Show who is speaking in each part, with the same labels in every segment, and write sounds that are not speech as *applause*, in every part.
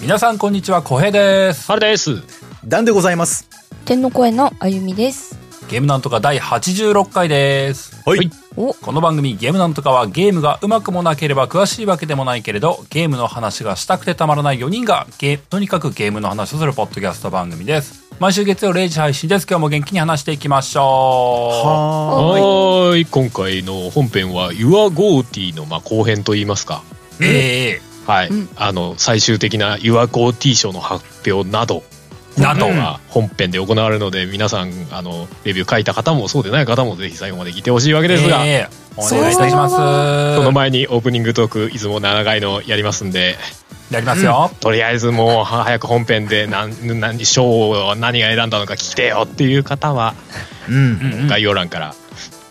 Speaker 1: 皆さんこんにちは、小平です。
Speaker 2: あれです。
Speaker 3: ダンでございます。
Speaker 4: 天の声のあゆみです。
Speaker 1: ゲームなんとか第86回です。
Speaker 3: はい
Speaker 4: お、
Speaker 1: この番組ゲームなんとかはゲームがうまくもなければ詳しいわけでもないけれど、ゲームの話がしたくてたまらない4人がゲとにかくゲームの話をするポッドキャスト番組です。毎週月曜0時配信です。今日も元気に話していきましょ
Speaker 3: は
Speaker 2: はーい。今回の本編は Your Go T のまあ後編といいますか。
Speaker 1: う。え
Speaker 2: はい。
Speaker 4: うん
Speaker 2: あの最終的な Your Go T 賞の発表など。
Speaker 1: など
Speaker 2: が本編で行われるので、皆さんあのレビュー書いた方もそうでない方もぜひ最後まで聞いてほしいわけ
Speaker 1: え
Speaker 2: ですが、
Speaker 1: ええお願いいたします。
Speaker 2: その前にオープニングトークいつも7回のやりますんで
Speaker 1: やりますよ。
Speaker 2: とりあえずもうは早く本編で何何賞を何が選んだのか聞きてよっていう方は
Speaker 3: ーい。うん。
Speaker 1: うんうん
Speaker 2: 概要欄から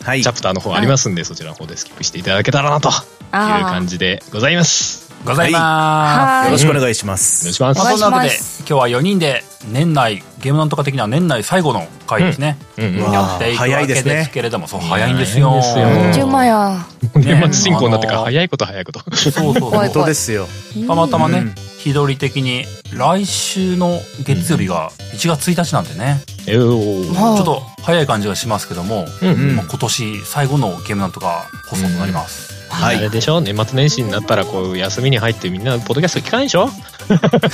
Speaker 3: はい。
Speaker 2: チャプターの方ありますんで、そちらの方でスキップしていただけたらなという感じでございます。
Speaker 1: ございま。
Speaker 4: は
Speaker 3: よ
Speaker 4: い
Speaker 3: ろ。しくお願いしま
Speaker 2: お願い
Speaker 3: す。
Speaker 2: しますす。
Speaker 1: まあ、そんなわけ
Speaker 4: お願
Speaker 1: で
Speaker 4: いします
Speaker 1: 今日は4人で年内ゲームなんとか的には年内最後の回ですね、
Speaker 2: うんうん
Speaker 3: うわ
Speaker 1: やっていくわ
Speaker 3: 早
Speaker 1: け
Speaker 3: いですね
Speaker 1: ですけれども、そう早いんですよ
Speaker 2: 早いです
Speaker 4: 十
Speaker 2: よ
Speaker 4: 万や。
Speaker 2: 年末進行になってから
Speaker 1: あのー
Speaker 2: 早いこと早いこと。 *laughs*
Speaker 1: そうそう
Speaker 4: 怖
Speaker 1: そ
Speaker 4: いう怖い
Speaker 3: 本当ですよ。
Speaker 1: たまたまね、
Speaker 3: うん
Speaker 1: 日取り的に来週の月曜日が1月1日なんでね、
Speaker 2: えー
Speaker 4: まあ
Speaker 1: ちょっと早い感じがしますけども、
Speaker 2: うんうん
Speaker 1: まあ今年最後のゲームなんとか放送となります、
Speaker 2: あ
Speaker 3: は
Speaker 2: れ
Speaker 3: い。
Speaker 2: でしょ年末年始になったらこう休みに入ってみんなポッドキャスト聞かないでしょ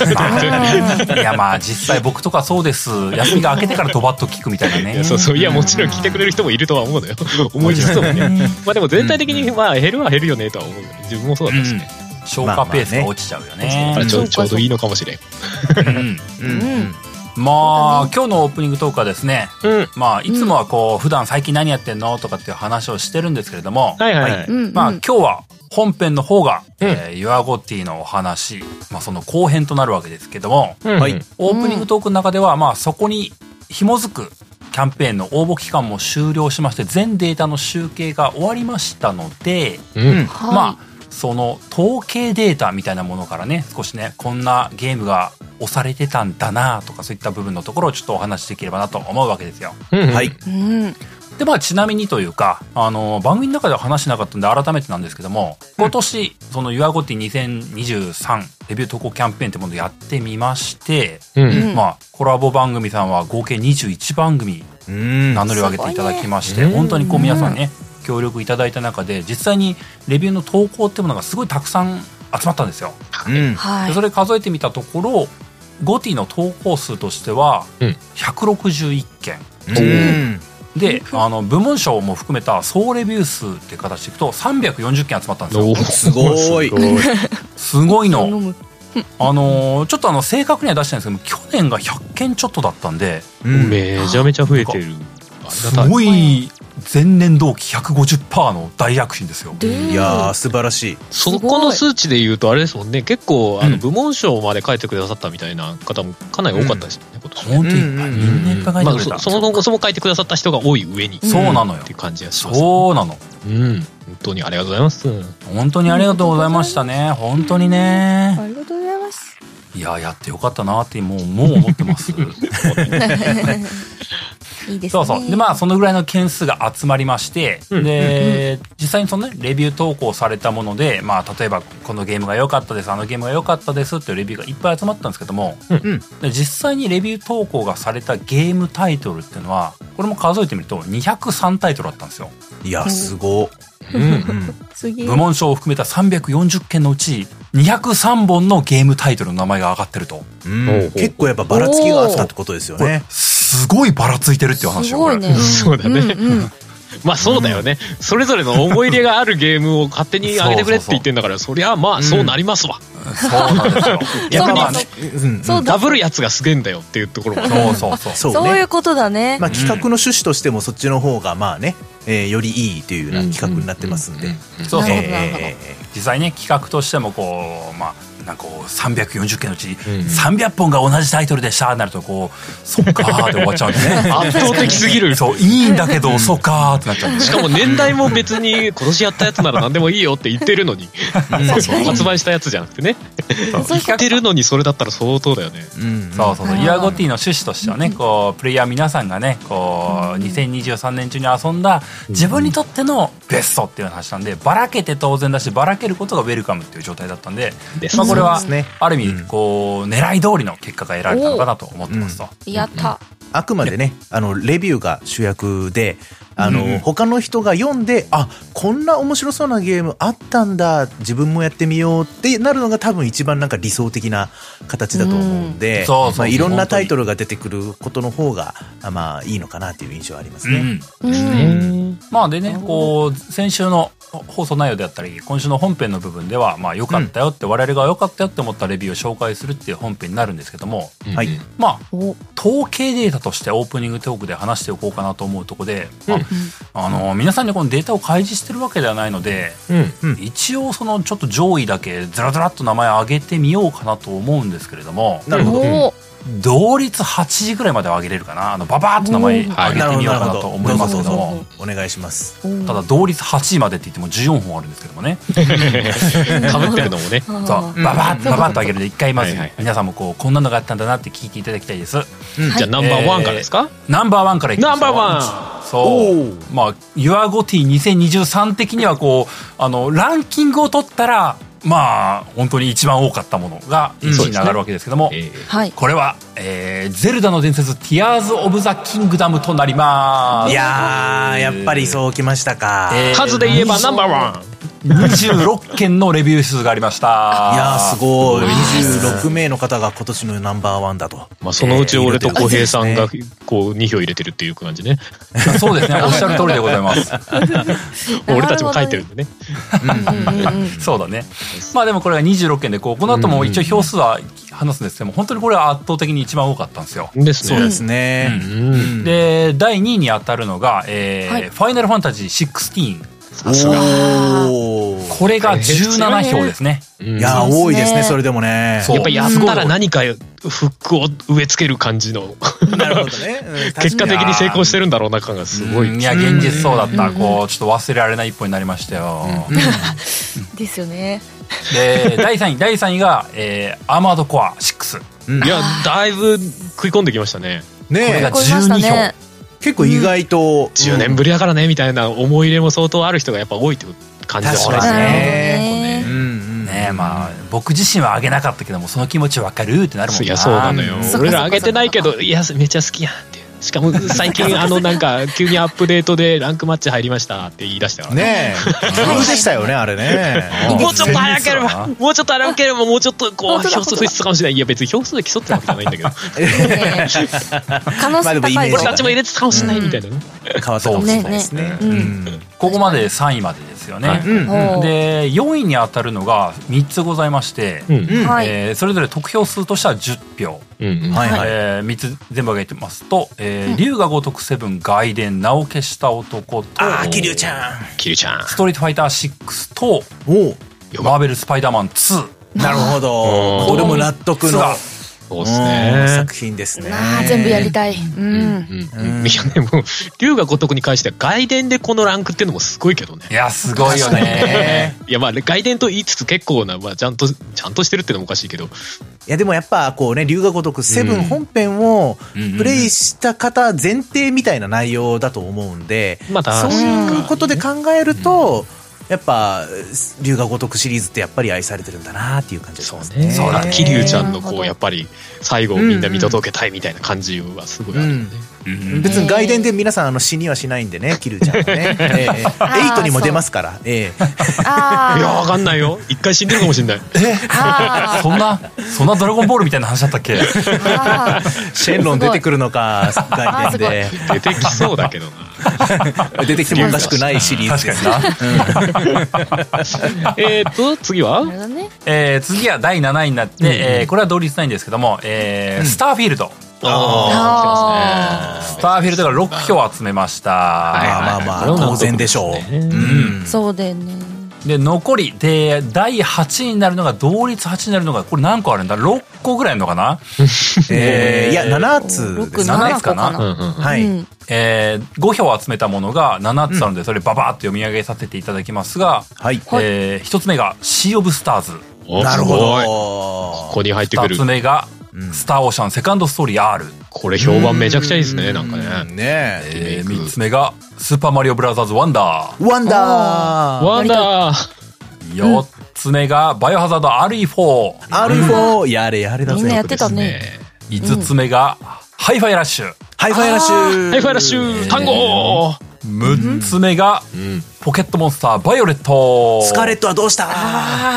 Speaker 4: あー
Speaker 1: いやまあ実際僕とかそうです休みが明けてからドバッと聞くみたいないね
Speaker 2: やそうそういやもちろん聞いてくれる人もいるとは思うのよ *laughs* 思いつつもねまあでも全体的にまあ減るは減るよねとは思うよね自分もそうだったしね、
Speaker 1: 消化ペースが落ちちゃうよ
Speaker 2: だ
Speaker 1: ね
Speaker 2: からちょ
Speaker 4: うん
Speaker 2: ちょうどいいのかもしれん
Speaker 1: うん
Speaker 3: う
Speaker 4: うん。
Speaker 1: まあ今日のオープニングトークはですね
Speaker 2: うん
Speaker 1: まあいつもはこう普段最近何やってんのとかっていう話をしてるんですけれども、
Speaker 2: はいはいは
Speaker 3: はいい
Speaker 4: うん。
Speaker 1: まあ今
Speaker 4: うん
Speaker 1: 日は本編の方が、
Speaker 2: うん
Speaker 1: えーユアゴッティのお話、まあ、その後編となるわけですけども
Speaker 2: うん
Speaker 3: はい
Speaker 1: オープニングトークの中では、まあそこに紐づくキャンペーンの応募期間も終了しまして全データの集計が終わりましたので、
Speaker 2: うん
Speaker 4: はい
Speaker 1: まあその統計データみたいなものからね少しねこんなゲームが押されてたんだなとかそういった部分のところをちょっとお話しできればなと思うわけですよ。
Speaker 2: うん
Speaker 3: はい。
Speaker 4: うん。
Speaker 1: で、まあ、ちなみにというか、あの、番組の中では話してなかったんで、改めてなんですけども、今年、その、ユアゴティ2023レビュー投稿キャンペーンってものをやってみまして、
Speaker 2: うん
Speaker 4: ん
Speaker 1: まあ、コラボ番組さんは合計21番組
Speaker 3: うん。
Speaker 1: 名乗りを上げていただきまして、
Speaker 2: うん
Speaker 1: 本当にこう皆さんね、協力いただいた中で、実際にレビューの投稿ってものがすごいたくさん集まったんですよ。
Speaker 3: うん。
Speaker 4: は
Speaker 1: で
Speaker 4: い
Speaker 1: そ。れ数えてみたところ、ゴティの投稿数としては
Speaker 2: うん、
Speaker 1: 161件。
Speaker 3: うん。
Speaker 1: で、あの部門賞も含めた総レビュー数っていう形でいくと340件集まったんですよ。
Speaker 2: ー
Speaker 3: すごい
Speaker 2: すごい
Speaker 1: すごい
Speaker 4: 飲
Speaker 1: の。
Speaker 4: む
Speaker 1: あのーちょっとあの正確には出してないんですけど、去年が100件ちょっとだったんで、
Speaker 3: うん。
Speaker 2: めちゃめちゃ増えてる。あり
Speaker 1: す
Speaker 2: がたい。
Speaker 1: ごい前年同期150%の大躍進ですよ。
Speaker 4: で
Speaker 3: いやー、素晴らしい。
Speaker 2: そこの数値で言うとあれですもんね。結構あ
Speaker 1: う
Speaker 2: の
Speaker 1: ん
Speaker 2: 部門賞まで書いてくださったみたいな方もかなり多かったですよね。今年ね
Speaker 1: 本当にいっぱい、
Speaker 3: うん
Speaker 1: みんないっぱい書いてくれ
Speaker 2: まあ
Speaker 1: た。
Speaker 2: そその後そも書いてくださった人が多い上に。
Speaker 1: そうなのよ
Speaker 2: っていう感じがします。
Speaker 1: そうなの。
Speaker 2: うん。本当にありがとうございます。
Speaker 1: 本当にありがとうございましたね。本当にね。
Speaker 4: ありがとうございます。
Speaker 1: いや、やってよかったなって、もう、もう思って
Speaker 2: *laughs*
Speaker 1: ます。
Speaker 4: いいです
Speaker 1: そうそ
Speaker 4: ね。
Speaker 1: う。で、まあ、そのぐらいの件数が集まりまして、
Speaker 2: うん
Speaker 1: で、実際にそのね、レビュー投稿されたもので、まあ、例えば、このゲームが良かったです、あのゲームが良かったですっていうレビューがいっぱい集まったんですけども、
Speaker 2: うん
Speaker 3: うん
Speaker 1: で実際にレビュー投稿がされたゲームタイトルっていうのは、これも数えてみると203タイトルだったんですよ。
Speaker 3: いや、すご。
Speaker 2: うん。
Speaker 3: うん。
Speaker 4: 次。
Speaker 1: 部門賞を含めた340件のうち、203本のゲームタイトルの名前が上がってると。
Speaker 3: うん。結構やっぱばらつきがあったってことですよ
Speaker 1: これ
Speaker 3: ね。、
Speaker 1: すごいばらついてるっていう話
Speaker 4: す
Speaker 1: よ。
Speaker 4: ごい
Speaker 1: これ
Speaker 4: ね。
Speaker 2: そうだね
Speaker 4: んうん
Speaker 2: まあそうだよね。それぞれの思い入れがあるゲームを勝手に上げてくれって言ってんだから、そりゃまあそうなりますわ。
Speaker 1: *laughs* そうなんですよ。いや
Speaker 4: そう
Speaker 1: ま
Speaker 4: な
Speaker 1: あ
Speaker 4: ん
Speaker 1: ね
Speaker 4: で
Speaker 3: うん。
Speaker 4: そうだ
Speaker 2: ダ。ブルやつがすげえんだよっていうところもね。
Speaker 1: そうそうそう。
Speaker 3: そう
Speaker 4: そうい
Speaker 3: ね
Speaker 4: う。ことだね
Speaker 3: ま。あ企画の趣旨としてもそっちの方がまあね、えーよりいいというような企画になってますんで。
Speaker 1: そうそう
Speaker 4: な
Speaker 3: え
Speaker 4: るほどなるほど
Speaker 3: え
Speaker 1: 実際ね企画としてもこうまあなんかこう340件のうち
Speaker 2: ん
Speaker 1: 300本が同じタイトルでしたなるとこうそっかーで終わっちゃうんでね
Speaker 2: *laughs* 圧倒的すぎる。
Speaker 1: そういいんだけどそっかーってなっちゃうんで
Speaker 2: *laughs* し
Speaker 1: ね
Speaker 2: かも年代も別に今年やったやつなら何でもいいよって言ってるのに発売したやつじゃなくてね
Speaker 4: そう
Speaker 2: 言
Speaker 4: いう
Speaker 2: っ
Speaker 4: こと
Speaker 2: てるのにそれだったら相当だよね
Speaker 3: えうん。
Speaker 1: そうそうそう
Speaker 4: うん
Speaker 1: イアゴティの趣旨としてはねこうプレイヤー皆さんがねこう2023年中に遊んだ自分にとってのベストっていう話なんでばらけて当然だしばらけることがウェルカムっていう状態だったんで
Speaker 2: です
Speaker 1: まあこれは
Speaker 3: そうですね
Speaker 1: ある意
Speaker 3: う
Speaker 1: 味
Speaker 3: ん
Speaker 1: こう狙い通りの結果が得られたのかなと思ってますと。
Speaker 4: やった。
Speaker 3: あくまでね、あの、レビューが主役で、あの、
Speaker 1: うんうん
Speaker 3: 他の人が読んで、あ、こんな面白そうなゲームあったんだ、自分もやってみようってなるのが多分一番なんか理想的な形だと思うんで、
Speaker 1: うんそうそうそう
Speaker 3: まあ、いろ
Speaker 1: 本
Speaker 3: ん
Speaker 1: 当
Speaker 3: な
Speaker 1: に
Speaker 3: タイトルが出てくることの方が、あまあ、いいのかなっていう印象はあります
Speaker 1: う
Speaker 3: ね。
Speaker 1: ん
Speaker 4: うん。
Speaker 2: うん
Speaker 1: まあでね、こう、先週の放送内容であったり、今週の本編の部分では、まあ良かったよって、我々が良かったよって思ったレビューを紹介するっていう本編になるんですけども、
Speaker 3: はい。
Speaker 1: まあ、
Speaker 4: お、
Speaker 1: 統計データとしてオープニングトークで話しておこうかなと思うとこで、まあ
Speaker 3: うん
Speaker 1: あの、皆さんにこのデータを開示してるわけではないので、
Speaker 2: *laughs* うん
Speaker 3: うん。
Speaker 1: 一応そのちょっと上位だけずらずらっと名前上げてみようかなと思うんですけれども、
Speaker 3: なるほど。
Speaker 4: お
Speaker 1: 同率8時ぐらいまでは上げれるかな、あの、ババーっと名前上げ
Speaker 3: なる
Speaker 1: て
Speaker 3: ほ
Speaker 1: みよ
Speaker 3: ど、
Speaker 1: う
Speaker 3: なる
Speaker 1: かな
Speaker 3: ほ
Speaker 1: と
Speaker 3: ど。
Speaker 1: 思いますけど
Speaker 3: どうぞ
Speaker 1: も
Speaker 3: どうぞ、お願いします。
Speaker 1: ただ同率8位までって言っても14本あるんですけどもね、
Speaker 2: かぶってるのもね。
Speaker 4: あー
Speaker 1: そう
Speaker 3: うん
Speaker 1: ババッババッと上げるんで一回まず
Speaker 2: はいはいはい
Speaker 1: 皆さんもこうこんなのがあったんだなって聞いていただきたいです
Speaker 2: じゃあナンバーワンからですか
Speaker 1: ナンバーワンからいきます
Speaker 2: ナ
Speaker 1: よ
Speaker 2: ンバーワン
Speaker 1: そうまあ「YourGoty2023」的にはこうあのランキングを取ったらまあ本当に一番多かったものが1位に上がるわけですけども、
Speaker 2: え
Speaker 4: はい。
Speaker 1: これは、えーゼルダの伝説、ティアーズ・オブ・ザ・キングダムとなります。
Speaker 3: いやー、やっぱりそうきましたか。
Speaker 1: え
Speaker 2: ー数で言えばナンバーワ
Speaker 1: 26件のレビュー数がありました。
Speaker 3: いやー、すごい。26名の方が今年のナンバーワンだと。
Speaker 2: ン。まあそのうち俺と小平さん
Speaker 3: え
Speaker 2: が
Speaker 3: ー
Speaker 2: こう2票入れてるっていう感じね。
Speaker 1: *laughs* そうですね、おっしゃる通りでございます。
Speaker 2: 俺たちも書いてるんでね。
Speaker 4: うんうん
Speaker 1: そうだね。まあでもこれが26件で、こう、この後も一応票数は話すんですけども、本当にこれは圧倒的に一番多かったんですよ。
Speaker 2: です
Speaker 3: そうで
Speaker 2: ね。
Speaker 3: すね。
Speaker 2: うん。
Speaker 1: で、第2位に当たるのが、えー
Speaker 4: はい
Speaker 1: ファイナルファンタジー16。
Speaker 2: さすが。
Speaker 3: おー
Speaker 1: これが17票ですね。
Speaker 2: うん
Speaker 3: い
Speaker 2: や
Speaker 3: やー、
Speaker 4: そう
Speaker 3: 多
Speaker 4: で
Speaker 3: い
Speaker 4: すね
Speaker 3: ですね、それでもね。
Speaker 1: そう
Speaker 2: っぱやったら何かフックを植え付ける感じの、
Speaker 3: なるほどね。うん
Speaker 2: 結果的に成功してるんだろうな感がすごい。
Speaker 1: うんいや、現実そうだった。
Speaker 4: うん
Speaker 1: こう、ちょっと忘れられない一歩になりましたよ。
Speaker 4: ですよね。
Speaker 1: で、第3位、第3位が、えーアーマードコア6。
Speaker 2: いや、だいぶ食い込んできましたね。
Speaker 1: これ
Speaker 3: ね
Speaker 1: が
Speaker 3: え
Speaker 4: 超えましたね。
Speaker 3: 結構意外と。
Speaker 2: 10年ぶりだからね、みたいな思い入れも相当ある人がやっぱ多いって感じだし
Speaker 3: 確か
Speaker 2: ね。
Speaker 3: に
Speaker 4: ね
Speaker 3: うんうん
Speaker 1: ねまあ、僕自身は上げなかったけども、その気持ちわかるってなるもんな。
Speaker 2: いや、そうなのよ
Speaker 4: そっかそっ。か
Speaker 2: 俺ら上げてないけど、いや、めっちゃ好きやんっていう。しかも最近、あの、なんか、急にアップデートでランクマッチ入りましたって言い出したからね。
Speaker 3: ねえ。工夫でしたよね、あれね。
Speaker 2: もうちょっと早け
Speaker 1: 全
Speaker 2: れ
Speaker 1: 然そうだ
Speaker 2: ば、もうちょっと早ければ、もうちょっとこう、
Speaker 4: 本当だ
Speaker 2: 票数増えてたかもしれない。いや、別に票数で競ってるわけじゃないんだけど、
Speaker 4: ね
Speaker 3: まあでもイメ
Speaker 4: 可能性高いぞ
Speaker 3: ー
Speaker 2: 俺
Speaker 3: ジ
Speaker 2: たちも入れてたかもしれないみたいなね。
Speaker 3: 変わったかもしれないですね。
Speaker 4: ねね
Speaker 3: うん
Speaker 1: ここまで3位までですよね。
Speaker 2: はい
Speaker 3: うんうん
Speaker 4: おー
Speaker 1: で4位に当たるのが3つございまして、
Speaker 2: うん
Speaker 3: うん
Speaker 4: はい
Speaker 1: えーそれぞれ得票数としては10票、
Speaker 2: うん
Speaker 3: はい
Speaker 1: え
Speaker 3: はい。
Speaker 1: ー3つ全部挙げてますと「えー龍が如くセブン外伝名を消した男」と
Speaker 3: あ
Speaker 1: 「
Speaker 3: ー、キリュウちゃん。
Speaker 2: キリちゃん。
Speaker 1: ストリートファイター6」と
Speaker 3: おう
Speaker 1: 「マーベル・スパイダーマン2
Speaker 3: なるほど。
Speaker 2: うん
Speaker 3: これも納得の
Speaker 1: が
Speaker 2: そう
Speaker 3: うん
Speaker 2: ですね
Speaker 3: 作。品ですね
Speaker 4: あー。全部やりたい。うん。
Speaker 2: うん *laughs* うんいやでも龍が如くに関しては外伝でこのランクっていうのもすごいけどね
Speaker 1: いやすごいよ
Speaker 3: *laughs*
Speaker 1: ね。
Speaker 2: いやまあ外伝と言いつつ結構な、まあ、ちゃんとちゃんとしてるってのもおかしいけど
Speaker 3: いやでもやっぱこうね、龍が如くセブン本編をプレイした方前提みたいな内容だと思うんで、
Speaker 2: また
Speaker 3: そういうことで考えると、やっぱ龍が如くシリーズってやっぱり愛されてるんだなっていう感じがしますね。
Speaker 2: そうだ
Speaker 1: ね
Speaker 2: 桐生ちゃんの
Speaker 4: なる
Speaker 2: こ
Speaker 4: ほど
Speaker 2: うやっぱり最後をみんな見届けたいみたいな感じはすごいあるよね、
Speaker 1: うん
Speaker 3: 別に外伝で皆さんあの死にはしないんでね、キリュウちゃんは *laughs* ね。ええエイトにも出ますから。ええ
Speaker 4: あ
Speaker 2: いや
Speaker 4: ー
Speaker 2: わかんないよ一回死んでるかもしれない
Speaker 4: あ
Speaker 1: そんなそんな「ドラゴンボール」みたいな話だったっけ
Speaker 4: ーあー。
Speaker 3: *laughs* シェンロン出てくるのか、外伝で。
Speaker 2: 出てきそうだけどな *laughs*
Speaker 3: 出てきてもおかしくないシリーズ
Speaker 1: 確
Speaker 3: で
Speaker 1: か
Speaker 3: す
Speaker 1: に。な、
Speaker 2: えっと次
Speaker 4: な
Speaker 2: は
Speaker 4: るほどね。
Speaker 1: えー次は第7位になって、えーこれは同率ないんですけども「えースターフィールド」
Speaker 4: あ
Speaker 1: スターフィールドが6票集めました、
Speaker 2: はい
Speaker 3: まあまあまあ、当然でしょう。
Speaker 4: あ。そうだよね。
Speaker 1: で残りで第8位になるのが同率8位になるのがこれ何個あるんだ6個ぐらいあるのかな、
Speaker 3: ええいや、7つで
Speaker 4: 六
Speaker 3: す
Speaker 1: 七
Speaker 3: ね。
Speaker 4: 七個か
Speaker 2: う
Speaker 4: な。
Speaker 2: んうん
Speaker 3: は
Speaker 4: う
Speaker 3: い。
Speaker 4: ん。
Speaker 1: えー、5票集めたものが7つあるので、それババーっと読み上げさせていただきますが、
Speaker 3: はい。
Speaker 1: え1つ目が「シー・オブ・スターズ
Speaker 2: お
Speaker 3: なるほ
Speaker 2: すごいこ
Speaker 3: ど。
Speaker 2: こに入っ」てくる
Speaker 1: 2つ目が「スター・オーシャン・セカンド・ストーリー R」
Speaker 2: これ評判めちゃくちゃいいですねなんかね
Speaker 3: ねえ。
Speaker 1: え3つ目が「スーパーマリオブラザーズ・ワンダー
Speaker 3: ワンダー
Speaker 2: ワンダー」
Speaker 1: 4爪がバイオハザード RE4。
Speaker 3: RE4、やれやれだぜ。
Speaker 4: みんなやってた
Speaker 2: そうで
Speaker 4: ね。
Speaker 2: すね
Speaker 1: 5つ目が、ハイファイラッシュ。
Speaker 3: ハイファイラッシュ。
Speaker 2: ハイファイラッシュ単語
Speaker 1: 6つ目が、ポケットモンスターバイオレット。
Speaker 3: スカーレットはどうした
Speaker 4: あ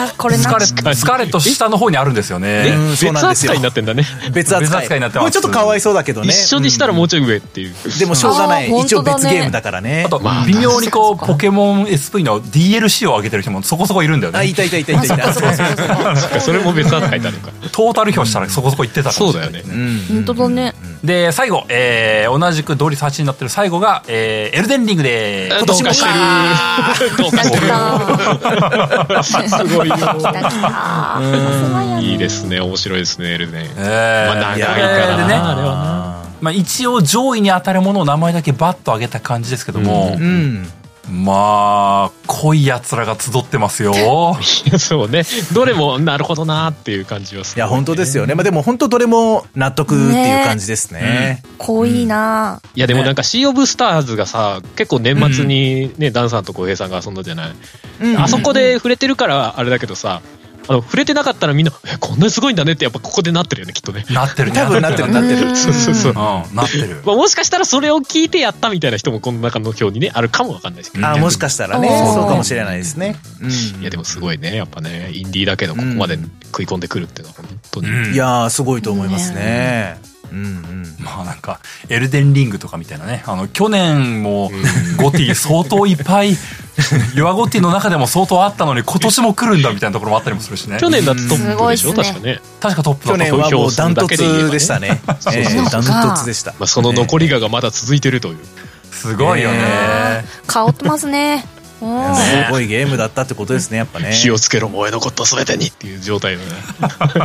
Speaker 4: あ、これ
Speaker 1: ス
Speaker 4: な
Speaker 1: カ
Speaker 4: ん
Speaker 1: レ
Speaker 4: か
Speaker 1: ット、スカレット下の方にあるんですよね。
Speaker 3: えうんそうなんです
Speaker 2: 扱
Speaker 3: よ
Speaker 2: いになってんだね。
Speaker 3: 別扱い。
Speaker 1: 別扱いになってます
Speaker 3: もうちょっとかわいそうだけどね。
Speaker 2: 一緒にしたらもうちょい上っていう。
Speaker 3: でもしょうがない。
Speaker 4: あー
Speaker 3: 一応
Speaker 4: 本当だ
Speaker 3: 別
Speaker 4: ね
Speaker 3: ゲームだからね。
Speaker 1: あと
Speaker 2: まあ、
Speaker 1: 微妙にこう、
Speaker 4: 確かに
Speaker 1: ポケモン SP の DLC を上げてる人もそこそこいるんだよ
Speaker 3: あ、
Speaker 1: ね
Speaker 3: い。たいたいたいたいた。
Speaker 2: そっかそれも別扱いになるのか。
Speaker 1: トータル評したらそこそこいってたかもしれない。
Speaker 2: そうだよね
Speaker 3: うん
Speaker 4: 本当だね。
Speaker 1: で、最後、えー、同じく同率8になってる最後が、えー、エルデンリングで
Speaker 2: ど
Speaker 1: ー
Speaker 2: うかしてる。どうか
Speaker 4: 来
Speaker 2: して
Speaker 4: た
Speaker 2: る。すごいよ。
Speaker 4: 来た来た。
Speaker 2: いいですね。面白いですね、エルデン。
Speaker 1: えー
Speaker 2: まあ長いか
Speaker 1: えー
Speaker 2: ら
Speaker 1: で
Speaker 2: な
Speaker 1: ね
Speaker 2: あれはな
Speaker 1: まあ、一応上位に当たるものを名前だけバッと上げた感じですけども、
Speaker 3: うん。
Speaker 1: まあ濃いやつらが集ってます
Speaker 2: *laughs*
Speaker 1: よ
Speaker 2: いやそうね。どれもなるほどなーっていう感じはす
Speaker 3: い
Speaker 2: る
Speaker 3: や、本当ですよね。まあでも本当どれも納得っていう感じですね。
Speaker 4: 濃いな。
Speaker 2: いやでもなんかシー・オブ・スターズがさ結構年末にね、ダンさんと浩平さんが遊んだじゃない、
Speaker 3: うん
Speaker 2: あそこで触れてるからあれだけどさあの触れてなかったらみんなえこんなにすごいんだねってやっぱここでなってるよねきっとね、
Speaker 1: なってるね
Speaker 3: 多分なってるなってる。
Speaker 2: そうそうそう、ま
Speaker 1: うんなってる
Speaker 2: あ、もしかしたらそれを聞いてやったみたいな人もこの中の表にねあるかもわかんないですけど
Speaker 3: あ、もしかしたらね、
Speaker 4: うん
Speaker 3: そうかもしれないですね。うん
Speaker 2: いやでもすごいねやっぱねインディーだけどここまで食い込んでくるっていうのは本当に、
Speaker 1: うん
Speaker 3: いやー、すごいと思いますね。うんうん。
Speaker 1: まあなんかエルデンリングとかみたいなねあの去年もゴティ相当いっぱいユアゴティの中でも相当あったのに今年も来るんだみたいなところもあったりもするしね
Speaker 2: 去年だってトップでしょ、
Speaker 4: すごいっ
Speaker 2: 確か
Speaker 4: すね
Speaker 2: ね、
Speaker 1: 確かトップだ
Speaker 3: 去
Speaker 1: った
Speaker 3: 年はもうダントツでしたね。
Speaker 2: そうそう
Speaker 3: ええダントツでした。
Speaker 2: まあ、その残りががまだ続いてるという、
Speaker 1: すごいよね、
Speaker 4: ね香ってますね。うん
Speaker 1: ね
Speaker 3: すごいゲームだったってことですね、やっぱね。
Speaker 2: 火をつけろ燃え残った全てにっていう状態のね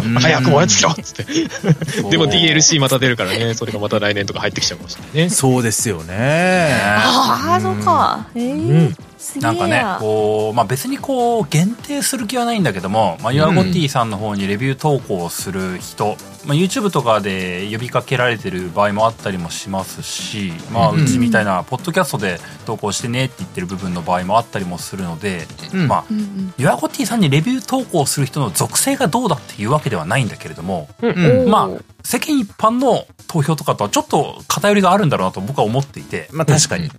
Speaker 3: うん
Speaker 2: 早く燃え尽きろっつってでも
Speaker 1: そう
Speaker 2: DLC また出るからねそれがまた来年とか入ってきちゃうかもしれないね
Speaker 3: そうですよね。
Speaker 4: ああ、そうか。ええ。すげ
Speaker 1: なんか
Speaker 4: え
Speaker 1: ね
Speaker 4: や。
Speaker 1: こう、まあ、別にこう限定する気はないんだけども、まあ、ユアゴティさんの方にレビュー投稿する人、まあ、YouTube とかで呼びかけられてる場合もあったりもしますし、まあ、
Speaker 3: うん
Speaker 1: うちみたいなポッドキャストで投稿してねって言ってる部分の場合もあったりもするので、
Speaker 3: うん
Speaker 1: まあ
Speaker 4: うんうん
Speaker 1: ユアゴティさんにレビュー投稿する人の属性がどうだっていうわけではないんだけれども、
Speaker 3: うん
Speaker 1: ま
Speaker 4: おー
Speaker 1: あ世間一般の投票とかとはちょっと偏りがあるんだろうなと僕は思っていて、
Speaker 3: まあ確かに。
Speaker 1: うん、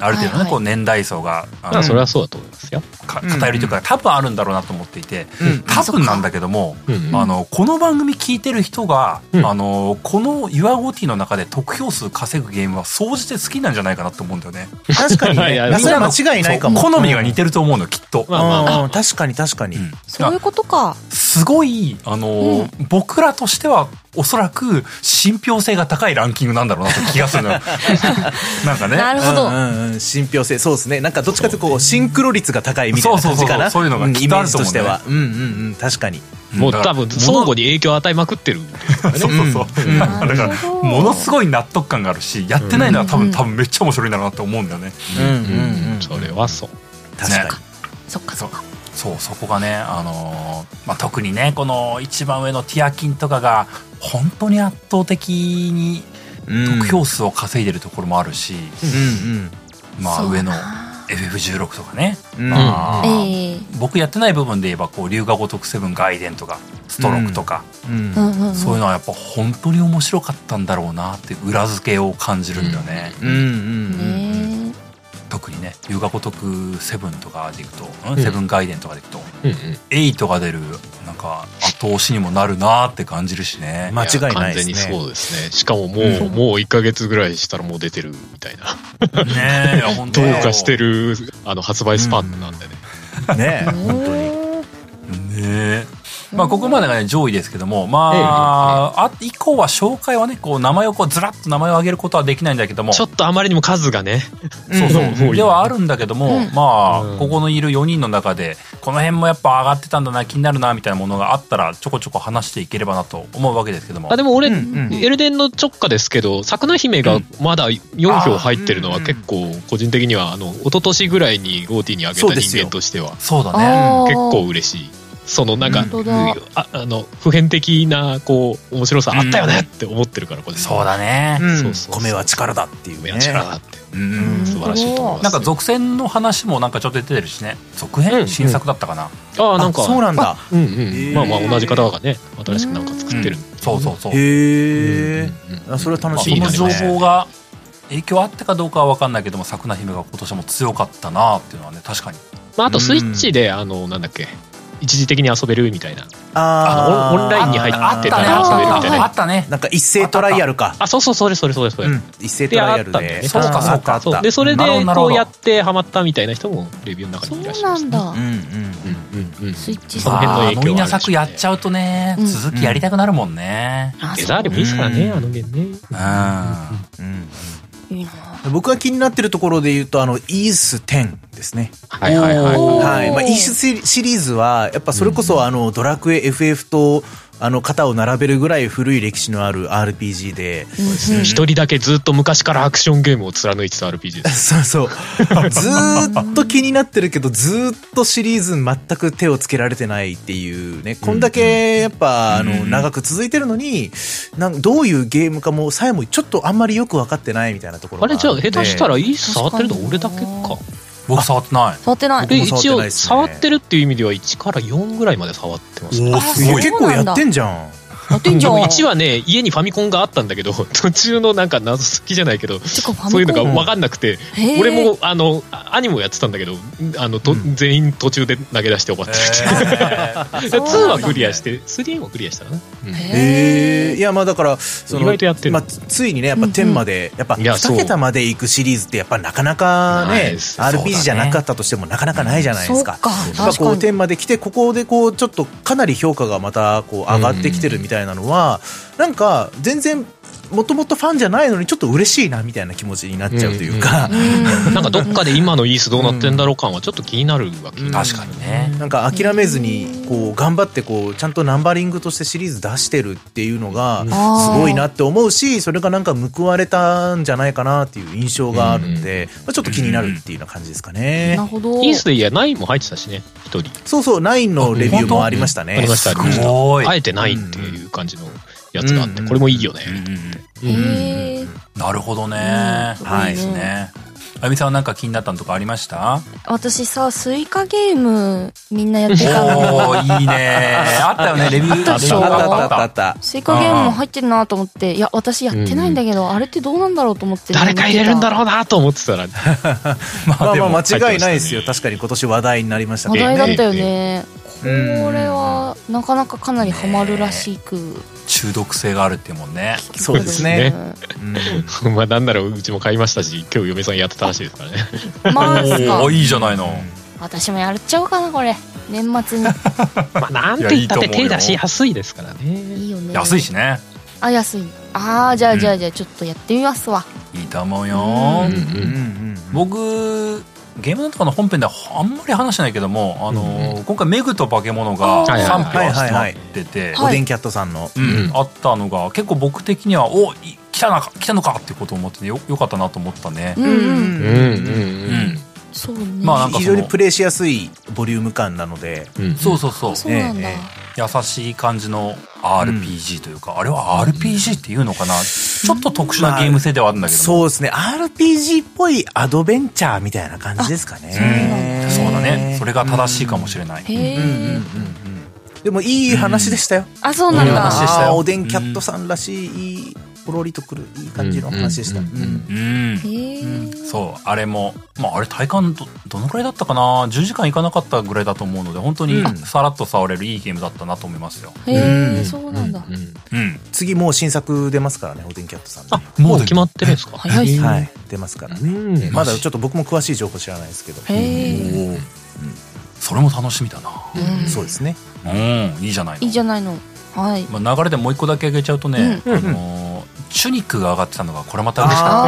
Speaker 1: ある程度ね、
Speaker 4: はいはい
Speaker 1: こう年代層があの
Speaker 2: まあそれはそうだと思いますよ、
Speaker 1: か
Speaker 3: うん
Speaker 1: 偏りというか多分あるんだろうなと思っていて
Speaker 3: うん
Speaker 1: 多分なんだけども
Speaker 2: うん
Speaker 1: あのこの番組聞いてる人が、
Speaker 2: うん
Speaker 1: あのこの「ユアゴティ」の中で得票数稼ぐゲームは総じて好きなんじゃないかなと思うんだよね。
Speaker 3: 確かに
Speaker 1: *laughs*
Speaker 2: いやい
Speaker 3: ね。
Speaker 2: や
Speaker 3: あそれは間違いないかも。
Speaker 1: そう好みが似てると思うのきっと。
Speaker 2: まあまあまあ
Speaker 3: うん確かに確かに。
Speaker 1: うん
Speaker 4: そういうことか。
Speaker 1: すごい、あの僕らとしてはおそらく信憑性が高いランキングなんだろうなと気がするの
Speaker 3: *laughs*
Speaker 1: よなんかね。
Speaker 4: なるほど
Speaker 3: う。んうんうん、信憑性そうですねなんかどっちかというとこうシンクロ率が高いみたいな
Speaker 1: そう
Speaker 3: 感
Speaker 1: そうそ
Speaker 3: じ
Speaker 1: う
Speaker 3: かな
Speaker 1: そういうのが
Speaker 3: ん
Speaker 1: き
Speaker 3: イ
Speaker 1: っ
Speaker 3: メ
Speaker 1: とあ
Speaker 3: ー
Speaker 1: る
Speaker 3: ジ
Speaker 1: と
Speaker 3: と
Speaker 1: 思う
Speaker 3: し
Speaker 1: ん
Speaker 3: て
Speaker 1: だよね
Speaker 3: はうんうんうん確かに
Speaker 2: もう
Speaker 1: だから
Speaker 2: 多分相互に影響を与えまくってる
Speaker 1: そうそうそう。 *laughs* だから、ものすごい納得感があるし、やってないのは多分、多分めっちゃ面白いんだろうなって思うんだよね。
Speaker 3: うんうんうん
Speaker 2: それはそう
Speaker 3: 確か
Speaker 1: ね
Speaker 3: に
Speaker 4: そっかそっか。
Speaker 1: そう、そこがね、あのーまあ、特にね、この一番上のティアキンとかが、本当に圧倒的に
Speaker 3: うん
Speaker 1: 得票数を稼いでるところもあるし、
Speaker 3: うん
Speaker 1: まあ、
Speaker 4: そう
Speaker 1: 上
Speaker 4: だ
Speaker 1: の
Speaker 4: な
Speaker 1: FF16 とかね。
Speaker 3: うん
Speaker 1: まあ
Speaker 4: ええ。
Speaker 1: 僕やってない部分で言えば、こう、龍河如くセブン、ガイデンとか、ストロークとか、
Speaker 3: うん
Speaker 4: うんうんうん。
Speaker 1: そういうのはやっぱ本当に面白かったんだろうなっていう裏付けを感じるんだよね。
Speaker 3: うんうんうん
Speaker 4: ね
Speaker 1: 特にね「龍が如くセブン」とかでいくと「
Speaker 2: ん
Speaker 1: セブンガイデン」とかでいくと
Speaker 2: うん
Speaker 1: 「エイト」が出るなんか後押しにもなるなーって感じるしね、
Speaker 3: 間違いな
Speaker 2: 完
Speaker 3: いで
Speaker 2: 全に
Speaker 3: すね
Speaker 2: そうですねしかももう、もう1ヶ月ぐらいしたらもう出てるみたいな
Speaker 1: ねえいや本当
Speaker 2: どう
Speaker 1: に
Speaker 2: かしてるあの発売スパンなんでね、
Speaker 3: ね
Speaker 4: え。
Speaker 3: 本当に
Speaker 4: に。
Speaker 1: ねえまあここまでがね上位ですけどもまあ,、あ以降は紹介はねこう名前をこうずらっと名前を挙げることはできないんだけども
Speaker 2: ちょっとあまりにも数がね
Speaker 1: そうそう、
Speaker 2: うん
Speaker 1: ではあるんだけども、
Speaker 4: うん
Speaker 1: ま
Speaker 2: う
Speaker 1: あ
Speaker 2: ん
Speaker 1: ここのいる4人の中でこの辺もやっぱ上がってたんだな気になるなみたいなものがあったらちょこちょこ話していければなと思うわけですけども
Speaker 2: あでも俺、
Speaker 3: うんうん
Speaker 2: エルデンの直下ですけど桜姫がまだ4票入ってるのは結構個人的にはあの一昨年ぐらいにゴーティーにあげた
Speaker 3: そうです
Speaker 2: 人
Speaker 3: よ
Speaker 2: 間としては
Speaker 1: そうだね
Speaker 4: あー
Speaker 2: 結構嬉しいそのなんか
Speaker 4: 本当だ
Speaker 2: ああの普遍的なこう面白さあったよねって思ってるからこれ
Speaker 1: そうだね。
Speaker 3: うん
Speaker 2: そうそうそう
Speaker 3: 米は力だっていう
Speaker 2: 米
Speaker 3: ね
Speaker 2: は力だって
Speaker 1: うん
Speaker 2: 素晴らしいと思います
Speaker 1: なんか続編の話もなんかちょっと出てるしね続編、
Speaker 2: うん
Speaker 1: 新作だったかな、
Speaker 2: ああ
Speaker 3: あ
Speaker 2: なんか
Speaker 3: そうなんだ
Speaker 2: うんうん
Speaker 3: ー
Speaker 2: まあまあ同じ方がね新しくなんか作ってる
Speaker 1: そうそうそう、
Speaker 3: へえ
Speaker 2: うんうんうん
Speaker 3: あそれは楽
Speaker 1: まあ、
Speaker 3: し
Speaker 1: そ
Speaker 3: み
Speaker 1: の
Speaker 3: だね
Speaker 1: 情報が影響あったかどうかは分かんないけども桜姫が今年も強かったなっていうのはね確かに
Speaker 2: まああとスイッチであのなんだっけ一時的に遊べるみたいな
Speaker 3: あ
Speaker 2: あのオンオンラインに入
Speaker 1: あっ
Speaker 2: って
Speaker 1: た
Speaker 2: た
Speaker 1: ね
Speaker 2: ら遊べるみたい
Speaker 1: あ
Speaker 2: な
Speaker 1: ったね
Speaker 3: なんか一斉トライアルか
Speaker 2: あそうそうそれそれそれそれ
Speaker 3: うん一斉トライアル
Speaker 2: であ
Speaker 3: で
Speaker 2: った
Speaker 1: んだよね
Speaker 3: あったあった
Speaker 2: そうでそれ
Speaker 1: なるほ
Speaker 2: で
Speaker 1: どなるほ
Speaker 2: こ
Speaker 1: ど
Speaker 2: うやってハマったみたいな人もレビューの中
Speaker 4: そ
Speaker 2: に
Speaker 4: う
Speaker 2: いらっしゃい
Speaker 4: な
Speaker 2: ます
Speaker 4: ん
Speaker 2: ね
Speaker 4: だ
Speaker 3: うんうん
Speaker 2: うんうんうん
Speaker 4: スイッチ
Speaker 2: そ
Speaker 4: さ
Speaker 2: の
Speaker 4: ん
Speaker 2: 辺の
Speaker 1: あ
Speaker 2: 影響はあるでしょうね
Speaker 1: ー飲みなさくやっちゃうとね、
Speaker 4: うん
Speaker 1: 続きやりたくなるもんね
Speaker 4: あ
Speaker 2: デザーでもいいですから
Speaker 3: う
Speaker 2: ね
Speaker 3: ん
Speaker 2: あのゲームね
Speaker 1: うん、
Speaker 3: うん
Speaker 4: そういいな
Speaker 3: 僕が気になってるところで言うとあのイース10ですね
Speaker 2: はいはいはい
Speaker 4: おー
Speaker 3: はいまあ、イースシリーズはやっぱそれこそあのドラクエ FF とあの肩を並べるぐらい古い歴史のある RPG で、 *laughs*
Speaker 2: 一人だけずっと昔からアクションゲームを貫いてた RPG です
Speaker 3: そうそう。ずーっと気になってるけど、ずーっとシリーズに全く手をつけられてないっていうね。こんだけ、やっぱ、あの、長く続いてるのに、なんどういうゲームかも、さえもちょっとあんまりよくわかってないみたいなところが
Speaker 2: あれじゃあ
Speaker 3: って
Speaker 2: 下手したらいい
Speaker 4: 確か
Speaker 2: 触
Speaker 4: に
Speaker 2: ってるの俺だけか
Speaker 1: 僕触って *laughs* ない
Speaker 4: 触ってない
Speaker 2: で
Speaker 3: 僕も触って
Speaker 2: 一
Speaker 3: ない
Speaker 2: 応
Speaker 3: ですね
Speaker 2: 触ってるっていう意味では1から4ぐらいまで触ってます
Speaker 1: お
Speaker 4: あ
Speaker 1: おすごい
Speaker 3: 結構やってんじゃん。
Speaker 4: やってん
Speaker 2: で
Speaker 4: じゃん
Speaker 2: も1はね家にファミコンがあったんだけど *laughs* 途中のなんか謎好きじゃないけど
Speaker 4: てかファミコン
Speaker 2: そういうのが分かんなくて
Speaker 4: へー
Speaker 2: 俺もあのあ兄もやってたんだけどあのと全員途中で投げ出して終わってるって
Speaker 1: えー
Speaker 2: いう
Speaker 4: そうな
Speaker 2: 2は
Speaker 4: んだ
Speaker 2: クリアして3はクリアしたかなうん
Speaker 3: ええいやまあだからその
Speaker 2: 意外とやってる
Speaker 3: まあ、つついにねやっぱ天まで、やっぱ
Speaker 2: いやそう
Speaker 3: 2桁まで行くシリーズってやっぱなかなか
Speaker 2: ない
Speaker 3: ね
Speaker 2: です
Speaker 1: そうだね
Speaker 3: RPG じゃなかったとしてもなかなかないじゃないで
Speaker 4: そう
Speaker 3: す
Speaker 4: か
Speaker 3: か。
Speaker 4: 確
Speaker 3: やっぱこ
Speaker 4: か
Speaker 3: う
Speaker 4: に
Speaker 3: 天まで来てここでこうちょっとかなり評価がまたこう上がってきてるみたいなのは、なんか全然もともとファンじゃないのにちょっと嬉しいなみたいな気持ちになっちゃうというか、
Speaker 2: なんかどっかで今のイースどうなってんだろう感はちょっと気になるわけ
Speaker 3: うん
Speaker 1: 確かにね
Speaker 3: *laughs* なんか諦めずにこう頑張ってこうちゃんとナンバリングとしてシリーズ出してるっていうのがす
Speaker 4: あー
Speaker 3: ごいなって思うしそれがなんか報われたんじゃないかなっていう印象があるんで、まあ、ちょっと気になるっていうような感じですか
Speaker 4: な
Speaker 3: ね
Speaker 4: る。ほど
Speaker 2: イースでいや9も入ってたしね1人
Speaker 3: そうそう9のレビューもありました
Speaker 2: あ
Speaker 3: ね
Speaker 2: り。ましたありまし
Speaker 1: すごい
Speaker 2: たあえてないっていう感じのやつがあってこれもいいよね
Speaker 4: へー
Speaker 1: なるほどね、
Speaker 4: うん
Speaker 1: はい
Speaker 4: い
Speaker 1: で
Speaker 4: いね
Speaker 1: すねあゆみさんはなんか気になったのとかありました
Speaker 4: 私さスイカゲームみんなやってたの
Speaker 1: おおいいねあったよねレビュー
Speaker 4: あったでしょ
Speaker 1: あったあ
Speaker 3: あっ
Speaker 1: ったた
Speaker 3: あ
Speaker 1: あ
Speaker 3: っ
Speaker 1: った
Speaker 3: あった
Speaker 4: スイカゲームも入ってるなと思っていや私やってないんだけどあれってどうなんだろうと思って
Speaker 2: 誰か入れるんだろうなと思ってたら *laughs*
Speaker 1: た
Speaker 3: まあ
Speaker 1: でも
Speaker 3: まあ間違いないです
Speaker 2: 入
Speaker 3: よ。
Speaker 2: ってま
Speaker 3: 確かに今年話題になりました
Speaker 4: 話
Speaker 3: けど
Speaker 4: 題
Speaker 3: ね。
Speaker 4: だったよねこ
Speaker 3: うん
Speaker 4: れはなかなかかなりハマるらしく
Speaker 1: 中毒性があるっていうもんね
Speaker 3: そうですね。うん
Speaker 2: まあなんならうちも買いましたし今日嫁さんやってたらしいですからね
Speaker 4: マ
Speaker 1: お
Speaker 4: ジか
Speaker 1: おいいじゃないの
Speaker 4: 私もやっちゃおうかなこれ年末に
Speaker 2: *laughs* まあなんて言ったって手出しやすいですからね
Speaker 4: いいよね
Speaker 1: 安いしね
Speaker 4: あ安いあーじゃあじゃあじゃあちょっとやってみますわ
Speaker 1: いいと思うよ、
Speaker 4: う
Speaker 2: うん
Speaker 3: うん
Speaker 2: う
Speaker 3: うんん
Speaker 1: 僕ゲームなんとかの本編ではあんまり話してないけども、あのー今回「メグと化け物」が
Speaker 4: あー
Speaker 1: 賛否を集まってて、
Speaker 4: はい
Speaker 3: おでんキャットさんの。
Speaker 1: うん、あったのが結構僕的にはおい来たな来たのかってことを思って、ね、よよかったなと思ったね
Speaker 4: う、ん
Speaker 3: う
Speaker 4: う
Speaker 2: う
Speaker 4: ん
Speaker 2: んん
Speaker 1: う
Speaker 2: うん
Speaker 1: ん
Speaker 4: そうね
Speaker 1: まあなんか
Speaker 3: 非
Speaker 1: その
Speaker 3: 常にプレイしやすいボリューム感なので。
Speaker 2: うん
Speaker 1: そうそうそう
Speaker 4: あそうなんだ
Speaker 3: ええ
Speaker 1: 優しい感じの RPG というか、あれは RPG っていうのかなちょっと特殊なゲーム性ではあるんだけども、
Speaker 3: そうですね。RPG っぽいアドベンチャーみたいな感じですかね。
Speaker 1: そうだねそれが正しいかもしれない、
Speaker 4: へ
Speaker 3: うんうん
Speaker 4: え
Speaker 3: でもいい話でしたよ。
Speaker 4: あそうなん
Speaker 1: いい
Speaker 4: だ
Speaker 1: 話でしたよ
Speaker 3: あーおでんキャットさんらしい、いい、ポロリとくる、いい感じの話でした。
Speaker 2: うんうんうん
Speaker 3: うん
Speaker 1: うん
Speaker 4: へえ
Speaker 1: そうあれも、まあ、あれ体感どどのくらいだったかな10時間いかなかったぐらいだと思うので本当に
Speaker 3: うん
Speaker 1: さらっと触れるいいゲームだったなと思いますよ、
Speaker 4: へえそうなんだ
Speaker 2: うん
Speaker 1: うん、
Speaker 3: 次もう新作出ますからね、おでんキャットさんね。
Speaker 2: あもう決まってるんですか
Speaker 4: 早いっすね
Speaker 2: は
Speaker 3: はい、出ますから
Speaker 2: う
Speaker 3: ね。
Speaker 2: ん
Speaker 3: まだちょっと僕も詳しい情報知らないですけど。
Speaker 4: へえ
Speaker 1: おお、それも楽しみだな
Speaker 3: そうですね。
Speaker 1: うんいいじゃないの
Speaker 4: いいじゃないのはい
Speaker 1: まあ、流れでもう一個だけあげちゃうとね、
Speaker 2: うん
Speaker 1: あのーチュニックが上がってたのがこれまた嬉しかった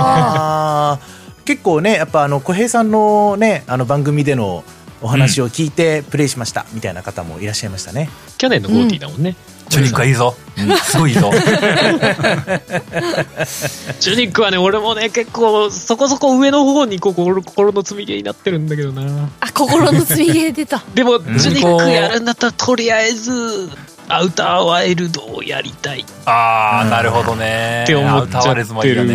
Speaker 3: あー *laughs* 結構ねやっぱあの小平さんのねあの番組でのお話を
Speaker 4: *laughs*
Speaker 3: 聞いてプレイしましたみたいな方もいらっしゃいましたね。
Speaker 2: 去年のゴーティーだもんね
Speaker 1: チュニックはいいぞ。うんすごいいいぞ。
Speaker 2: チュニックはね、俺もね、結構、そこそこ上の方にこう心心の積み毛になってるんだけどな。
Speaker 4: あ、心の積み毛出た。
Speaker 2: でも、
Speaker 1: ん
Speaker 2: チュニックやるんだったら、とりあえず、アウターワイルドをやりたいっ
Speaker 1: あー、なるほどね。
Speaker 2: て思
Speaker 1: ア
Speaker 2: っ
Speaker 1: ウ
Speaker 2: ち
Speaker 1: ター
Speaker 2: ゃ
Speaker 1: ワレズ
Speaker 2: っ
Speaker 1: もい
Speaker 2: て
Speaker 1: いよ
Speaker 2: る。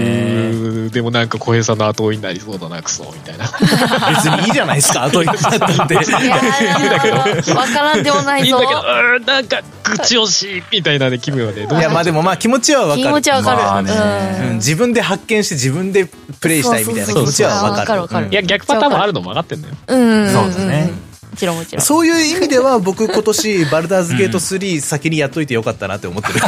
Speaker 1: ね。
Speaker 2: でもなんか、小平さんの後追いになりそうだな、クソ、みたい
Speaker 3: *laughs*
Speaker 2: な。
Speaker 3: 別にいいじゃないですか、後になったん
Speaker 4: *laughs*
Speaker 3: で。
Speaker 4: いやー、わからんでもない
Speaker 2: いい
Speaker 4: ぞ
Speaker 2: んだ。けど、うーんなんか、口惜しい、みたいなね、気分はね、どう
Speaker 3: いや、まあでもまあ気持ちはわかる。
Speaker 4: 気持ちはわ
Speaker 1: ま
Speaker 4: か
Speaker 1: あ
Speaker 4: る。
Speaker 1: ね
Speaker 3: うん、
Speaker 4: うん
Speaker 3: 自分で発見して自分でプレイしたいみたいな気持ちはわかる。
Speaker 4: そうそうそうそうあわかるわかる
Speaker 3: うん
Speaker 2: いや、逆パターンもあるのも分かってんだよ。
Speaker 4: うん。
Speaker 1: そうだね
Speaker 4: うん。もちろんもちろん。
Speaker 3: そういう意味では僕今年バルダーズゲート3先にやっといてよかったなって思ってる。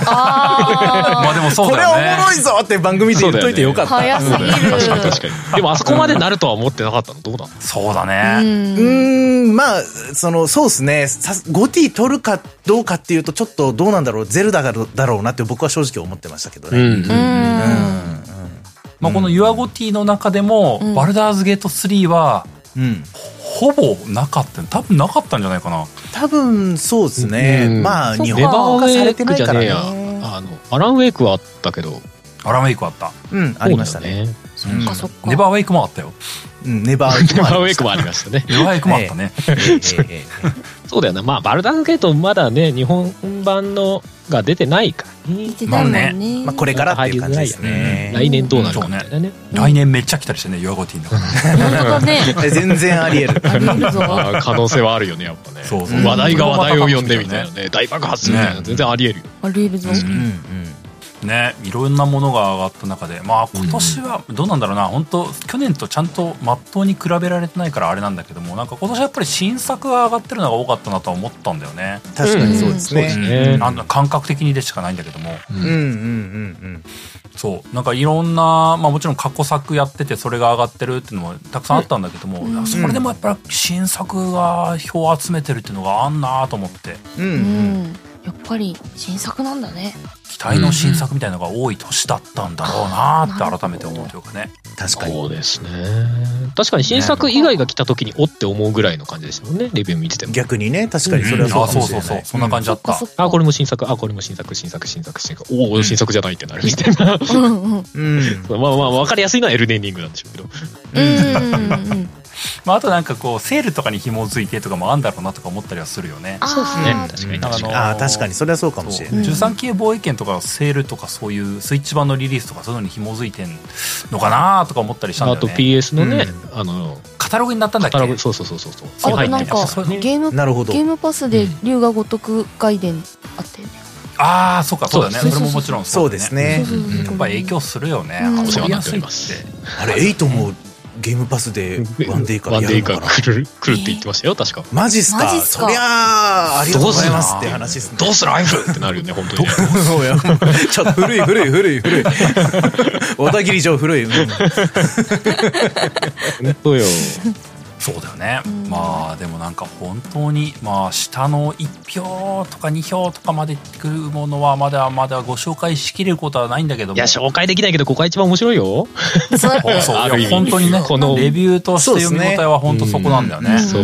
Speaker 4: あ
Speaker 1: まあでもそう
Speaker 3: こ
Speaker 1: だ
Speaker 3: れおも
Speaker 1: よね。
Speaker 3: ろいぞって番組で言っといてよかった。
Speaker 4: そうだよね早すぎ
Speaker 2: 確
Speaker 4: る
Speaker 2: かに確かに。でも、あそこまでなるとは思ってなかったの、どうだ
Speaker 1: そうだ
Speaker 4: あ。う。
Speaker 1: ね。
Speaker 3: うんーん、まあ、その、そうですね。さゴティ取るかどうかっていうと、ちょっとどうなんだろう、ゼルダだろうだろうなって僕は正直思ってましたけどね。
Speaker 2: ん
Speaker 4: う。ん。
Speaker 1: まあこのユアゴティの中でも、
Speaker 4: うん
Speaker 1: バルダーズゲート3は、
Speaker 3: うん。
Speaker 1: ほぼなかった。多分なかったんじゃないかな。
Speaker 3: 多分、そうですね。
Speaker 2: うん
Speaker 3: まあ、
Speaker 4: そっ
Speaker 3: 日
Speaker 4: か
Speaker 2: ネバ
Speaker 3: 本
Speaker 2: ー
Speaker 3: 語
Speaker 2: ウ
Speaker 3: 化さ
Speaker 2: ェ
Speaker 3: れ
Speaker 2: イ
Speaker 3: て
Speaker 2: ク
Speaker 3: ない
Speaker 2: じ
Speaker 3: か
Speaker 2: ゃ
Speaker 3: ら
Speaker 2: ねえ
Speaker 3: ね
Speaker 2: や。。あの、アランウェイクはあったけど、
Speaker 1: アランウェイクあった。
Speaker 3: うん、ありましたね。
Speaker 4: そっかそっか。
Speaker 1: ネバーウェイクもあったよ。
Speaker 3: うん、ネバーウ
Speaker 2: そうだよね。ネ
Speaker 3: *laughs*
Speaker 2: バーウェイ
Speaker 3: ェイ
Speaker 2: ク
Speaker 3: ク
Speaker 2: もありましたね。
Speaker 1: ネバーウェイクもあったね。
Speaker 3: も。ええええええ
Speaker 2: そうだよな。まあ、バルダーズゲートまだね、日本版のが出てないからね
Speaker 4: 言ってたもんね。
Speaker 3: まあ、これからっていう感じですね。
Speaker 2: 来年どうなるかみたいなね。
Speaker 1: 来年めっちゃ来たりしてね、ユアゴティの中で。
Speaker 4: なかなかね。
Speaker 3: え全然あり得る。
Speaker 4: ありえるぞ。
Speaker 2: まあ可能性はあるよね、やっぱね。
Speaker 1: そう
Speaker 3: そう
Speaker 2: 話題が話題を呼んでみたいなね。大爆発みたいな、
Speaker 1: ね
Speaker 2: 全然あり得るよ。
Speaker 4: ありえるぞ。
Speaker 1: う
Speaker 3: うんん、
Speaker 1: ね、いろんなものが上がった中で、まあ今年はどうなんだろうな、本当去年とちゃんとまっとうに比べられてないからあれなんだけども、なんか今年はやっぱり新作が上がってるのが多かったなとは思ったんだよね。
Speaker 3: うん。確かにそうです
Speaker 2: うん
Speaker 3: ね。
Speaker 2: ね
Speaker 1: うんあの感覚的にでしかないんだけども、
Speaker 3: うん、うん、うん、うん。
Speaker 1: そう、なんかいろんな、まあもちろん過去作やっててそれが上がってるっていうのもたくさんあったんだけども、いやそれでもやっぱり新作が票を集めてるっていうのがあんなと思って、
Speaker 3: うん、う。
Speaker 4: うんん。やっぱり新作なんだね。
Speaker 1: 期待の新作みたいなのが多い年だったんだろうなって改めて思うというかね。
Speaker 3: 確かに。
Speaker 2: そうですね。確かに新作以外が来た時におって思うぐらいの感じですもんね、レビュー見てても。
Speaker 3: 逆にね、確かにそれ
Speaker 1: あ
Speaker 3: はそ
Speaker 1: そう
Speaker 3: うかもし
Speaker 1: そう
Speaker 3: れな
Speaker 1: そう
Speaker 3: い。
Speaker 1: そんな感じだ
Speaker 4: そ
Speaker 1: っ
Speaker 4: っか
Speaker 1: た
Speaker 4: そ。っか。
Speaker 2: あ、これも新作、あ、これも新作、新作、新作、新作、おお、新作じゃないってなるみたいな。
Speaker 4: うんうん。
Speaker 3: うん。
Speaker 2: まあまあ、わかりやすいのはエルデンリングなんでしょうけど。
Speaker 4: うんうんうんうん。
Speaker 1: まあ、あとなんかこうセールとかに紐づいてとかもあんだろうなとか思ったりはするよね。
Speaker 4: あ
Speaker 2: そうですね。確かに
Speaker 4: ー
Speaker 1: あ
Speaker 2: 確か
Speaker 1: の
Speaker 2: に。
Speaker 3: ああ、確かに、それはそうかもしれない。
Speaker 1: 13系貿易券とかセールとかそういうスイッチ版のリリースとかそういうのに紐づいてんのかなとか思ったりしたんだ
Speaker 2: あ
Speaker 1: よ
Speaker 2: と
Speaker 1: ね。
Speaker 2: PS のね、
Speaker 3: う
Speaker 2: あの、
Speaker 1: カタログになったんだ
Speaker 2: カ
Speaker 1: っけ
Speaker 2: タログ、そうそうそうそうそう。
Speaker 1: そう
Speaker 4: あ
Speaker 1: 入
Speaker 4: と
Speaker 1: っ
Speaker 4: な
Speaker 1: て
Speaker 4: ん
Speaker 1: る
Speaker 4: か
Speaker 1: やつそういうの
Speaker 4: ゲーム
Speaker 3: なるほど
Speaker 4: ゲー。ムパスで龍が如く外伝あったよね。
Speaker 1: ああそうかそうだね
Speaker 2: そう
Speaker 1: それももちろん
Speaker 3: そう
Speaker 1: だ
Speaker 3: です
Speaker 4: そう
Speaker 3: ね。
Speaker 4: そうそうそう
Speaker 1: やっぱ影響するよね、
Speaker 4: うん
Speaker 2: お世
Speaker 1: 遊び
Speaker 2: 話にな
Speaker 1: や
Speaker 2: って
Speaker 1: す
Speaker 2: お
Speaker 1: い
Speaker 2: り
Speaker 1: っ
Speaker 2: ます
Speaker 1: て。
Speaker 3: あれ、エイトもゲームパスで *laughs* ワンデイからやるのか
Speaker 2: ワンデ
Speaker 3: な
Speaker 2: イ。から来る、来るって言ってましたよ、確か。
Speaker 3: マジっすか
Speaker 4: マジっすか
Speaker 3: そりゃあ、ありがとうございますって話ですね。
Speaker 2: どうするアイフルってなるよね、本当にね。
Speaker 3: そうや、もう *laughs* ちょっと古い古い古い *laughs* 古い。小田切城古い。うん
Speaker 2: そうよ。
Speaker 1: そうだよね、
Speaker 4: ん
Speaker 1: まあでもなんか本当にまあ下の1票とか2票とかまでくるものはまだまだご紹介しきれることはないんだけども
Speaker 2: いや、紹介できないけど、ここが一番面白いよ。
Speaker 4: そうだ
Speaker 1: そう
Speaker 4: ね
Speaker 1: そう
Speaker 2: ある
Speaker 1: い
Speaker 2: 意
Speaker 1: や
Speaker 2: 味
Speaker 1: 本当にね
Speaker 2: この
Speaker 1: レビューとして読み応えは本当そこなんだよね
Speaker 4: うん
Speaker 2: そう。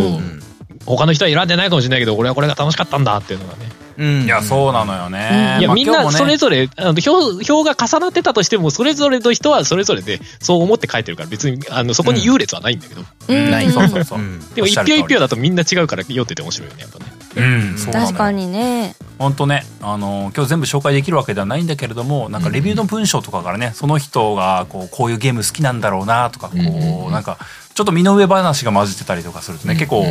Speaker 2: 他の人は選んでないかもしれないけど、俺はこれが楽しかったんだっていうのがね。
Speaker 3: うん
Speaker 1: いやそうなのよね、
Speaker 2: いや、
Speaker 1: まあ
Speaker 2: みん
Speaker 1: 今
Speaker 2: な
Speaker 1: 日
Speaker 2: そ
Speaker 1: もね
Speaker 2: れぞれ、あの票票が重なってたとしても、それぞれの人はそれぞれで、そう思って書いてるから、別にあのそこに優劣はないんだけど、
Speaker 4: うん
Speaker 3: ない
Speaker 1: そうそうそう、
Speaker 3: うん
Speaker 1: お
Speaker 2: でも
Speaker 1: っ
Speaker 2: 一
Speaker 1: しゃ
Speaker 2: 票
Speaker 1: る通り
Speaker 2: 一票だとみんな違うから、酔ってて面白いよね、やっぱね。
Speaker 1: うん、そうなのよ
Speaker 4: 確かにね。
Speaker 1: 本当ね、あの今日全部紹介できるわけではないんだけれどもなんかレビューの文章とかからね、その人がこうこういうゲーム好きなんだろうなとかこう、
Speaker 2: うんうんうん
Speaker 1: なんかちょっと身の上話が混じってたりとかするとね、結構、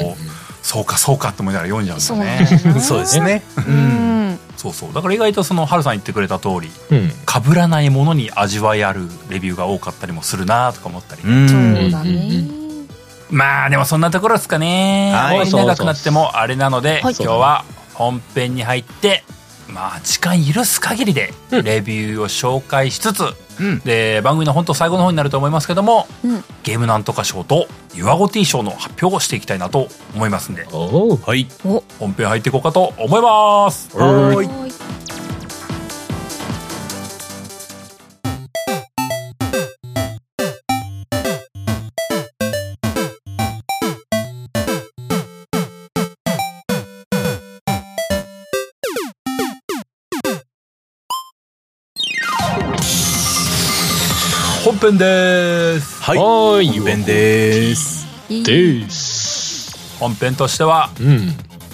Speaker 1: そうかそうかって思いながら読んじゃうんだ
Speaker 4: そ
Speaker 1: よ
Speaker 4: うなん
Speaker 1: ね
Speaker 4: だよな。
Speaker 3: そうですね。
Speaker 4: う
Speaker 3: うん
Speaker 4: ん。
Speaker 1: そうそうだから意外とそのハルさん言ってくれた通り
Speaker 2: うん。
Speaker 1: 被らないものに味わいあるレビューが多かったりもするなとか思ったり、
Speaker 3: うん
Speaker 4: そうだね。
Speaker 1: まあでもそんなところですかね、
Speaker 3: はい
Speaker 1: あまり長くなってもあれなので
Speaker 4: は
Speaker 1: 今
Speaker 4: い
Speaker 1: 日は本編に入ってまあ時間許す限りでレビューを紹介しつつ、
Speaker 3: うん
Speaker 1: で番組の本当最後の方になると思いますけども
Speaker 4: うん。
Speaker 1: ゲームなんとか賞とユアゴティ賞の発表をしていきたいなと思いますんで
Speaker 2: おー
Speaker 3: はい。
Speaker 4: お。
Speaker 1: 本編入っていこうかと思います
Speaker 3: はい。
Speaker 1: 本編です
Speaker 3: はい。
Speaker 2: はーい
Speaker 3: 本編です。
Speaker 4: いい
Speaker 2: です。
Speaker 1: 本編としては
Speaker 2: うん。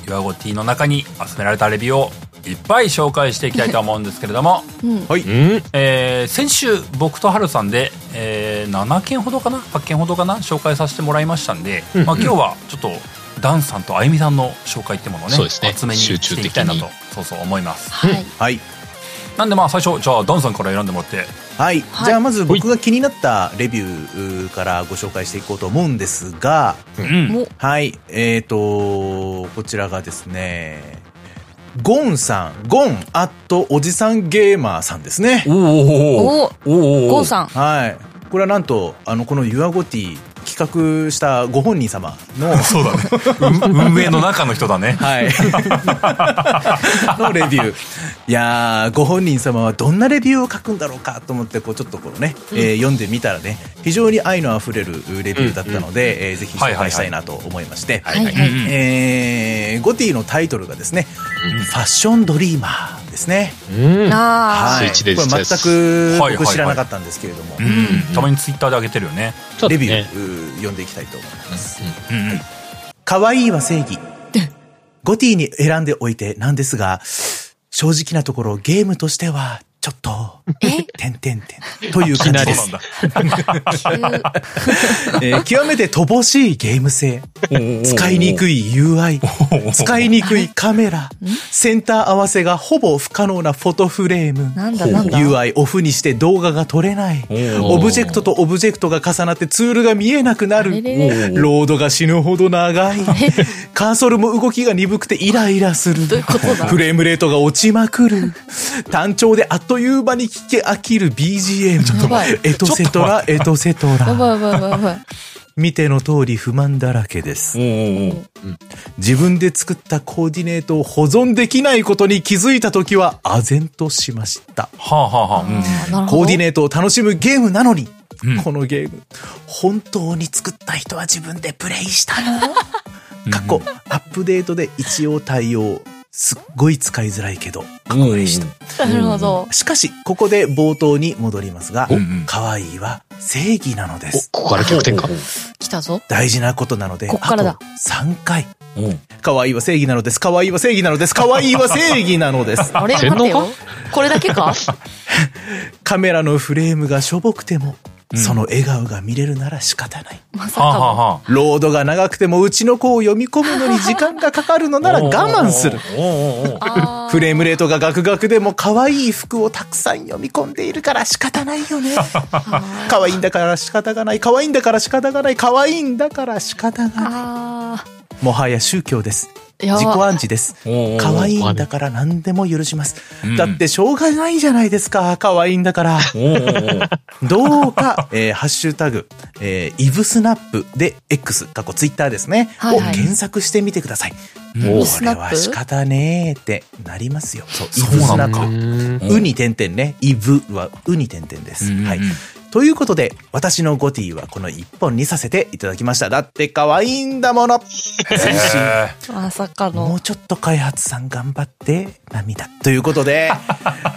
Speaker 1: 岩ゴ T の中に集められたレビューをいっぱい紹介していきたいと思うんですけれど *laughs* も、
Speaker 4: うん
Speaker 3: はい。
Speaker 2: うん。
Speaker 1: えー先週僕とハルさんで、えー7件ほどかな8件ほどかな紹介させてもらいましたんで、
Speaker 2: うん
Speaker 1: まあ、今日はちょっとダンさんとあゆみさんの紹介ってものをね
Speaker 2: そうですね
Speaker 1: 集めにしていきたいな
Speaker 2: 集
Speaker 1: と
Speaker 2: 中
Speaker 1: そうそう思います
Speaker 4: はい
Speaker 3: はい。
Speaker 1: なんでまあ最初じゃあダンさんから選んでもらって
Speaker 3: はい、
Speaker 4: はい
Speaker 3: じゃあまず僕が気になったレビューからご紹介していこうと思うんですが、
Speaker 1: うん
Speaker 4: も
Speaker 3: はい、えーと、こちらがですね、ゴンさん、ゴンアットおじさんゲーマーさんですね。
Speaker 1: おお
Speaker 4: お
Speaker 1: おお
Speaker 4: ゴンさん
Speaker 3: はい。これはなんと、あの、このユアゴティ企画したご本人様 *laughs* の、
Speaker 1: そうだね *laughs* 運営の中の人だね
Speaker 3: はい。のレビュー。いやー、ご本人様はどんなレビューを書くんだろうかと思って、こう、ちょっとこうね、えー読んでみたらね、非常に愛のあふれるレビューだったので、えーぜひ紹介したいなと思いまして、
Speaker 4: はいはいはい
Speaker 3: えーゴティのタイトルがですね、ファッションドリーマーですね。
Speaker 2: うん。
Speaker 4: あ
Speaker 3: は
Speaker 2: スイ
Speaker 3: い。
Speaker 2: ッチで
Speaker 3: これ
Speaker 2: 実際
Speaker 3: 全く
Speaker 1: はいはいはい
Speaker 3: 僕知らなかったんですけれども、
Speaker 1: うんたまにツイッターで上げてるよね
Speaker 2: そうだね
Speaker 3: レビュー読んでいきたいと思います。
Speaker 1: うんうん
Speaker 3: 可愛いは正義。ゴティに選んでおいてなんですが、正直なところゲームとしては、ちょっと、
Speaker 4: え
Speaker 3: てんてんてんという感じで
Speaker 1: そう
Speaker 3: す。
Speaker 1: なんだ
Speaker 4: ー急
Speaker 3: えー極めて乏しいゲーム性、使いにくい UI、使いにくいカメラ、センター合わせがほぼ不可能なフォトフレーム。
Speaker 4: なんだなんだ
Speaker 3: UI オフにして動画が撮れない。オブジェクトとオブジェクトが重なってツールが見えなくなる
Speaker 4: あれれれ。
Speaker 3: ロードが死ぬほど長
Speaker 4: *laughs*
Speaker 3: い。カーソルも動きが鈍くてイライラする。
Speaker 4: どういうことだ
Speaker 3: フレームレートが落ちまくる。単調であっという間に聴け飽きる BGM。
Speaker 4: やばい
Speaker 3: エトセトラ、エトセト
Speaker 4: やば
Speaker 3: ラ。
Speaker 4: いやばいやばいやばい
Speaker 3: 見ての通り不満だらけです。自分で作ったコーディネートを保存できないことに気づいた時は、唖然としました。
Speaker 1: はあはあはあうん
Speaker 4: あなるほ
Speaker 3: コ
Speaker 4: ど
Speaker 3: ーディネートを楽しむゲームなのに、
Speaker 1: うん
Speaker 3: このゲーム、本当に作った人は自分でプレイしたの過去、アップデートで一応対応。すっごい使いづらいけど、過去でした。
Speaker 4: なるほど
Speaker 3: しかし、ここで冒頭に戻りますが
Speaker 1: うんうん、
Speaker 3: 可愛いは正義なので
Speaker 2: お
Speaker 3: す。
Speaker 2: ここから逆転か。
Speaker 4: 来たぞ
Speaker 3: 大事なことなので、
Speaker 4: こっからだ
Speaker 3: あと3回。
Speaker 1: うん
Speaker 3: 可愛いは正義なのです。可愛いは正義なのです。可愛いは正義なの
Speaker 1: *laughs*
Speaker 3: です。
Speaker 4: あれ
Speaker 2: 洗
Speaker 4: 待
Speaker 2: 脳
Speaker 4: て
Speaker 2: か
Speaker 4: よこれだけ
Speaker 3: *laughs*
Speaker 4: か
Speaker 3: カメラのフレームがしょぼくても、
Speaker 1: ん
Speaker 3: その笑顔が見れるなら仕方ない。
Speaker 4: まさ
Speaker 1: はあはあ
Speaker 4: か
Speaker 1: はあ
Speaker 3: ロードが長くてもうちの子を読み込むのに時間がかかるのなら我慢する。
Speaker 1: おうおうおうおう
Speaker 4: の
Speaker 3: フレームレートがガクガクでも可愛い服をたくさん読み込んでいるから仕方ない
Speaker 1: *laughs*
Speaker 3: よね。可愛いんだから仕方がない。可愛いんだから仕方がない。可愛いんだから仕方がない。
Speaker 4: あ
Speaker 3: もはや宗教です。
Speaker 4: ーや
Speaker 3: 自己
Speaker 4: ば
Speaker 3: 暗示です。
Speaker 1: おうおう
Speaker 3: 可愛いんだから何でも許します
Speaker 1: うん。
Speaker 3: だってしょうがないじゃないですか。可愛いんだ
Speaker 1: *laughs*
Speaker 3: から。
Speaker 1: おうおうおう
Speaker 3: どうか、えーハッシュタグ、えーイブスナップで X、過去ツイッターですね、
Speaker 4: はいはい
Speaker 3: を検索してみてください。
Speaker 1: イ
Speaker 3: こ
Speaker 4: ブス
Speaker 3: れ
Speaker 4: ナップ
Speaker 3: は仕方ねーってなりますよ。そう、イ
Speaker 1: そう
Speaker 3: ブス
Speaker 1: な
Speaker 3: ナ
Speaker 1: のか
Speaker 3: ップ。
Speaker 2: うん。
Speaker 1: うん
Speaker 3: うに点々ね。イブはうに点々です。
Speaker 1: うんうんうん
Speaker 3: はい。ということで、私のゴティはこの一本にさせていただきました。だって可愛いんだ
Speaker 1: *laughs*
Speaker 3: もの先進
Speaker 1: え
Speaker 4: まさか
Speaker 3: も
Speaker 4: の
Speaker 3: うちょっと開発さん頑張って、涙。ということ
Speaker 4: *laughs*
Speaker 3: で、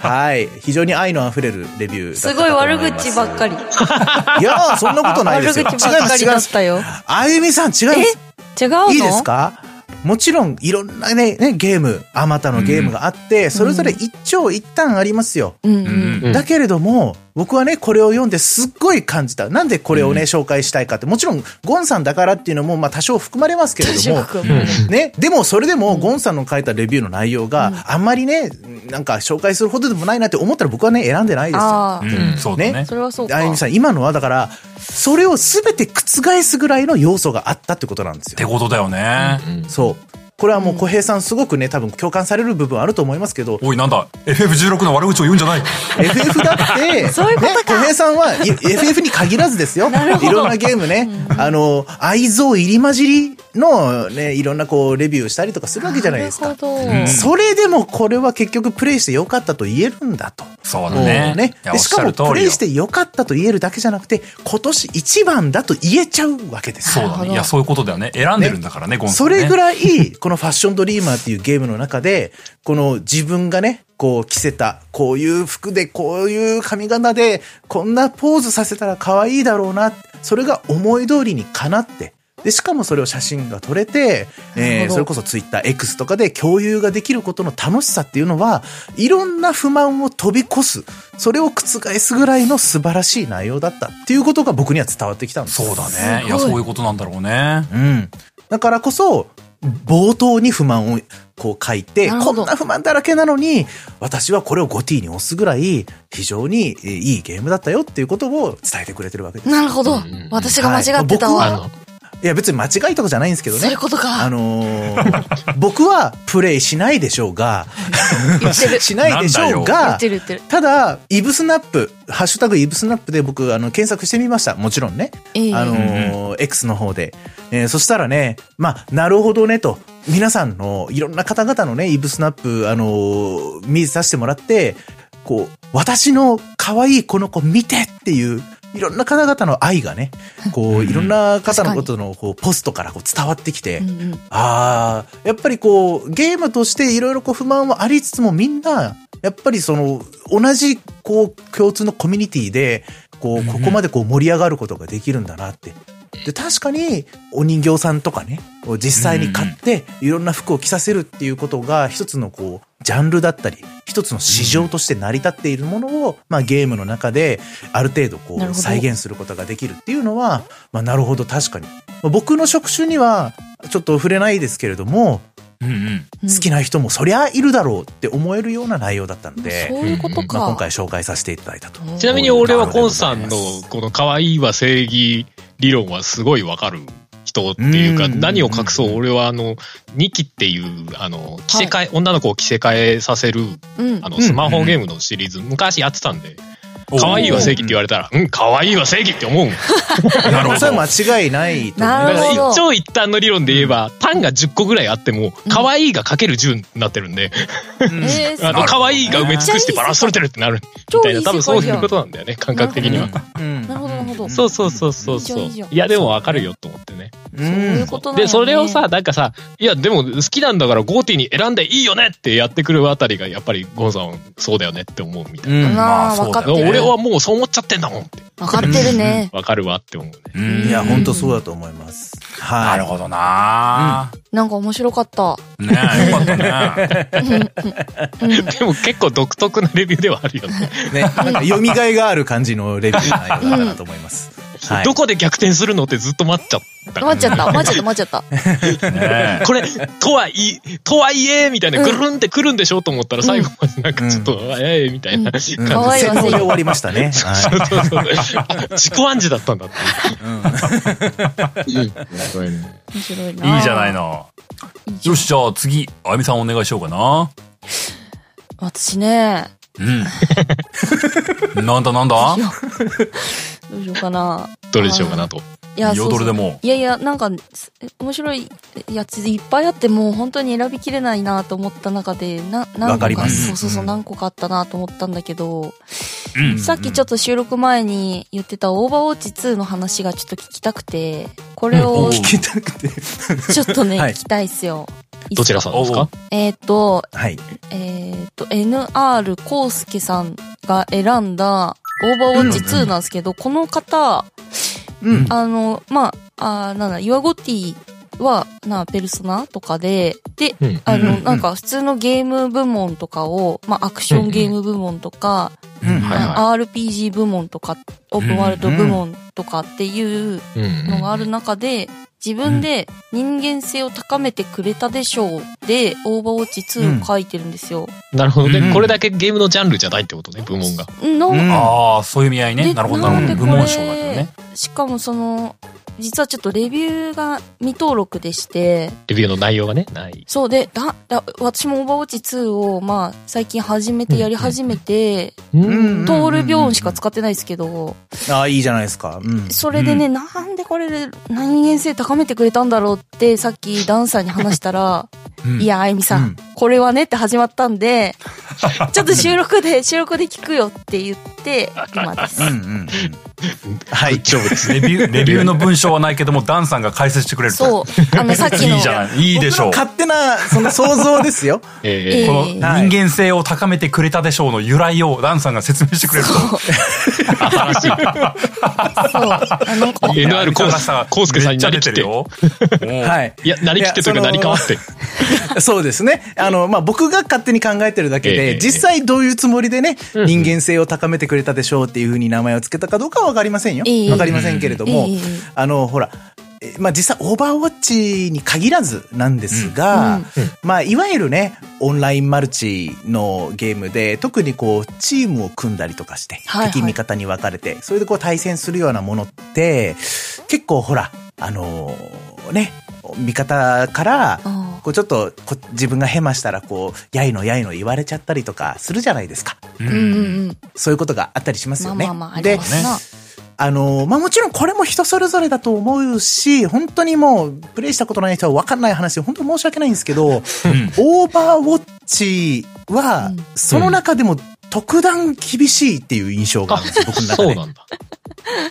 Speaker 3: はい。非常に愛の溢れるレビューだった
Speaker 4: す
Speaker 3: かと
Speaker 4: ご
Speaker 3: 思
Speaker 4: い悪
Speaker 3: ます
Speaker 4: 口ばっかり
Speaker 3: いやー、そんなことないで
Speaker 4: 悪
Speaker 3: す
Speaker 4: 口
Speaker 3: よ。
Speaker 4: ば
Speaker 3: 違
Speaker 4: っ
Speaker 3: います、
Speaker 4: かり
Speaker 3: 違い
Speaker 4: だ
Speaker 3: ま
Speaker 4: っ
Speaker 3: す。
Speaker 4: たよ
Speaker 3: あゆみさん、違います。
Speaker 4: 違うの
Speaker 3: いいですかもちろん、いろんなね、ね、ゲーム、あまたのゲームがあって、それぞれ一長一短ありますよ。
Speaker 4: うんう
Speaker 1: うんん
Speaker 2: うん
Speaker 3: だけれども、僕はね、これを読んですっごい感じた。なんでこれをね、
Speaker 1: うん
Speaker 3: 紹介したいかって、もちろん、ゴンさんだからっていうのも、まあ多少含まれますけれ
Speaker 4: 確
Speaker 3: ども、
Speaker 4: か
Speaker 1: うん
Speaker 3: ね、でもそれでも、ゴンさんの書いたレビューの内容があんまりね、なんか紹介するほどでもないなって思ったら僕はね、選んでないですよ。
Speaker 4: ああ
Speaker 1: うんそうだね
Speaker 4: それはそうか
Speaker 3: あゆみさん、今のはだから、それを全て覆すぐらいの要素があったってことなんです
Speaker 1: って
Speaker 3: よ。
Speaker 1: ことだよね
Speaker 3: そう。これはもう小平さんすごくね、多分共感される部分あると思いますけ
Speaker 4: *laughs*
Speaker 3: ど、
Speaker 1: おいなんだ FF16 の悪口を言うんじゃない
Speaker 3: FF だって、
Speaker 4: *laughs* そういうことか
Speaker 3: ね、小平さんはい FF に限らずですよ。
Speaker 4: *laughs* なるほど
Speaker 3: いろんなゲームね、あの、愛憎入り混じりのね、いろんなこう、レビューしたりとかするわけじゃないですか。
Speaker 4: なるほど
Speaker 1: ん
Speaker 3: それでもこれは結局プレイしてよかったと言えるんだと。
Speaker 1: そうだ
Speaker 3: もう
Speaker 1: ね。いや
Speaker 3: でしかもプレイし。
Speaker 1: おっゃる通りよ
Speaker 3: て良かったと言えるだけじゃなくて、今年一番だと言えちゃうわけです
Speaker 1: そう
Speaker 3: よ。
Speaker 1: だ
Speaker 4: なるほ
Speaker 1: ね。
Speaker 4: ど
Speaker 1: いや、そういうことだよね。選んでるんだからね、ゴンさん
Speaker 3: そ
Speaker 1: ね
Speaker 3: れぐらい、このファッションドリーマーっていうゲームの
Speaker 1: *laughs*
Speaker 3: 中で、この自分がね、こう着せた、こういう服で、こういう髪型で、こんなポーズさせたら可愛いだろうな。それが思い通りにかなって。で、しかもそれを写真が撮れて、えー
Speaker 4: なるほど
Speaker 3: それこそツイッター X とかで共有ができることの楽しさっていうのは、いろんな不満を飛び越す、それを覆すぐらいの素晴らしい内容だったっていうことが僕には伝わってきたんです
Speaker 1: そ
Speaker 3: よ
Speaker 1: うだね。いや、
Speaker 4: すご
Speaker 1: そ
Speaker 4: いう
Speaker 1: いうことなんだろうね。
Speaker 3: うん。だからこそ、冒頭に不満をこう書いて、
Speaker 4: なるほ
Speaker 3: こ
Speaker 4: ど
Speaker 3: んな不満だらけなのに、私はこれを 5T に押すぐらい、非常にえーいいゲームだったよっていうことを伝えてくれてるわけです。
Speaker 4: なるほど
Speaker 2: うんうんうん。
Speaker 4: 私が間違ってた
Speaker 3: は
Speaker 4: わ。
Speaker 3: い
Speaker 2: あの、
Speaker 3: いや別に間違いとかじゃないんですけど
Speaker 4: そうい
Speaker 3: ね
Speaker 4: う。こと
Speaker 3: あ
Speaker 4: か。
Speaker 3: のー *laughs* 僕はプレイしないでしょうが、
Speaker 4: 言ってる。
Speaker 3: しないでしょう
Speaker 4: 言
Speaker 3: が
Speaker 4: っ、てる言ってる。
Speaker 3: ただ、イブスナップ、ハッシュタグイブスナップで僕、あの、検索してみました。もちろんね。
Speaker 4: ええ
Speaker 3: あのー X の方で。えーそしたらね、まあ、なるほどねと、皆さんの、いろんな方々のね、イブスナップ、あのー見させてもらって、こう、私の可愛いこの子見てっていう、いろんな方々の愛がね、こう、いろんな方のことの、こう、ポストからこう伝わってきて、
Speaker 4: うんうん
Speaker 3: ああ、やっぱりこう、ゲームとしていろいろこう不満はありつつもみんな、やっぱりその、同じこう、共通のコミュニティで、こう、ここまでこう盛り上がることができるんだなって。で、確かに、お人形さんとかね、を実際に買って、いろんな服を着させるっていうことが、一つのこう、ジャンルだったり、一つの市場として成り立っているものを、まあゲームの中で、ある程度こ
Speaker 4: な
Speaker 3: う、
Speaker 4: るほど
Speaker 3: 再現することができるっていうのは、まあなるほど、確かに。まあ僕の職種には、ちょっと触れないですけれども、
Speaker 1: うんうん。
Speaker 4: うん
Speaker 3: 好きな人もそりゃいるだろうって思えるような内容だったので、
Speaker 4: そういうこと
Speaker 3: まあ、今
Speaker 4: か。
Speaker 3: 回紹介させていただいたと。
Speaker 4: うん
Speaker 2: ちなみに俺はコンさんのこの可愛いは正義理論はすごいわかる人っていうか、
Speaker 3: うん
Speaker 2: 何を隠そう俺はあの、ニキっていう、あの、着せ替え、女の子を着せ替えさせる、
Speaker 4: うん
Speaker 2: あ。
Speaker 3: う
Speaker 2: の、
Speaker 3: ん
Speaker 2: スマホゲームのシリーズ、昔やってたんで、
Speaker 1: おー
Speaker 2: 可愛いは正義って言われたら、うん、可愛いは正義って思うもん。
Speaker 1: *laughs* なるほ
Speaker 3: それ
Speaker 1: ど。
Speaker 3: は間違いないと思いま
Speaker 2: だ
Speaker 4: な
Speaker 3: す
Speaker 4: る
Speaker 2: から
Speaker 4: ほど
Speaker 2: 一長一短の理論で言えば、単が10個ぐらいあっても、可愛いがかける10になってるんで、
Speaker 4: え
Speaker 2: あ
Speaker 4: ー
Speaker 2: の、可愛いが埋め尽くしてバランス取れてるってなるみたいな、多分そういうことなんだよね、感覚的には。
Speaker 3: うん
Speaker 4: なるほどなるほど。
Speaker 2: そうそうそうそう
Speaker 4: いいじ
Speaker 2: そ
Speaker 4: ゃ
Speaker 2: うん
Speaker 4: いいじゃん
Speaker 2: いやでもわかるよと思ってね
Speaker 3: う
Speaker 4: そういうんことなんだ
Speaker 2: で
Speaker 4: ね
Speaker 2: それをさ、なんかさいやでも好きなんだからゴーティーに選んでいいよねってやってくるあたりがやっぱりゴンさんそうだよねって思うみたい
Speaker 3: うん
Speaker 1: まあ
Speaker 4: なあ、
Speaker 1: そう
Speaker 4: 分
Speaker 1: だ
Speaker 4: か
Speaker 1: よ
Speaker 4: っ
Speaker 2: な、
Speaker 4: てる。
Speaker 2: 俺はもうそう思っちゃってんだもんって
Speaker 4: 分かってるね。
Speaker 2: わかるわって思うね
Speaker 1: うん
Speaker 3: いや、本当そうだと思います。はい。
Speaker 1: なるほどな
Speaker 4: なんか面白かった。
Speaker 1: ねえ、よかったね。
Speaker 2: でも結構独特なレビューではあるよね、
Speaker 3: ね、なんか蘇りがある感じのレビューの内容だったなと思います。はい
Speaker 2: ど。こで逆転するのってずっと待っちゃった
Speaker 4: 待っちゃった。待っちゃった。待っちゃった。
Speaker 1: ねえ
Speaker 2: これとはいえとはいえみたいなぐるんってくるんでしょと思ったら最後までなんかちょっと、ええみたいな感じ、
Speaker 3: うん
Speaker 4: 可愛いわ
Speaker 3: 戦
Speaker 4: 正
Speaker 3: 闘
Speaker 4: 義
Speaker 3: で終わりましたね。はい。
Speaker 2: そうそうそう。あ自己暗示だったんだっていう。
Speaker 4: 面白いな。
Speaker 1: いいじゃない。の。よし、じゃあ次、あゆみさんお願いしようかな。
Speaker 4: 私ね、
Speaker 1: うん。なんだなんだ
Speaker 4: どうしようかな。
Speaker 2: どれにしようかなと。
Speaker 4: いや、
Speaker 1: いいよ
Speaker 4: そうそ
Speaker 1: ど
Speaker 4: う
Speaker 1: れでも
Speaker 4: いやいや、なんか、す面白いやついっぱいあって、もう本当に選びきれないなと思った中で、な、
Speaker 3: わ
Speaker 4: 何
Speaker 3: かり
Speaker 4: 個
Speaker 3: ま
Speaker 4: か、
Speaker 3: す
Speaker 4: そうそう
Speaker 3: う
Speaker 4: そう、
Speaker 3: ん
Speaker 4: 何個かあったなと思ったんだけど、
Speaker 1: うん。
Speaker 4: さっきちょっと収録前に言ってたオーバーウォッチ2の話がちょっと聞きたくて、これ
Speaker 1: うんお
Speaker 4: を
Speaker 1: う
Speaker 3: 聞きたくて。
Speaker 4: ちょっとね、
Speaker 3: はい
Speaker 4: 聞きたいっすよ。
Speaker 2: どちらさんです
Speaker 1: おう
Speaker 2: か
Speaker 4: えっ、と、
Speaker 3: はい。
Speaker 4: えっ、と、NR コウスケさんが選んだ、オーバーウォッチ2なんですけど、この方、
Speaker 3: うん。
Speaker 4: あの、まあ、あーなんだ、ユアゴティは、な、ペルソナとかで、で、
Speaker 2: うん
Speaker 4: あ
Speaker 3: うんう
Speaker 4: の、
Speaker 3: ん
Speaker 4: なんか普通のゲーム部門とかを、まあ、アクションゲーム部門とか、
Speaker 3: うん
Speaker 2: はい
Speaker 4: あの RPG 部門とか、オープンワールド部門とかっていうのがある中で、自分で人間性を高めてくれたでしょうで、オーバーウォッチ2を書いてるんですよ。
Speaker 2: なるほど
Speaker 3: う
Speaker 2: ね。
Speaker 3: ん
Speaker 2: これだけゲームのジャンルじゃないってことね、部門が。
Speaker 4: の、
Speaker 3: うん
Speaker 1: ああ、そういう意味合いね。
Speaker 4: で
Speaker 1: なるほど、なるほ
Speaker 4: な
Speaker 1: ど。
Speaker 4: ん
Speaker 1: 部
Speaker 4: でこれ
Speaker 1: 門賞だけどね。
Speaker 4: しかもその、実はちょっとレビューが未登録でして、
Speaker 2: レビューの内容がね、ない。
Speaker 4: そうで、だ、だ、私もオーバーウォッチ2を、まあ、最近始めて、やり始めて、
Speaker 3: うんうん
Speaker 4: トールビョーンしか使ってないですけど、
Speaker 3: ああ、いいじゃないですか。うん。
Speaker 4: それでね、なんでこれで人間性高めてくれたんだろうって、さっきダンサーに話したら、
Speaker 3: うん
Speaker 4: いや、あゆみさん、
Speaker 3: うん
Speaker 4: これはねって始まったんで、ちょっと収録で、収録で聞くよって言って、今です。
Speaker 3: うんうんうん。はい。
Speaker 2: 丈夫ですね。
Speaker 1: レビュー、レビューの文章はないけども、ダンさんが解説してくれると。
Speaker 4: そう、あの、さっきの、
Speaker 1: いいじゃない。いいでしょう。こ
Speaker 3: 僕の勝手な、その想像で
Speaker 2: *laughs*
Speaker 3: すよ。
Speaker 2: ええ
Speaker 1: の人
Speaker 3: はい
Speaker 1: 間性を高めてくれたでしょうの由来をダンさんが説明してくれると。
Speaker 2: 新しい。
Speaker 4: そう、あの、
Speaker 2: NR コースコースケさんになりきって
Speaker 1: めっちゃ出てるよ。
Speaker 3: はい。
Speaker 2: いや、なりきってというか、
Speaker 3: いや
Speaker 2: なり変わって。
Speaker 3: そうですね。あの、まあ、僕が勝手に考えてるだけ
Speaker 2: ええ
Speaker 3: で、実際どういうつもりでね、人間性を高めてくれたでしょうっていうふうに名前を付けたかどうかはわかりませんよ
Speaker 4: ええ。
Speaker 3: わかりませんけれども
Speaker 4: ええ、
Speaker 3: あの、ほら、えまあ、実際、オーバーウォッチに限らずなんですが、まあ、いわゆるね、オンラインマルチのゲームで、特にこう、チームを組んだりとかして、
Speaker 4: はいはい
Speaker 3: 敵味方に分かれて、それでこう、対戦するようなものって、結構ほら、あのーね、味方から
Speaker 4: うん、
Speaker 3: こうちょっとこ自分がヘマしたらこう、やいのやいの言われちゃったりとかするじゃないですか。
Speaker 1: う
Speaker 4: うん
Speaker 1: ん
Speaker 4: うんうん。
Speaker 3: そういうことがあったりします
Speaker 4: ま
Speaker 3: よ
Speaker 4: あ
Speaker 3: ね。
Speaker 4: まあまあ、あり
Speaker 3: で
Speaker 4: ま、すな。
Speaker 3: あの、まあもちろんこれも人それぞれだと思うし、本当にもうプレイしたことない人は分かんない話で本当申し訳ないんですけど、オーバーウォッチは
Speaker 4: うん、
Speaker 3: その中でも特段厳しいっていう印象があるんですよ、僕の中
Speaker 2: そう
Speaker 3: で。
Speaker 2: なんだ。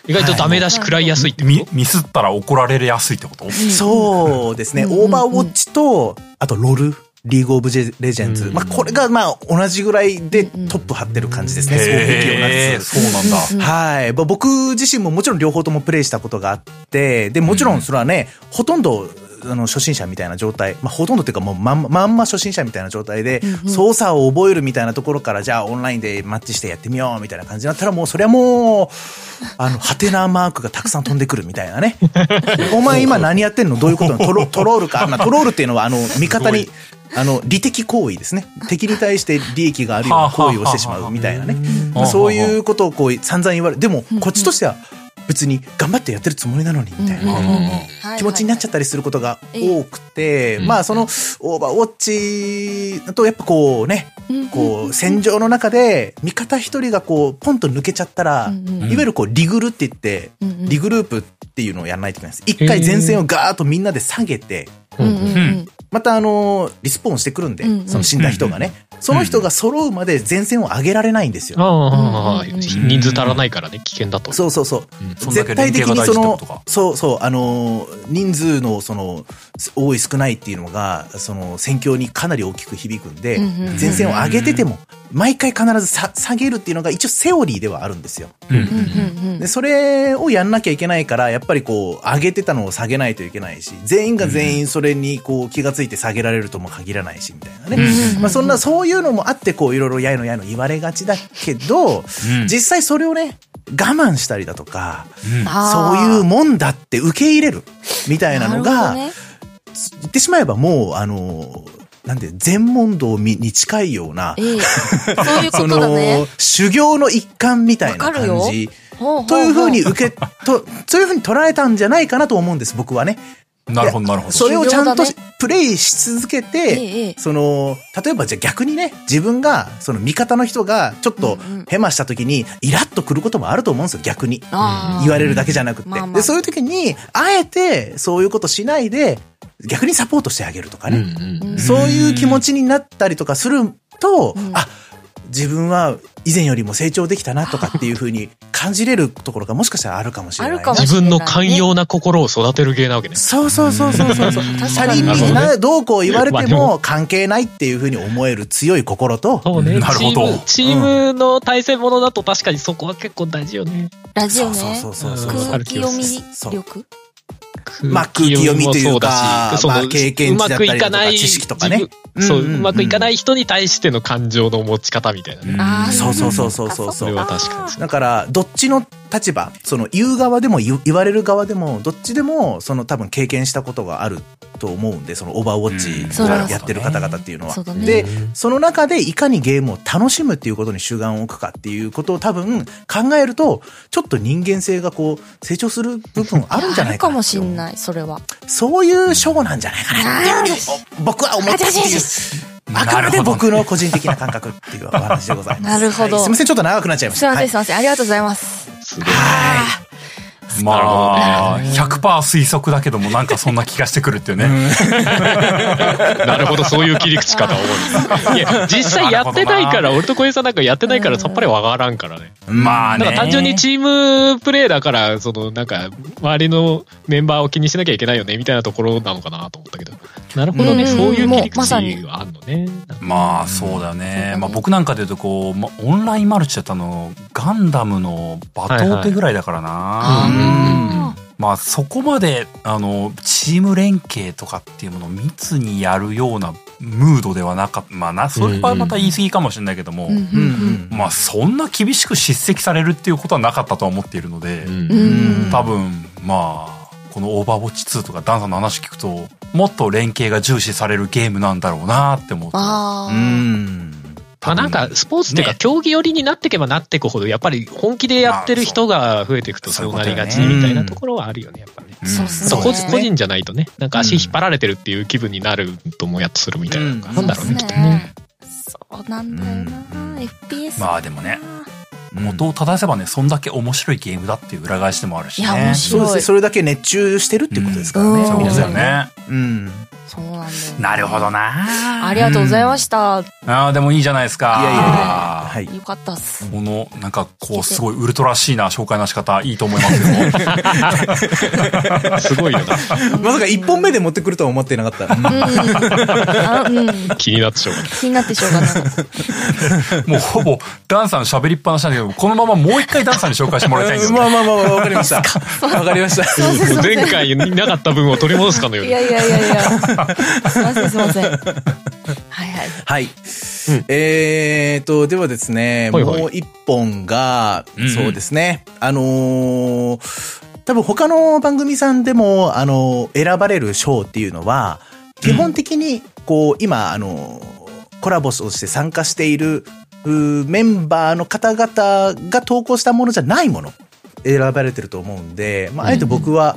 Speaker 2: 意外とダメ出し食らいやすいってこ
Speaker 1: みミスったら怒られやすいってこと
Speaker 3: そうですね。
Speaker 4: うん
Speaker 3: オーバーウォッチと、あとロル、リーグオブジェレジェンズ。
Speaker 2: うん
Speaker 3: まあ、これがまあ、同じぐらいでト
Speaker 4: うん
Speaker 3: ップ張ってる感じですね。そう
Speaker 1: へーそうなんだ。
Speaker 3: はい。まあ僕自身ももちろん両方ともプレイしたことがあって、で、もちろんそれはね、ほとんど、あの、初心者みたいな状態、まあ、ほとんどっていうかもうまんままんま初心者みたいな状態で、
Speaker 4: うんうん
Speaker 3: 操作を覚えるみたいなところから、じゃあオンラインでマッチしてやってみようみたいな感じになったら、もうそりゃもう、あの、ハテナマークがたくさん飛んでくるみたい *laughs* なね。お前今何やってんのどういう *laughs* ことなのトロトロールか。まあ、トロールっていうのは、あの、味方に、あの、利的行為ですね。敵に対して利益があるような行為をしてしまうみたいなね。まあ、そういうことをこう散々言われ、でも
Speaker 4: うん
Speaker 3: こっちとしては別に頑張ってやってるつもりなのにみたいな。気持ちになっちゃ
Speaker 4: っ
Speaker 3: ったりすることが多くて、
Speaker 2: うん
Speaker 3: まあそのオーバーウォッチだとやっぱこうね、
Speaker 4: た。うん
Speaker 3: こう戦場の中で味方一人がこうポンと抜けちゃったら、
Speaker 4: うんうん
Speaker 3: いわゆるこうリグルって言って、
Speaker 4: うんうん
Speaker 3: リグループっていうのをやらないといけないんです。一回前線をガーッとみんなで下げて、
Speaker 4: うんうんうん
Speaker 3: またあの、リスポーンしてくるんで、
Speaker 4: うんうん
Speaker 3: その死んだ人がね、その人が揃うまで前線を上げられないんですよ。
Speaker 2: と。ああ、
Speaker 4: うん
Speaker 2: 人数足らないからね、危険だと。
Speaker 3: そうそうそう。
Speaker 2: うん
Speaker 1: そんだけ
Speaker 3: 絶対的
Speaker 1: 連
Speaker 3: にそ
Speaker 1: 携が大事っ
Speaker 3: の
Speaker 1: てことか、
Speaker 3: そうそう、あのー、人数のその、多い少ないっていうのが、その、戦況にかなり大きく響くんで、
Speaker 4: うんうんうん
Speaker 3: 前線を上げてても、毎回必ずさ下げるっていうのが一応セオリーではあるんですよ。
Speaker 1: うんう
Speaker 4: うん
Speaker 1: ん
Speaker 4: うんうん
Speaker 3: で、それをやんなきゃいけないから、やっぱりこう、上げてたのを下げないといけないし、全員が全員それにこう、気がついて下げられるとも限らないし、みたいなね。まあ、そんな、そういうのもあって、こう、いろいろやいのやいの言われがちだけど、
Speaker 1: うん
Speaker 3: 実際それをね、我慢したりだとか、そう
Speaker 4: あー
Speaker 3: いうもんだって受け入れる、みたいなの
Speaker 4: るほ
Speaker 3: が、
Speaker 4: どね
Speaker 3: 言ってしまえばもう、あの、なんで、全問答にに近いような、 *laughs*
Speaker 4: ええそういうこ
Speaker 3: そ
Speaker 4: とだね
Speaker 3: の。、修行の一環みたいな
Speaker 4: わかるよ
Speaker 3: 感じ。
Speaker 4: ほほ
Speaker 3: というふうに受け、と、そういうふうに捉えたんじゃないかなと思うんです、僕はね。
Speaker 1: なるほど、なるほど。
Speaker 3: それをちゃんと
Speaker 4: 修行だ
Speaker 3: プレイし続け
Speaker 4: え
Speaker 3: て、
Speaker 4: え
Speaker 3: その、例えばじゃあ逆にね、自分が、その味方の人がちょっと
Speaker 4: うんうん
Speaker 3: ヘマした時に、イラッとくることもあると思うんですよ、逆に。
Speaker 4: あー
Speaker 3: 言われるだけじゃなくって。
Speaker 4: まあまあ
Speaker 3: で、そういう時に、あえて、そういうことしないで、逆にサポートしてあげるとか
Speaker 2: うん
Speaker 3: ね。
Speaker 2: うん。
Speaker 3: そういう気持ちになったりとかすると、あ、自分は以前よりも成長できたなとかっていうふうに感じれるところがもしかしたらあるかもしれない、ね。
Speaker 4: あるかも
Speaker 2: 自分の寛容な心を育てる芸なわけね。
Speaker 3: そうそうそうそうそうそう。
Speaker 4: 確
Speaker 3: チ
Speaker 4: か
Speaker 3: ャ
Speaker 4: に
Speaker 3: リンピなどうこう言われ
Speaker 2: まあ
Speaker 3: て
Speaker 2: でも
Speaker 3: も関係ないっていうふうに思える強い心と、
Speaker 2: そうね。
Speaker 1: なるほど
Speaker 2: チームチームの対戦ものだと確かにそこは結構大事よね。
Speaker 4: ラジ
Speaker 3: そ
Speaker 4: オ
Speaker 3: うそう
Speaker 4: ね
Speaker 3: そうそうそう
Speaker 2: わか
Speaker 4: 空
Speaker 2: る
Speaker 4: 気
Speaker 2: 気が
Speaker 4: 読
Speaker 2: す
Speaker 4: み
Speaker 2: る
Speaker 4: 力
Speaker 3: まあ空気読みというか
Speaker 2: もそうだし
Speaker 3: まあ経験値だったりだとか
Speaker 2: うまくいない
Speaker 3: 知識とかね
Speaker 2: 自分そう、
Speaker 3: うんうんうん
Speaker 2: うまくいかない人に対しての感情の持ち方みたいなね。
Speaker 4: あー
Speaker 3: そうそうそうそうそ
Speaker 2: そ
Speaker 3: うそ
Speaker 2: れ
Speaker 3: う
Speaker 2: は。確かにそう。
Speaker 3: だから、どっちの立場、その言う側でも言う言われる側でも、どっちでも、その多分経験したことがあると思うんで、そのオーバーウォッチを
Speaker 4: うん
Speaker 3: やってる方々っていうのは
Speaker 4: そうだ。ね
Speaker 3: で、その中でいかにゲームを楽しむっていうことに主眼を置くかっていうことを多分考えると、ちょっと人間性がこう、成長する部分あるんじゃないか
Speaker 4: あるか
Speaker 3: な
Speaker 4: も
Speaker 3: って
Speaker 4: し
Speaker 3: 思うん
Speaker 4: ない、それは。
Speaker 3: そういう賞なんじゃないかなっていうふうにお僕は思ったっていう
Speaker 4: あ違う違う違う。
Speaker 3: あくまで僕の個人的な感覚っていうお話でございます。
Speaker 4: なるほど
Speaker 3: はいすみません、ちょっと長くなっちゃいまし
Speaker 4: すい
Speaker 3: た。
Speaker 4: ません、すい
Speaker 3: はい
Speaker 4: ません。ありがとうございます。
Speaker 2: すごい
Speaker 3: は
Speaker 4: あ
Speaker 1: まあ、100%推測だけども、なんかそんな気がしてくるっていうね。
Speaker 2: なるほど、そういう切り口かと思うんです。いや、実際やってないから、俺と小江さんなんかやってないからさっぱりわからんからね。
Speaker 1: まあ
Speaker 2: だか
Speaker 1: ね。
Speaker 2: ら単純にチームプレーだから、そのなんか、周りのメンバーを気にしなきゃいけないよね、みたいなところなのかなと思ったけど。なるほどね、
Speaker 4: う
Speaker 2: そ
Speaker 4: ん
Speaker 2: ういう切り口
Speaker 4: もうまさに
Speaker 2: があるのね。
Speaker 1: まあそうだよね、
Speaker 4: うん
Speaker 1: まあ、僕なんかで言うとこう、ま、オンラインマルチだったのガンダムのバトーテぐらいだからな、
Speaker 2: はいはい
Speaker 4: あー
Speaker 1: まあそこまであのチーム連携とかっていうものを密にやるようなムードではなかったまあなそれはまた言い過ぎかもしれないけども、
Speaker 4: うんう
Speaker 3: うん
Speaker 4: ん
Speaker 1: まあそんな厳しく叱責されるっていうことはなかったとは思っているので、
Speaker 4: うんう
Speaker 3: うん
Speaker 4: ん
Speaker 1: 多分まあこの「オーバーウォッチ2」とかダンさんの話聞くともっと連携が重視されるゲームなんだろうなって思うと
Speaker 4: あ
Speaker 3: う
Speaker 4: ー
Speaker 3: ん。
Speaker 2: まあなんかスポーツっていうか
Speaker 1: ね
Speaker 2: 競技寄りになっていけばなっていくほどやっぱり本気でやってる人が増えていくと
Speaker 1: まあそう
Speaker 2: そうなりがち
Speaker 1: そういうこ
Speaker 2: み
Speaker 1: とだよね
Speaker 2: たいなところはあるよねやっぱね。
Speaker 1: うん
Speaker 4: そうっすね
Speaker 2: そう
Speaker 4: そ
Speaker 2: 個
Speaker 4: うですね
Speaker 2: 人個人じゃないとねなんか足引っ張られてるっていう気分になるともやっとするみたいなのが
Speaker 3: う
Speaker 2: なんだろうねきっと *laughs* ね。
Speaker 4: そうなんだよな、FPS
Speaker 1: まあでもね
Speaker 3: も
Speaker 1: 元を正せばねそんだけ面白いゲームだっていう裏返しでもあるしね
Speaker 4: いや面白
Speaker 3: そうですね。それだけ熱中してるっ
Speaker 1: い
Speaker 3: ていうことですからね。
Speaker 4: う
Speaker 1: そうい
Speaker 4: ん
Speaker 1: うこ
Speaker 3: 皆
Speaker 1: とだ
Speaker 3: さ
Speaker 1: よ
Speaker 3: んね。
Speaker 1: ね
Speaker 3: うん。
Speaker 4: そうなんだよ
Speaker 1: なるほどな
Speaker 4: ありがとうございました、
Speaker 1: あーでもいいじゃないですか
Speaker 3: いやいやいや
Speaker 1: あー
Speaker 3: はい。
Speaker 4: よかったっす
Speaker 1: このなんかこうすごいウルトラしいな紹介の仕方いいと思い
Speaker 3: *laughs*
Speaker 1: ますよ
Speaker 2: すごいよな
Speaker 3: *laughs* まさか1本目で持ってくるとは思ってなかった。 *laughs* うん
Speaker 4: うんあうん
Speaker 2: 気になってしょうがない。
Speaker 4: 気になってしょうがなかった
Speaker 1: もうほぼダンさん喋りっぱなしなんだけどこのままもう一回ダンさんに紹介してもらいたいんですよ
Speaker 3: まあまあまあまあ、わかりま *laughs* した。わかりました。
Speaker 2: もう前回になかった分を取り戻すかのよう
Speaker 4: い
Speaker 2: に。
Speaker 4: やいやいやいやすいませんすいませんはいはい
Speaker 3: はい。えーと、ではですね、
Speaker 2: はいはい
Speaker 3: もう一本が、
Speaker 1: うんうん
Speaker 3: そうですね、あのー多分他の番組さんでも、あのー選ばれる賞っていうのは、基本的に、こう、今、あのーコラボをして参加している、うーメンバーの方々が投稿したものじゃないもの、選ばれてると思うんで、まあ、あえて僕は、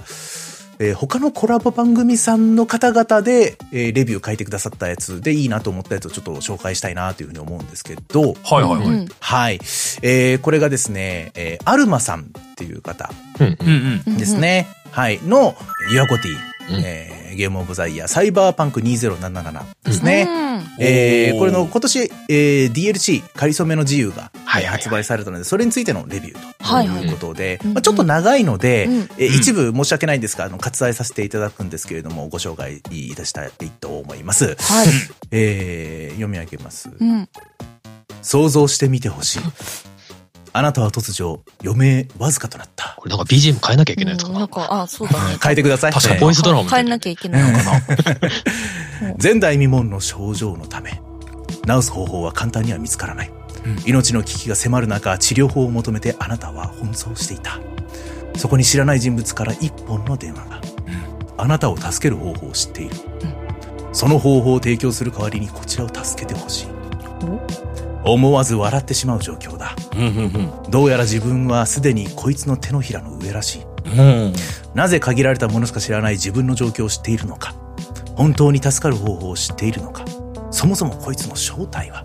Speaker 3: えー他のコラボ番組さんの方々で、えーレビュー書いてくださったやつでいいなと思ったやつをちょっと紹介したいなというふうに思うんですけど、
Speaker 1: はいはいはい、
Speaker 4: うん
Speaker 3: はい。えーこれがですね、えーアルマさんっていう方
Speaker 2: うん
Speaker 1: うんうん
Speaker 4: うん
Speaker 3: ですね、はい、の、ユアコティ、
Speaker 2: うん
Speaker 3: えーゲームオブザイヤー、サイバーパンク2077です
Speaker 4: うん
Speaker 3: ね。えー
Speaker 1: おー
Speaker 3: これの今年、えー DLC、かりそめの自由が、
Speaker 2: はいはいはい
Speaker 3: 発売されたので、それについてのレビューと。
Speaker 4: はいはい
Speaker 3: いうことで、
Speaker 4: うん
Speaker 3: まあ、ちょっと長いので、
Speaker 4: うん
Speaker 3: えー
Speaker 1: うん
Speaker 3: 一部申し訳ないんですが、あの、割愛させていただくんですけれども、ご紹介いたしたいと思います。
Speaker 4: はい
Speaker 3: えー読み上げます。
Speaker 4: うん
Speaker 3: 想像してみてほしい。あなたは突如、余命わずかとなった。
Speaker 2: これなんか BGM 変えなきゃいけないやつか
Speaker 4: な。
Speaker 2: なん
Speaker 4: かあそうだね
Speaker 3: 変えてください。
Speaker 2: 確かに
Speaker 3: え
Speaker 2: ボイスドラマみた
Speaker 4: 変
Speaker 2: い
Speaker 4: え
Speaker 2: な
Speaker 4: なきゃいけないのかな
Speaker 3: ー前代未聞の症状のため、治す方法は簡単には見つからない。命の危機が迫る中、治療法を求めてあなたは奔走していた。そこに知らない人物から一本の電話が、あなたを助ける方法を知っている。その方法を提供する代わりにこちらを助けてほしい。思わず笑ってしまう状況だ。
Speaker 1: うんうん
Speaker 3: どうやら自分はすでにこいつの手のひらの上らしい。
Speaker 1: うんうん
Speaker 3: なぜ限られたものしか知らない自分の状況を知っているのか本当に助かる方法を知っているのかそもそもこいつの正体は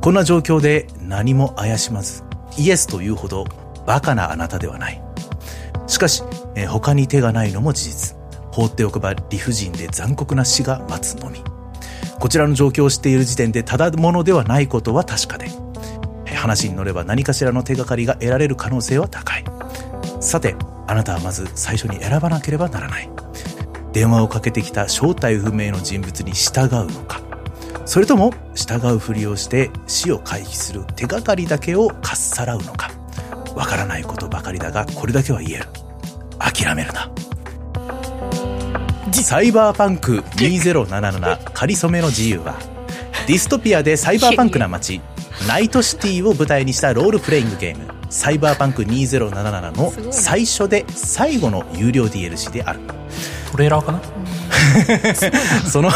Speaker 3: こんな状況で何も怪しまずイエスというほどバカなあなたではないしかし、えー他に手がないのも事実放っておけば理不尽で残酷な死が待つのみこちらの状況を知っている時点でただものではないことは確かでえー話に乗れば何かしらの手がかりが得られる可能性は高いさてあなたはまず最初に選ばなければならない電話をかけてきた正体不明の人物に従うのかそれとも従うふりをして死を回避する手がかりだけをかっさらうのかわからないことばかりだがこれだけは言える諦めるなサイバーパンク2077かりそめの自由はディストピアでサイバーパンクな街ナイトシティを舞台にしたロールプレイングゲーム「サイバーパンク2077」の
Speaker 4: すごいな
Speaker 3: 最初で最後の有料 DLC であ
Speaker 4: *laughs*
Speaker 3: る
Speaker 1: トレーラーかな
Speaker 3: その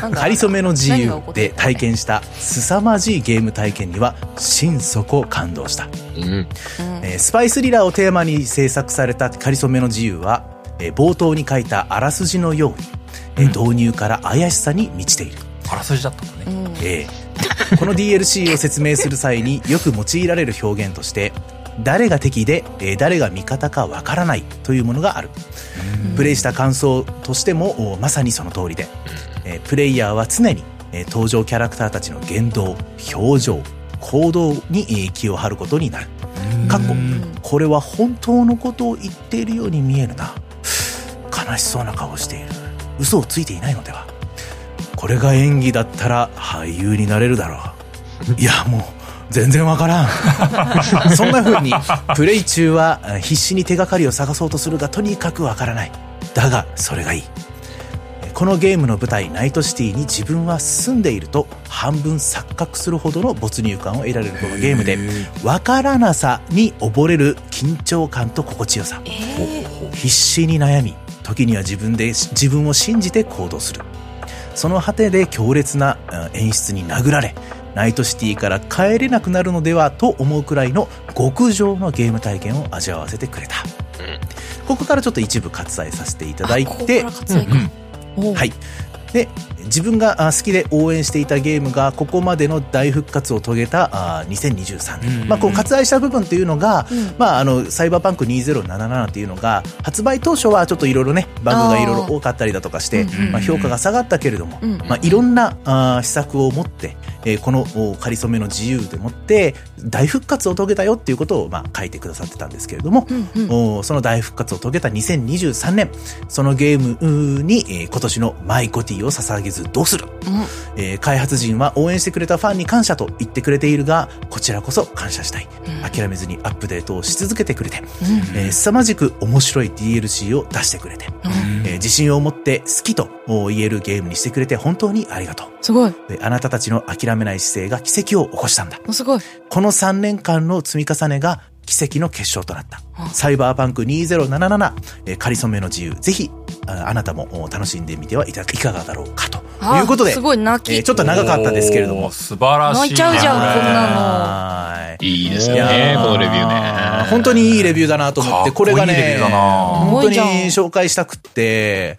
Speaker 4: なんだ
Speaker 3: かりそめの自由
Speaker 4: 何が起こって
Speaker 3: で
Speaker 4: る
Speaker 3: 体験した凄まじいゲーム体験には心底感動した、
Speaker 2: うん
Speaker 4: うん
Speaker 3: えースパイスリラーをテーマに制作されたかりそめの自由は、えー冒頭に書いたあらすじのように、えー導入から怪しさに満ちている、
Speaker 1: あらすじだったんだ
Speaker 4: う
Speaker 1: ね
Speaker 4: ん
Speaker 3: えーこの DLC を説明する際によく用いられる表現として誰が敵で、えー誰が味方かわからないというものがある。プレイした感想としてもおまさにその通りで、えープレイヤーは常に、えー登場キャラクターたちの言動表情行動にえー気を張ることになるかっここれは本当のことを言っているように見えるな悲しそうな顔をしている嘘をついていないのではこれが演技だったら俳優になれるだろういやもう全然わからんそんな風に、プレイ中はえー必死に手がかりを探そうとするが、とにかくわからない。だが、それがいい。えーこのゲームの舞台、ナイトシティに自分は住んでいると半分錯覚するほどの没入感を得られるこのゲームで、わからなさに溺れる緊張感と心地よさ。
Speaker 4: えー
Speaker 3: 必死に悩み時には自分で自分を信じて行動するその果てで強烈なうん演出に殴られナイトシティから帰れなくなるのではと思うくらいの極上のゲーム体験を味わわせてくれたここからちょっと一部割愛させていただい
Speaker 4: あここ
Speaker 3: て
Speaker 4: から割愛かおう
Speaker 3: はい。で、自分があ好きで応援していたゲームが、ここまでの大復活を遂げたあ2023
Speaker 1: うんうんうん
Speaker 3: 年。まあ、こう、割愛した部分というのが
Speaker 4: うん、
Speaker 3: まあ、あの、サイバーパンク2077というのが、発売当初はちょっといろいろね、バグがいろいろ多かったりだとかして
Speaker 4: あー
Speaker 1: うんう、ん
Speaker 3: まあ、評価が下がったけれども
Speaker 4: う、ん
Speaker 3: まあ、いろんなあー施策を持って、えーこのおかりそめの自由でもって、大復活を遂げたよっていうことを、まあ、書いてくださってたんですけれども、
Speaker 4: うんうん
Speaker 3: *laughs* おーその大復活を遂げた2023年、そのゲームうーに、えー今年のマイコティを捧げずどうする、えー開発陣は応援してくれたファンに感謝と言ってくれているが、こちらこそ感謝したい。諦めずにアップデートをし続けてくれて、えー凄まじく面白い DLC を出してくれて、えー自信を持って好きとおー言えるゲームにしてくれて本当にありがとう。
Speaker 4: すごい
Speaker 3: であなたたちの諦めない姿勢が奇跡を起こしたんだ。
Speaker 4: おすごい
Speaker 3: この3年間の積み重ねが奇跡の結晶となった
Speaker 4: あ。
Speaker 3: サイバーパンク2077、えー、かりそめの自由。ぜひ、ああなたもお楽しんでみてはいたいかがだろうかと。
Speaker 4: あ
Speaker 3: いうことで、
Speaker 4: すごい泣き
Speaker 3: えーちょっと長かったですけれども
Speaker 1: おー。素晴らしい
Speaker 4: 泣いちゃうじゃん
Speaker 1: これ
Speaker 4: こんなの
Speaker 3: はい
Speaker 2: いいです
Speaker 3: い
Speaker 2: よ
Speaker 3: や
Speaker 2: ね
Speaker 3: ー、
Speaker 2: このレビューね。
Speaker 3: 本当にいいレビューだなと思っ
Speaker 1: か
Speaker 3: て、
Speaker 1: っこ
Speaker 3: こ
Speaker 1: いい
Speaker 3: れが
Speaker 1: レビュ
Speaker 3: ね
Speaker 1: ーだな、
Speaker 3: 本当に
Speaker 4: すごいじゃ
Speaker 3: 紹介したくって、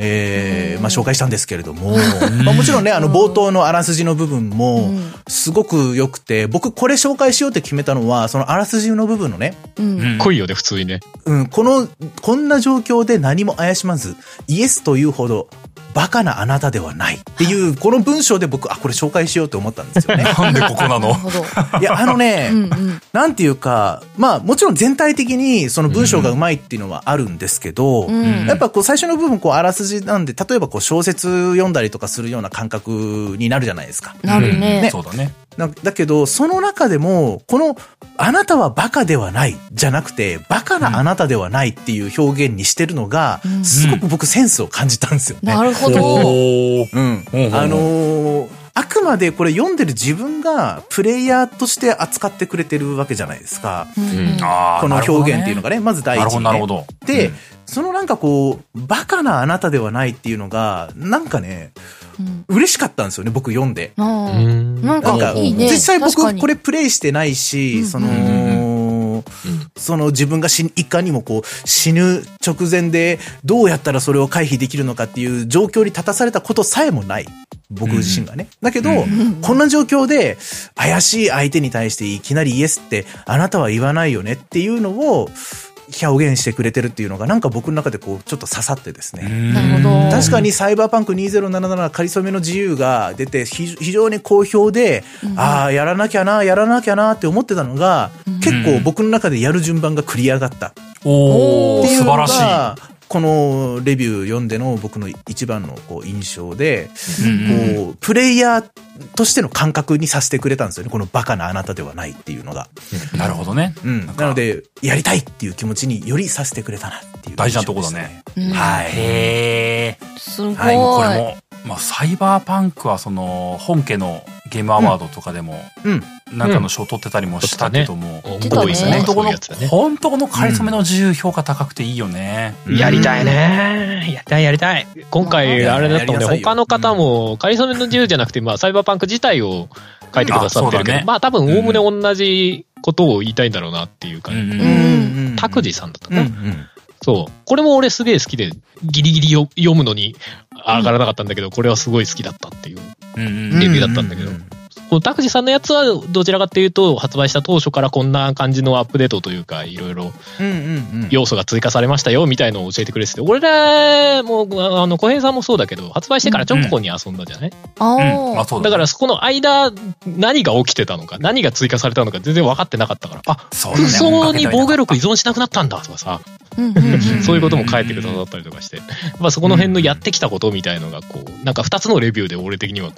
Speaker 3: えーまあ紹介したんですけれども、まあもちろんね、あの冒頭のあらすじの部分も、すごく良くて、僕これ紹介しようって決めたのは、そのあらすじの部分のね、
Speaker 4: うん
Speaker 1: うん。
Speaker 2: 濃いよね、普通にね。
Speaker 3: うん、この、こんな状況で何も怪しまず、イエスというほど、バカなあなたではないって
Speaker 4: *laughs*
Speaker 3: いう、この文章で僕、あ、これ紹介しようと思ったんですよね
Speaker 1: なんでここな
Speaker 4: なる
Speaker 1: の
Speaker 4: ほど
Speaker 3: いや、あのね、
Speaker 4: うんうん
Speaker 3: なんていうか、まあ、もちろん全体的に、その文章がうまいっていうのはあるんですけど、
Speaker 4: うん
Speaker 3: やっぱこう最初の部分こうあらすじなんで、例えばこう小説読んだりとかするような感覚になるじゃないですか。
Speaker 4: なる
Speaker 1: う
Speaker 4: ね
Speaker 1: んそうだね。
Speaker 3: なだけど、その中でも、この、あなたはバカではない、じゃなくて、バカなあなたではないっていう表現にしてるのが、
Speaker 4: うん
Speaker 3: すごく僕センスを感じたんですよね。
Speaker 4: なるほど
Speaker 1: おー
Speaker 3: うん。
Speaker 1: ほうほうほう
Speaker 3: あのーあくまでこれ読んでる自分がプレイヤーとして扱ってくれてるわけじゃないですか。
Speaker 4: うんうん
Speaker 1: あー
Speaker 3: この
Speaker 1: なるほど
Speaker 3: 表
Speaker 1: ね
Speaker 3: 現っていうのがね、まず第一
Speaker 1: なる
Speaker 3: に
Speaker 1: ほ
Speaker 3: ね、
Speaker 1: ど、なるほど。
Speaker 3: で、そのなんかこう、バカなあなたではないっていうのが、なんかね、
Speaker 4: うん
Speaker 3: 嬉しかったんですよね、僕読んで。
Speaker 4: あー
Speaker 2: ん。
Speaker 4: なん
Speaker 3: なん
Speaker 4: か
Speaker 3: か、
Speaker 4: いいね
Speaker 3: 実際
Speaker 4: 確か
Speaker 3: 僕
Speaker 4: に
Speaker 3: これプレイしてないし、
Speaker 4: うん
Speaker 3: そ
Speaker 1: うん
Speaker 3: の、その自分が死にいかにもこう死ぬ直前でどうやったらそれを回避できるのかっていう状況に立たされたことさえもない。僕自身がね。だけど、こんな状況で怪しい相手に対していきなりイエスってあなたは言わないよねっていうのを表現してくれてるっていうのがなんか僕の中でこうちょっと刺さってですね。
Speaker 4: なるほど
Speaker 3: 確かにサイバーパンク2077仮初めの自由が出て非非常に好評で、ああ、やらなきゃな、やらなきゃなって思ってたのが、結構僕の中でやる順番が繰り上がったって
Speaker 1: おお
Speaker 3: い
Speaker 1: 素
Speaker 3: うの
Speaker 1: 晴らし
Speaker 3: が、このレビュー読んでの僕の一番のこう印象で、
Speaker 1: い。うんうん
Speaker 3: こう、プレイヤーとしての感覚にさせてくれたんですよね。このバカなあなたではないっていうのが。
Speaker 1: なるほどね。
Speaker 3: うん。なので、やりたいっていう気持ちによりさせてくれたなっていう印象でした、
Speaker 1: 大事なとこだね
Speaker 4: うん
Speaker 3: はい。
Speaker 1: へえ。
Speaker 4: すごい
Speaker 3: はい
Speaker 1: これも、まあ、サイバーパンクはその、本家のゲームアワードとかでも、
Speaker 3: うん。
Speaker 1: なんかの賞取ってたりもしたけども、
Speaker 2: 多
Speaker 4: 出たね
Speaker 2: いです
Speaker 1: 本
Speaker 2: ね、
Speaker 1: 当
Speaker 2: そ
Speaker 1: こ
Speaker 2: ういう
Speaker 1: の
Speaker 2: やつだ、ね。
Speaker 1: 本当このかりそめの自由評価高くていいよね。
Speaker 2: やりたいね。やりたい、やりたい。今回、あれだったもんね、
Speaker 3: やりなさいよ
Speaker 2: 他の方も、仮初めの自由じゃなくて、まあ、サイバーパンク自体を書いてくださって
Speaker 1: あそうだ
Speaker 2: るけど、
Speaker 1: ね
Speaker 2: まあ、多分、おおむね同じことを言いたいんだろうなっていう
Speaker 1: う
Speaker 2: 感じ。
Speaker 1: ん
Speaker 3: うん。うん。
Speaker 2: 拓司さんだった
Speaker 3: うんう
Speaker 2: かな。
Speaker 3: ん。
Speaker 2: そう。これも俺すげえ好きで、ギリギリよ読むのに上がらなかったんだけど、これはすごい好きだったっていう
Speaker 1: うんうん
Speaker 2: レビューだったんだけど
Speaker 3: うんうんうん、
Speaker 2: この拓司さんのやつは、どちらかっていうと、発売した当初からこんな感じのアップデートというか、いろいろ
Speaker 3: うんうんうん。
Speaker 2: 要素が追加されましたよ、みたいのを教えてくれてて、俺らも、ああの、小平さんもそうだけど、発売してから直後に遊んだじゃない、
Speaker 4: あ
Speaker 1: うん、あ、
Speaker 4: あ、
Speaker 1: そうだね。
Speaker 2: だからそこの間、何が起きてたのか、何が追加されたのか全然分かってなかったから、あ、
Speaker 1: そうだね
Speaker 2: 空想に防御力依存しなくなったんだとかさ、
Speaker 4: うんうんうん。
Speaker 2: そういうことも書いてくださったりとかして、まあそこの辺のやってきたことみたいのが、こう、なんか2つのレビューで俺的にはこ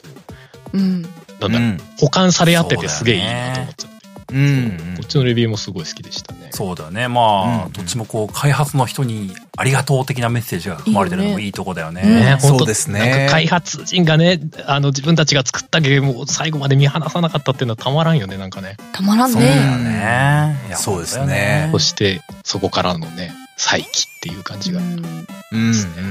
Speaker 4: うん。
Speaker 2: う、なんだろう、保管され合っててすげえいいなと思っちゃって、
Speaker 3: うんうん
Speaker 2: こっちのレビューもすごい好きでしたね。
Speaker 1: そうだね。まあ、
Speaker 3: うん
Speaker 1: どっちもこう、開発の人にありがとう的なメッセージが含まれてるのもいいとこだよね。
Speaker 4: いいよ
Speaker 2: ね、
Speaker 4: ね
Speaker 2: 本当
Speaker 3: そうですね
Speaker 2: なんか開発人がね、あの自分たちが作ったゲームを最後まで見放さなかったっていうのはたまらんよね、なんかね。
Speaker 4: たまらん
Speaker 1: そうだよ
Speaker 4: ね。
Speaker 1: ね。いや
Speaker 3: そうですね
Speaker 1: 本当だよ
Speaker 2: そして、そこからのね、再起っていう感じが。
Speaker 4: うん
Speaker 3: うんうんう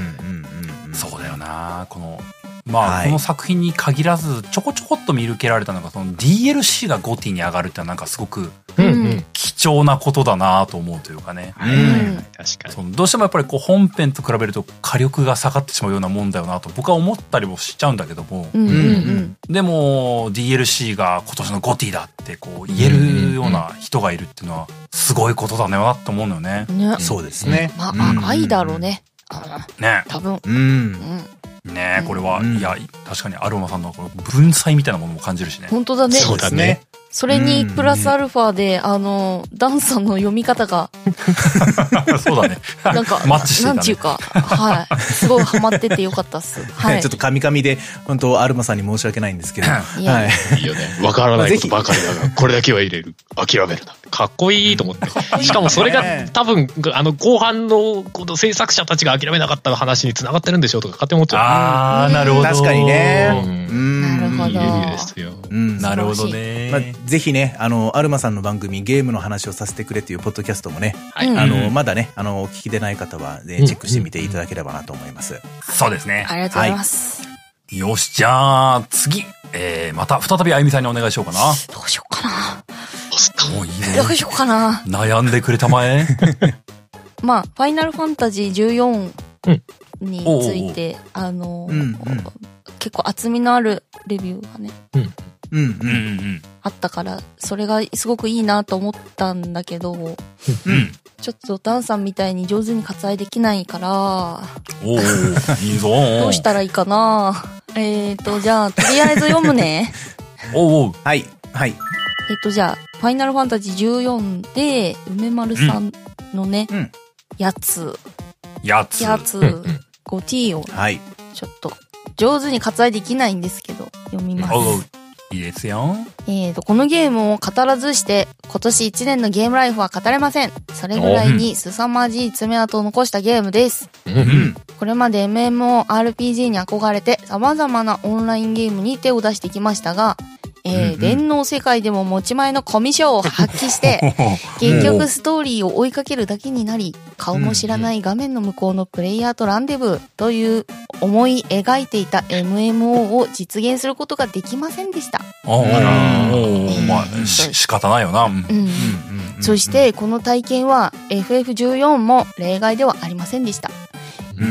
Speaker 3: ん
Speaker 1: そううだよな。この、まあ、
Speaker 3: はい
Speaker 1: この作品に限らず、ちょこちょこっと見受けられたのが、その DLC がゴティに上がるってのはなんかすごく
Speaker 2: うん
Speaker 4: ん
Speaker 2: う
Speaker 4: うん
Speaker 2: ん。
Speaker 1: 貴重なことだなと思うというかね。
Speaker 2: はいはいはい、確かに。
Speaker 1: そのどうしてもやっぱりこう本編と比べると火力が下がってしまうようなもんだよなと僕は思ったりもしちゃうんだけども、
Speaker 4: うんうん
Speaker 2: う
Speaker 4: うん。
Speaker 1: でも DLC が今年のゴティだってこう言えるような人がいるっていうのはすごいことだねなと思うのよね。
Speaker 4: ね。
Speaker 3: そうですね。
Speaker 4: まあ
Speaker 3: うん
Speaker 4: あ、愛だろう。ね。あ
Speaker 1: ね
Speaker 4: 多分。
Speaker 3: うん
Speaker 4: う。ん。
Speaker 1: ねえこれは、
Speaker 3: うん
Speaker 1: いや確かにアロマさんのこの文才みたいなものも感じるし
Speaker 4: *laughs*
Speaker 1: ね。
Speaker 4: 本当だね。
Speaker 2: そうだね。
Speaker 4: それに、プラスアルファで、あの、ダンさんの読み方が、
Speaker 1: そうだね。、
Speaker 4: なんか
Speaker 1: *laughs* マッチしてた
Speaker 4: な
Speaker 1: ね
Speaker 4: んちゅうか、はい。すごいハマっててよかったっす。はい。
Speaker 3: ちょっとカミカミで、本当アルマさんに申し訳ないんですけど。
Speaker 4: いや
Speaker 3: はい。
Speaker 2: いいよね。わからないことばかりだが、これだけは入れる。諦めるな。かっこいいと思って。しかもそれが多分、あの、後半の、この制作者たちが諦めなかった話に繋がってるんでしょうとか勝手に思っちゃ
Speaker 1: あーなるほど。
Speaker 3: *laughs* 確かにね。
Speaker 2: う
Speaker 3: うん
Speaker 4: なる
Speaker 2: う。
Speaker 4: ほど
Speaker 2: いいレビューですよ。
Speaker 3: うん。
Speaker 1: なるほどね。
Speaker 3: まあ、ぜひね、あの、アルマさんの番組、ゲームの話をさせてくれというポッドキャストもね、
Speaker 2: はい。
Speaker 4: うん
Speaker 3: あの、まだね、あの、お聞きでない方は、
Speaker 2: う
Speaker 3: ね、
Speaker 2: ん
Speaker 3: チェックしてみていただければなと思います。
Speaker 1: そうですね。
Speaker 4: ありがとうございます。
Speaker 1: よしじゃあ次、えー、また再びあゆみさんにお願いしようかな。
Speaker 4: どうしようか
Speaker 2: ポスター
Speaker 1: もういいね
Speaker 4: な。どうしようかな。
Speaker 1: 悩んでくれたまえ。
Speaker 4: まあ、ファイナルファンタジー14
Speaker 2: うん
Speaker 4: に
Speaker 1: おうおう
Speaker 4: ついて、あの、
Speaker 3: うんうん
Speaker 4: 結構厚みのあるレビューがね、
Speaker 3: うん、う
Speaker 1: うんうん
Speaker 3: ん、
Speaker 4: あったから、それがすごくいいなと思ったんだけど、
Speaker 1: うん。うん。
Speaker 4: ちょっとダンさんみたいに上手に割愛できないから、
Speaker 1: おおいいぞ。
Speaker 4: どうしたらいいかなえっ、ー、
Speaker 3: *laughs*
Speaker 4: と、じゃあ、とりあえず読むね。
Speaker 1: おうおう
Speaker 3: はい、はい。
Speaker 4: えっと、じゃあ、ファイナルファンタジー14で、梅丸さんのね、
Speaker 3: うん
Speaker 4: やつ、
Speaker 1: やつ。
Speaker 4: やつ、
Speaker 2: うんうん
Speaker 4: ゴティーを
Speaker 3: はい。
Speaker 4: ちょっと、上手に割愛できないんですけど、読みます。
Speaker 1: おういいですよ。
Speaker 4: えーと、このゲームを語らずして、今年1年のゲームライフは語れません。それぐらいに凄まじい爪痕を残したゲームです。
Speaker 2: うん
Speaker 1: うん。
Speaker 4: これまで MMORPG に憧れて様々なオンラインゲームに手を出してきましたが、えー
Speaker 3: うんうん
Speaker 4: 電脳世界でも持ち前のコミュ障を発揮
Speaker 3: *laughs*
Speaker 4: して、
Speaker 1: う
Speaker 4: 結局ストーリーを追いかけるだけになり、顔も知らない画面の向こうのプレイヤーとランデブーという思い描いていた MMO を実現することができませんでした。
Speaker 1: おうおう
Speaker 3: うん
Speaker 1: おうまあ、し仕方ないよな。うん
Speaker 4: う
Speaker 3: う
Speaker 4: ん
Speaker 3: んうんうん
Speaker 4: そし、てこの体験は FF14 も例外ではありませんでした。
Speaker 3: うん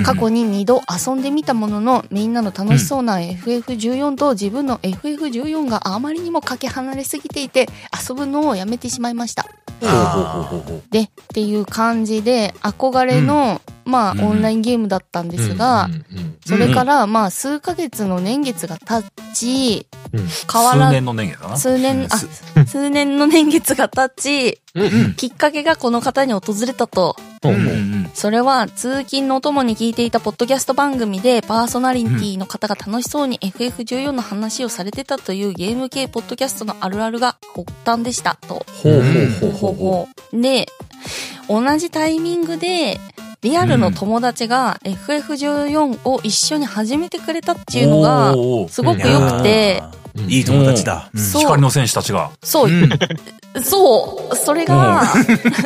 Speaker 4: 過去に2度遊んでみたもののみんなの楽しそうな FF14 と自分の FF14 があまりにもかけ離れすぎていて遊ぶのをやめてしまいました。
Speaker 1: ほうほうほうほうほう
Speaker 4: でっていう感じで憧れの、まあ
Speaker 1: うん
Speaker 4: オンラインゲームだったんですが、
Speaker 2: うんうん
Speaker 4: それからまあ数ヶ月の年月が経ち
Speaker 2: うん
Speaker 4: 変わら
Speaker 1: 数年の年月だな。
Speaker 4: 数年あ数年の年月が経ち
Speaker 2: うんうん
Speaker 4: きっかけがこの方に訪れたと
Speaker 2: うんうん
Speaker 1: うんうん。
Speaker 4: それは通勤のお供に聞いていたポッドキャスト番組でパーソナリティの方が楽しそうに FF14 の話をされてたというゲーム系ポッドキャストのあるあるが発端でしたと。
Speaker 1: ほうほうほうほ
Speaker 4: ほ
Speaker 1: うほう。
Speaker 4: ほで、同じタイミングでリアルの友達が FF14 を一緒に始めてくれたっていうのが
Speaker 1: おうおうおう
Speaker 4: すごく良くて、
Speaker 3: いやーいい友達だ。うん
Speaker 4: そう
Speaker 1: 光の戦士たちが。
Speaker 4: そう、そう、それが、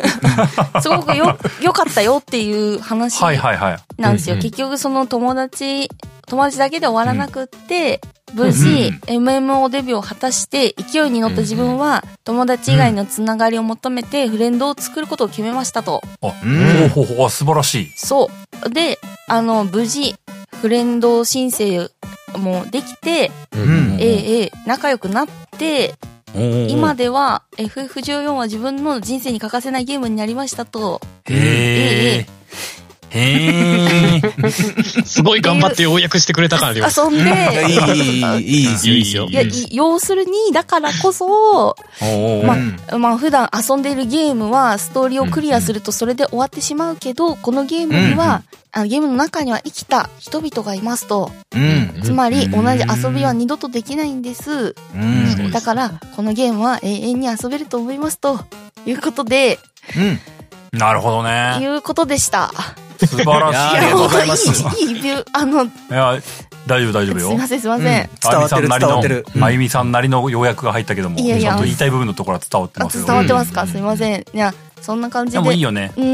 Speaker 4: *laughs* すごくよ、良かったよっていう話
Speaker 1: はいはいはい。
Speaker 4: なんですよ。
Speaker 2: うんうん
Speaker 4: 結局その友達、友達だけで終わらなくって、無
Speaker 1: うん
Speaker 4: 事、MMO デビューを果たして、勢いに乗った自分は、友達以外のつながりを求めて、フレンドを作ることを決めましたと。
Speaker 1: あ、
Speaker 3: ん
Speaker 1: ほうほうほう、あ素晴らしい。
Speaker 4: そう。で、あの、無事、フレンド申請もできて、
Speaker 3: うん
Speaker 4: ええええ仲良くなって、今
Speaker 1: 今
Speaker 4: では FF14 は自分の人生に欠かせないゲームになりましたと、
Speaker 1: へえへえ
Speaker 2: すごい頑張ってようやくしてくれたからよ。
Speaker 4: 遊ん
Speaker 3: いや
Speaker 4: で、
Speaker 3: いい、いい、いいですよ、いいですよ。
Speaker 4: いや、い要するに、だからこそ、
Speaker 1: お
Speaker 3: う
Speaker 1: ー
Speaker 3: ん
Speaker 4: まあ普段遊んでいるゲームはストーリーをクリアするとそれで終わってしまうけど、このゲームには、あのゲームの中には生きた人々がいますと、
Speaker 3: うん。
Speaker 4: つまり
Speaker 3: うん
Speaker 4: 同じ遊びは二度とできないんです。
Speaker 3: うん。
Speaker 2: そうです
Speaker 4: だから、このゲームは永遠に遊べると思いますということで、
Speaker 3: うん。
Speaker 1: なるほどね
Speaker 4: いうことでした。
Speaker 1: 素晴ら
Speaker 3: い
Speaker 1: し
Speaker 3: や
Speaker 1: い
Speaker 3: ありがとうございます
Speaker 4: やもういい、いいビュー、あの、
Speaker 1: いや大丈夫大丈夫
Speaker 4: すい
Speaker 1: よ
Speaker 4: ませんすいま
Speaker 3: うん
Speaker 4: せん。
Speaker 3: 伝わってる、伝わってる。
Speaker 1: あゆみさんなりの要約が入ったけども、
Speaker 4: いやい
Speaker 1: ち
Speaker 4: や
Speaker 1: ゃんと言いたい部分のところは伝わって
Speaker 4: あ
Speaker 1: ますよ。
Speaker 4: 伝わってます
Speaker 1: う
Speaker 4: か
Speaker 1: ん
Speaker 4: すいません。いや、そんな感じ
Speaker 1: でもいい
Speaker 4: で。
Speaker 1: よね。
Speaker 4: うん。
Speaker 3: う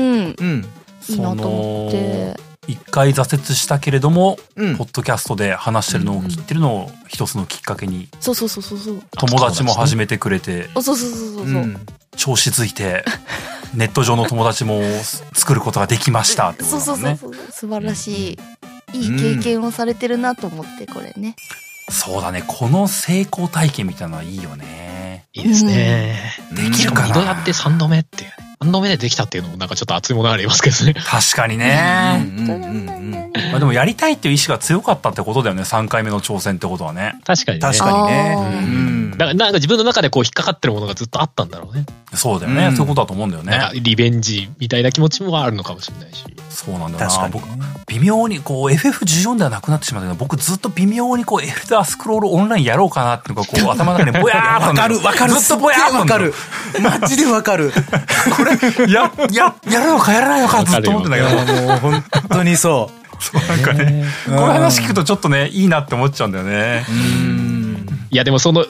Speaker 3: ん。
Speaker 4: いいなと思って。
Speaker 1: 一回挫折したけれども、
Speaker 3: うん
Speaker 1: ポ。ッドキャストで話してるのを切ってるのを一つのきっかけに、
Speaker 4: そうそうそうそうそう。
Speaker 1: 友達も始めてくれて、
Speaker 4: おそうそうそうそううそう。
Speaker 3: ん
Speaker 1: 調子づいて、ネット上の友達も作ることができましたってこと
Speaker 4: そ
Speaker 1: だ
Speaker 4: うそ
Speaker 1: も
Speaker 4: うんそう
Speaker 1: ね。
Speaker 4: そう。素晴らしい。いい経験をされてるなと思って、これね。
Speaker 1: そうだね。この成功体験みたいなのはいいよね。
Speaker 2: いいですね。
Speaker 1: できるかな
Speaker 2: 二度やって三度目っていう。三度目でできたっていうのもなんかちょっと熱いものがありますけどね。
Speaker 1: *laughs* 確かに
Speaker 3: う
Speaker 1: ね。
Speaker 3: んうんうんうん
Speaker 1: まあでもやりたいっていう意志が強かったってことだよね。3回目の挑戦ってことはね。
Speaker 2: 確かにね。
Speaker 3: 確
Speaker 2: だ
Speaker 3: かにね。
Speaker 4: あ
Speaker 3: う
Speaker 4: ー
Speaker 3: ん。
Speaker 2: からなんか自分の中でこう引っかかってるものがずっとあったんだろうね。
Speaker 1: そうだよね。
Speaker 3: うん
Speaker 1: そういうことだと思うんだよね。
Speaker 2: なんかリベンジみたいな気持ちもあるのかもしれないし。
Speaker 1: そうなんだよ
Speaker 3: 確
Speaker 1: な
Speaker 3: かに
Speaker 1: 僕。微妙にこう FF14 ではなくなってしまったけど僕ずっと微妙にこうエルダースクロールオンラインやろうかなっていうのがこう頭の中にぼやーっと
Speaker 3: わかる、わかる。
Speaker 1: ずっとぼやーっと
Speaker 3: わかる。マジでわかる。
Speaker 1: やややるのかやらないのかずっと思ってんだ
Speaker 3: い
Speaker 1: けど
Speaker 3: や、もう本当にそ
Speaker 1: そうなんかねこ
Speaker 3: う。
Speaker 1: ういう話聞く
Speaker 3: と。
Speaker 1: とちょっとねいいなって思っちゃうんだよね
Speaker 3: うん。
Speaker 2: いやでもその、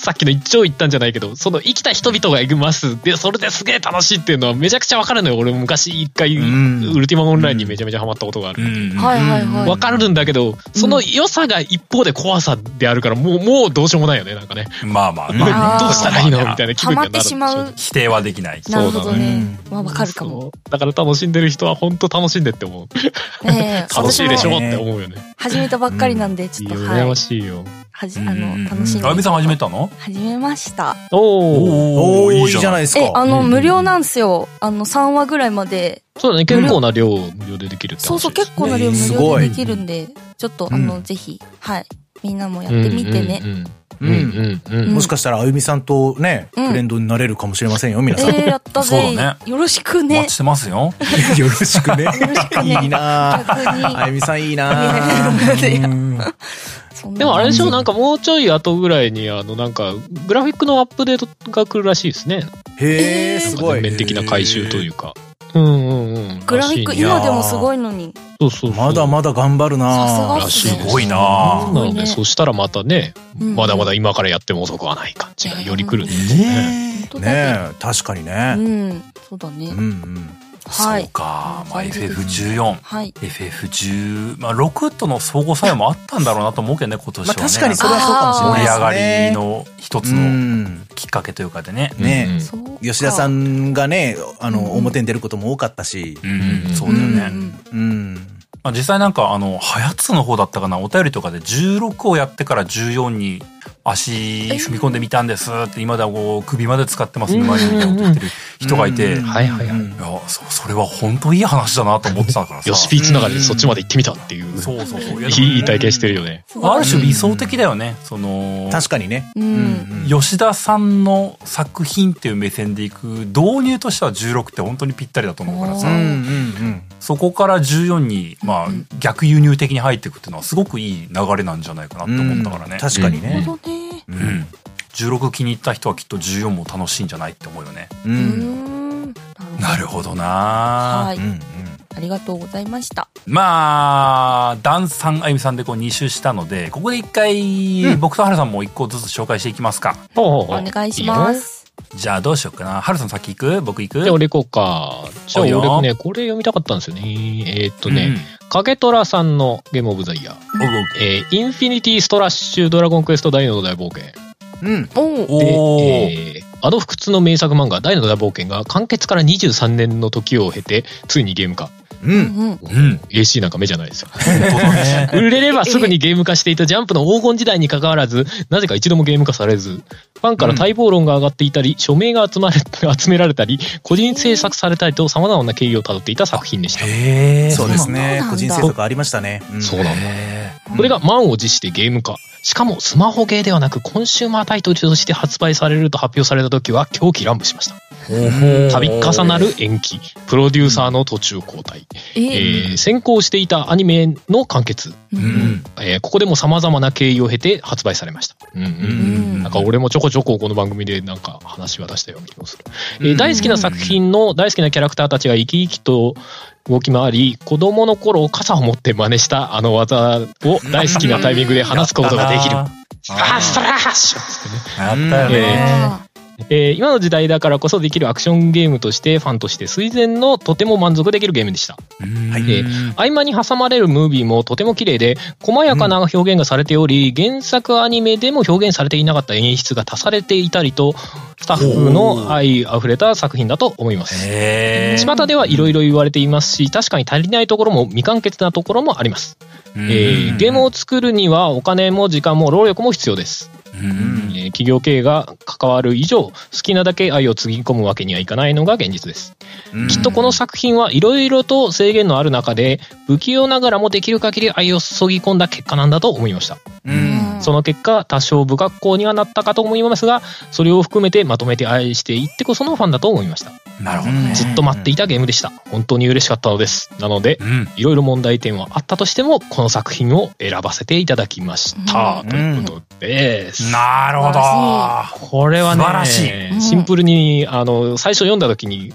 Speaker 2: さっきの一丁言ったんじゃないけど、その生きた人々がいます。で、それですげえ楽しいっていうのはめちゃくちゃわかるのよ。俺も昔一回、
Speaker 3: うん
Speaker 2: ウルティマオンラインにめちゃめちゃハマったことがある。
Speaker 1: い
Speaker 4: *laughs* はいはいはい。
Speaker 2: わかるんだけど、その良さが一方で怖さであるから、もう、もうどうしようもないよね、なんかね。
Speaker 1: まあまあ
Speaker 2: どう
Speaker 1: まあ
Speaker 4: あー
Speaker 2: したらいいのみたいな気
Speaker 4: ハ
Speaker 2: 分に
Speaker 4: マ
Speaker 2: はな
Speaker 4: っ
Speaker 2: る
Speaker 4: てしまう。
Speaker 1: 否定はできない
Speaker 4: なるほ
Speaker 2: そ
Speaker 4: ど
Speaker 2: うだ
Speaker 4: ね
Speaker 3: ね。
Speaker 4: まあわかるかも。
Speaker 2: そう。だから楽しんでる人は本当楽しんでって思う。
Speaker 4: ねえ、
Speaker 2: 楽しいでし
Speaker 4: 私
Speaker 2: ょ
Speaker 4: も
Speaker 2: って思うよね。
Speaker 4: 始めたばっかりなんで、ち
Speaker 2: い
Speaker 4: ょ
Speaker 2: い
Speaker 4: っと、
Speaker 2: よ、
Speaker 4: は
Speaker 2: 羨
Speaker 4: い
Speaker 2: ま。しいよ。
Speaker 4: はじ、
Speaker 1: う
Speaker 4: あ
Speaker 1: ん
Speaker 4: の、楽しんで。
Speaker 1: あゆみさん始めたの
Speaker 4: 始めました。
Speaker 2: おお。
Speaker 1: お
Speaker 3: お
Speaker 1: お
Speaker 3: ー、い
Speaker 1: い
Speaker 3: い
Speaker 1: いじ
Speaker 3: じゃ
Speaker 1: ゃ
Speaker 3: な
Speaker 1: ないい
Speaker 3: です
Speaker 4: え、
Speaker 3: か。
Speaker 4: あ
Speaker 1: う
Speaker 4: の、
Speaker 1: んうん
Speaker 4: 無料なんですよ。あの、3話ぐらいまで。
Speaker 2: そうだね、結構な量、無料でできるって話
Speaker 4: そうそう、結構な量
Speaker 3: えー
Speaker 4: 無
Speaker 3: す
Speaker 4: 料
Speaker 3: ごい
Speaker 4: でできるんで、ちょっと、あ
Speaker 3: う
Speaker 4: の、
Speaker 3: ん
Speaker 4: ぜひ、はい。みんなもやってみてね。。
Speaker 2: うんうんうんうんうん。
Speaker 3: もしかしたら、あゆみさんとね、
Speaker 4: うん
Speaker 3: フレンドになれるかもしれませんよ、皆
Speaker 4: え
Speaker 3: さん。よ
Speaker 4: ー、やった
Speaker 1: そう
Speaker 4: ぜ
Speaker 1: だ。
Speaker 4: よろしく
Speaker 1: お *laughs* 待
Speaker 4: ね
Speaker 1: ち。してますよ
Speaker 3: ろしくね。いいなぁ
Speaker 4: 逆に。
Speaker 3: *laughs* あゆみさんいいなぁ
Speaker 4: で
Speaker 1: うん
Speaker 2: でもあれでしょなん
Speaker 4: か。
Speaker 2: かもうちょい後ぐらいに、あの、なんか、グラフィックのアップデートが来るらしいですね。
Speaker 3: へえ、すごい。
Speaker 2: 面的な回収というか。うんうんうん。
Speaker 4: グラフィック、
Speaker 2: らしいね
Speaker 4: 今でもすごいのに。
Speaker 2: そうそうそう。
Speaker 3: まだまだ頑張るなぁ
Speaker 4: さ
Speaker 2: らし
Speaker 4: す
Speaker 2: い
Speaker 4: が
Speaker 2: ね
Speaker 4: っすね
Speaker 1: すごいな
Speaker 2: な
Speaker 1: ぁ
Speaker 4: ごい
Speaker 2: の
Speaker 4: ね
Speaker 2: で、そしたらまたね、
Speaker 4: うん
Speaker 2: まだまだ今からやっても遅くはない感じがより来るんですね。
Speaker 1: ね
Speaker 4: 本当だね。
Speaker 3: ねえ、確かに
Speaker 4: う
Speaker 3: ね。
Speaker 4: ん、そうだ
Speaker 3: うん。
Speaker 4: ね
Speaker 3: うん。
Speaker 4: は
Speaker 1: そう
Speaker 4: い。
Speaker 1: か、まあ、
Speaker 4: そういうこと
Speaker 1: FF14
Speaker 4: はい。
Speaker 1: FF10、まあ、6との相互作用もあったんだろうなと思うけどね、今年
Speaker 3: まあ
Speaker 1: は、ね。
Speaker 3: 確かにそれはそうかもしれない
Speaker 1: 盛り
Speaker 3: で
Speaker 1: 上がり
Speaker 3: すね。
Speaker 1: の一つ
Speaker 3: う
Speaker 1: の
Speaker 3: ん。
Speaker 1: きっかけというかでね。
Speaker 3: ねえ。
Speaker 4: そうか。
Speaker 3: 吉田さんがね、あ
Speaker 4: うん
Speaker 3: の、表に出ることも多かったし
Speaker 1: う。ん、
Speaker 2: うん
Speaker 1: そうだよね。
Speaker 4: うんうん
Speaker 3: うん。
Speaker 1: まあ、実際なんか、あの、はやつの方だったかな、お便りとかで16をやってから14に足踏み込んでみたんですって、今ではこう、首まで使ってますね、
Speaker 2: うんうんうん
Speaker 1: 毎日みたいなこと言ってる人がいて、
Speaker 3: うん
Speaker 1: い
Speaker 2: はいはいはい
Speaker 3: うん
Speaker 1: や、そ、それは本当いい話だなと思ってた
Speaker 3: *laughs*
Speaker 1: からさ。
Speaker 2: よし、ピーチの中でそっちまで行ってみたっていう、
Speaker 1: そうそうそう。いやでも
Speaker 2: いい体験してるよね。
Speaker 4: す
Speaker 1: あ
Speaker 4: ごい
Speaker 1: る種理想的だよね、その、
Speaker 3: 確かにね。
Speaker 4: う。
Speaker 3: うんん。
Speaker 1: 吉田さんの作品っていう目線でいく導入としては16って本当にぴったりだと思うから
Speaker 3: うんう
Speaker 1: さ、
Speaker 3: んうん。
Speaker 1: そこから14に、まあ、逆輸入的に入っていくっていうのはすごくいい流れなんじゃないかなって思ったからね、
Speaker 3: 確かに
Speaker 4: なる
Speaker 3: ね。
Speaker 4: ほどね。
Speaker 1: うん16気に入った人はきっと14も楽しいんじゃないって思うよね
Speaker 3: う
Speaker 4: うー
Speaker 3: ん。
Speaker 4: ん。
Speaker 1: なるほどな、
Speaker 4: はい
Speaker 3: うん。うん。
Speaker 4: ありがとうございました。
Speaker 1: まあダンさんあゆみさんでこう2周したのでここで一回、
Speaker 3: うん
Speaker 1: 僕とハルさんも1個ずつ紹介していきますか
Speaker 2: お
Speaker 4: お願いします。
Speaker 1: じゃあどうしようかなハルさん先行く僕行く
Speaker 2: じゃあ俺行こうか。じゃあ
Speaker 1: おいよ
Speaker 2: 俺ね、これ読みたかったんですよね。えーっと
Speaker 1: うん
Speaker 2: ね、影虎さんのゲームオブザイヤー。えーインフィニティストラッシュドラゴンクエスト大の大冒険。
Speaker 3: うん。
Speaker 4: おう
Speaker 1: お
Speaker 2: で、
Speaker 1: おー
Speaker 2: えーあの不屈の名作漫画大の大冒険が完結から23年の時を経て、ついにゲーム化。
Speaker 3: うん。
Speaker 4: うん。
Speaker 1: うん。
Speaker 2: AC なんか目じゃないですよ。
Speaker 1: ね。
Speaker 2: 売れればすぐにゲーム化していたジャンプの黄金時代に関わらず、なぜか一度もゲーム化されず、ファンから待望論が上がっていたり、署名が集まれ *laughs* 集められたり、個人制作されたりと様々な経緯をたどっていた作品でした。
Speaker 1: へえ。
Speaker 3: そうですね
Speaker 4: そうなん。だ
Speaker 3: 個人制作ありましたね。ん
Speaker 2: そうなんだ。
Speaker 1: へー
Speaker 2: これが満を持してゲーム化。しかもスマホゲーではなくコンシューマータイトルとして発売されると発表された時は狂気乱舞しました。度重なる延期、プロデューサーの途中交代、
Speaker 4: え
Speaker 2: えー先行していたアニメの完結、
Speaker 1: うん。
Speaker 2: えーここでも様々な経緯を経て発売されました。うんうん
Speaker 4: うん
Speaker 2: なんか俺もちょこちょここの番組でなんか話は出したような気もする。えー大好きな作品の大好きなキャラクターたちが生き生きと動き回り、子供の頃傘を持って真似したあの技を大好きなタイミングで話すことができる。
Speaker 1: あ
Speaker 2: あー、ストラッシュ
Speaker 1: あったよね。
Speaker 4: あ
Speaker 2: えー今の時代だからこそできるアクションゲームとしてファンとして垂涎のとても満足できるゲームでした。
Speaker 1: うん
Speaker 3: はい
Speaker 2: えー合間に挟まれるムービーもとても綺麗で細やかな表現がされており、原作アニメでも表現されていなかった演出が足されていたりとスタッフの愛あふれた作品だと思います
Speaker 1: へー
Speaker 2: 巷ではいろいろ言われていますし確かに足りないところも未完結なところもあります、
Speaker 1: う
Speaker 2: え
Speaker 1: ん
Speaker 2: ーゲームを作るにはお金も時間も労力も必要です、
Speaker 1: うん
Speaker 2: えー企業経営が関わる以上好きなだけ愛をつぎ込むわけにはいかないのが現実ですきっとこの作品はいろいろと制限のある中で不器用ながらもできる限り愛を注ぎ込んだ結果なんだと思いました
Speaker 3: う
Speaker 4: ー
Speaker 3: ん。
Speaker 4: うん
Speaker 2: その結果多少不格好にはなったかと思いますがそれを含めてまとめて愛していってこそのファンだと思いました
Speaker 1: なるほどね。
Speaker 2: ずっと待っていたゲームでした本当に嬉しかったのですなので
Speaker 1: うん。
Speaker 2: いろいろ問題点はあったとしてもこの作品を選ばせていただきました、
Speaker 4: うん
Speaker 2: ということです
Speaker 1: なるほど
Speaker 4: 素。晴
Speaker 2: これはね
Speaker 1: 素晴らし
Speaker 4: い
Speaker 2: シンプルにあの最初読んだ時に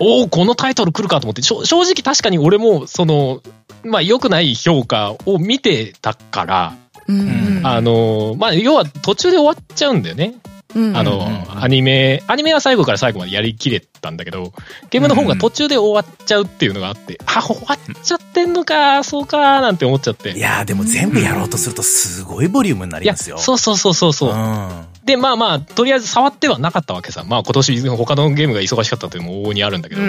Speaker 2: おおこのタイトル来るかと思ってしょ正直確かに俺もそのまあ良くない評価を見てたから、
Speaker 4: うんうん
Speaker 2: あのまあ要は途中で終わっちゃうんだよね、
Speaker 4: うん
Speaker 2: あの、アニメアニメは最後から最後までやりきれたんだけどゲームの方が途中で終わっちゃうっていうのがあって、あ終わっちゃってんのかそうかなんて思っちゃって
Speaker 3: いやーでも全部やろうとするとすごいボリュームになりますよ。
Speaker 2: そうそうそうそうそう、
Speaker 3: うん。
Speaker 2: で、まあまあ、とりあえず触ってはなかったわけさ。まあ今年他のゲームが忙しかったというのも往々にあるんだけど。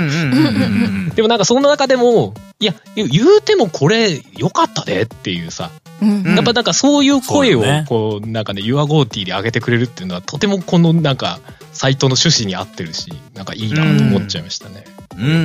Speaker 2: でもなんかその中でも、いや、言う言うてもこれ良かったでっていうさ。
Speaker 4: うん
Speaker 2: やっぱなんかそういう声
Speaker 1: そう
Speaker 2: を
Speaker 1: だね、
Speaker 2: こう、なんかね、You are Goaty で上げてくれるっていうのは、とてもこのなんか、サイトの趣旨に合ってるし、なんかいいなと思っちゃいましたね。
Speaker 3: うんうんう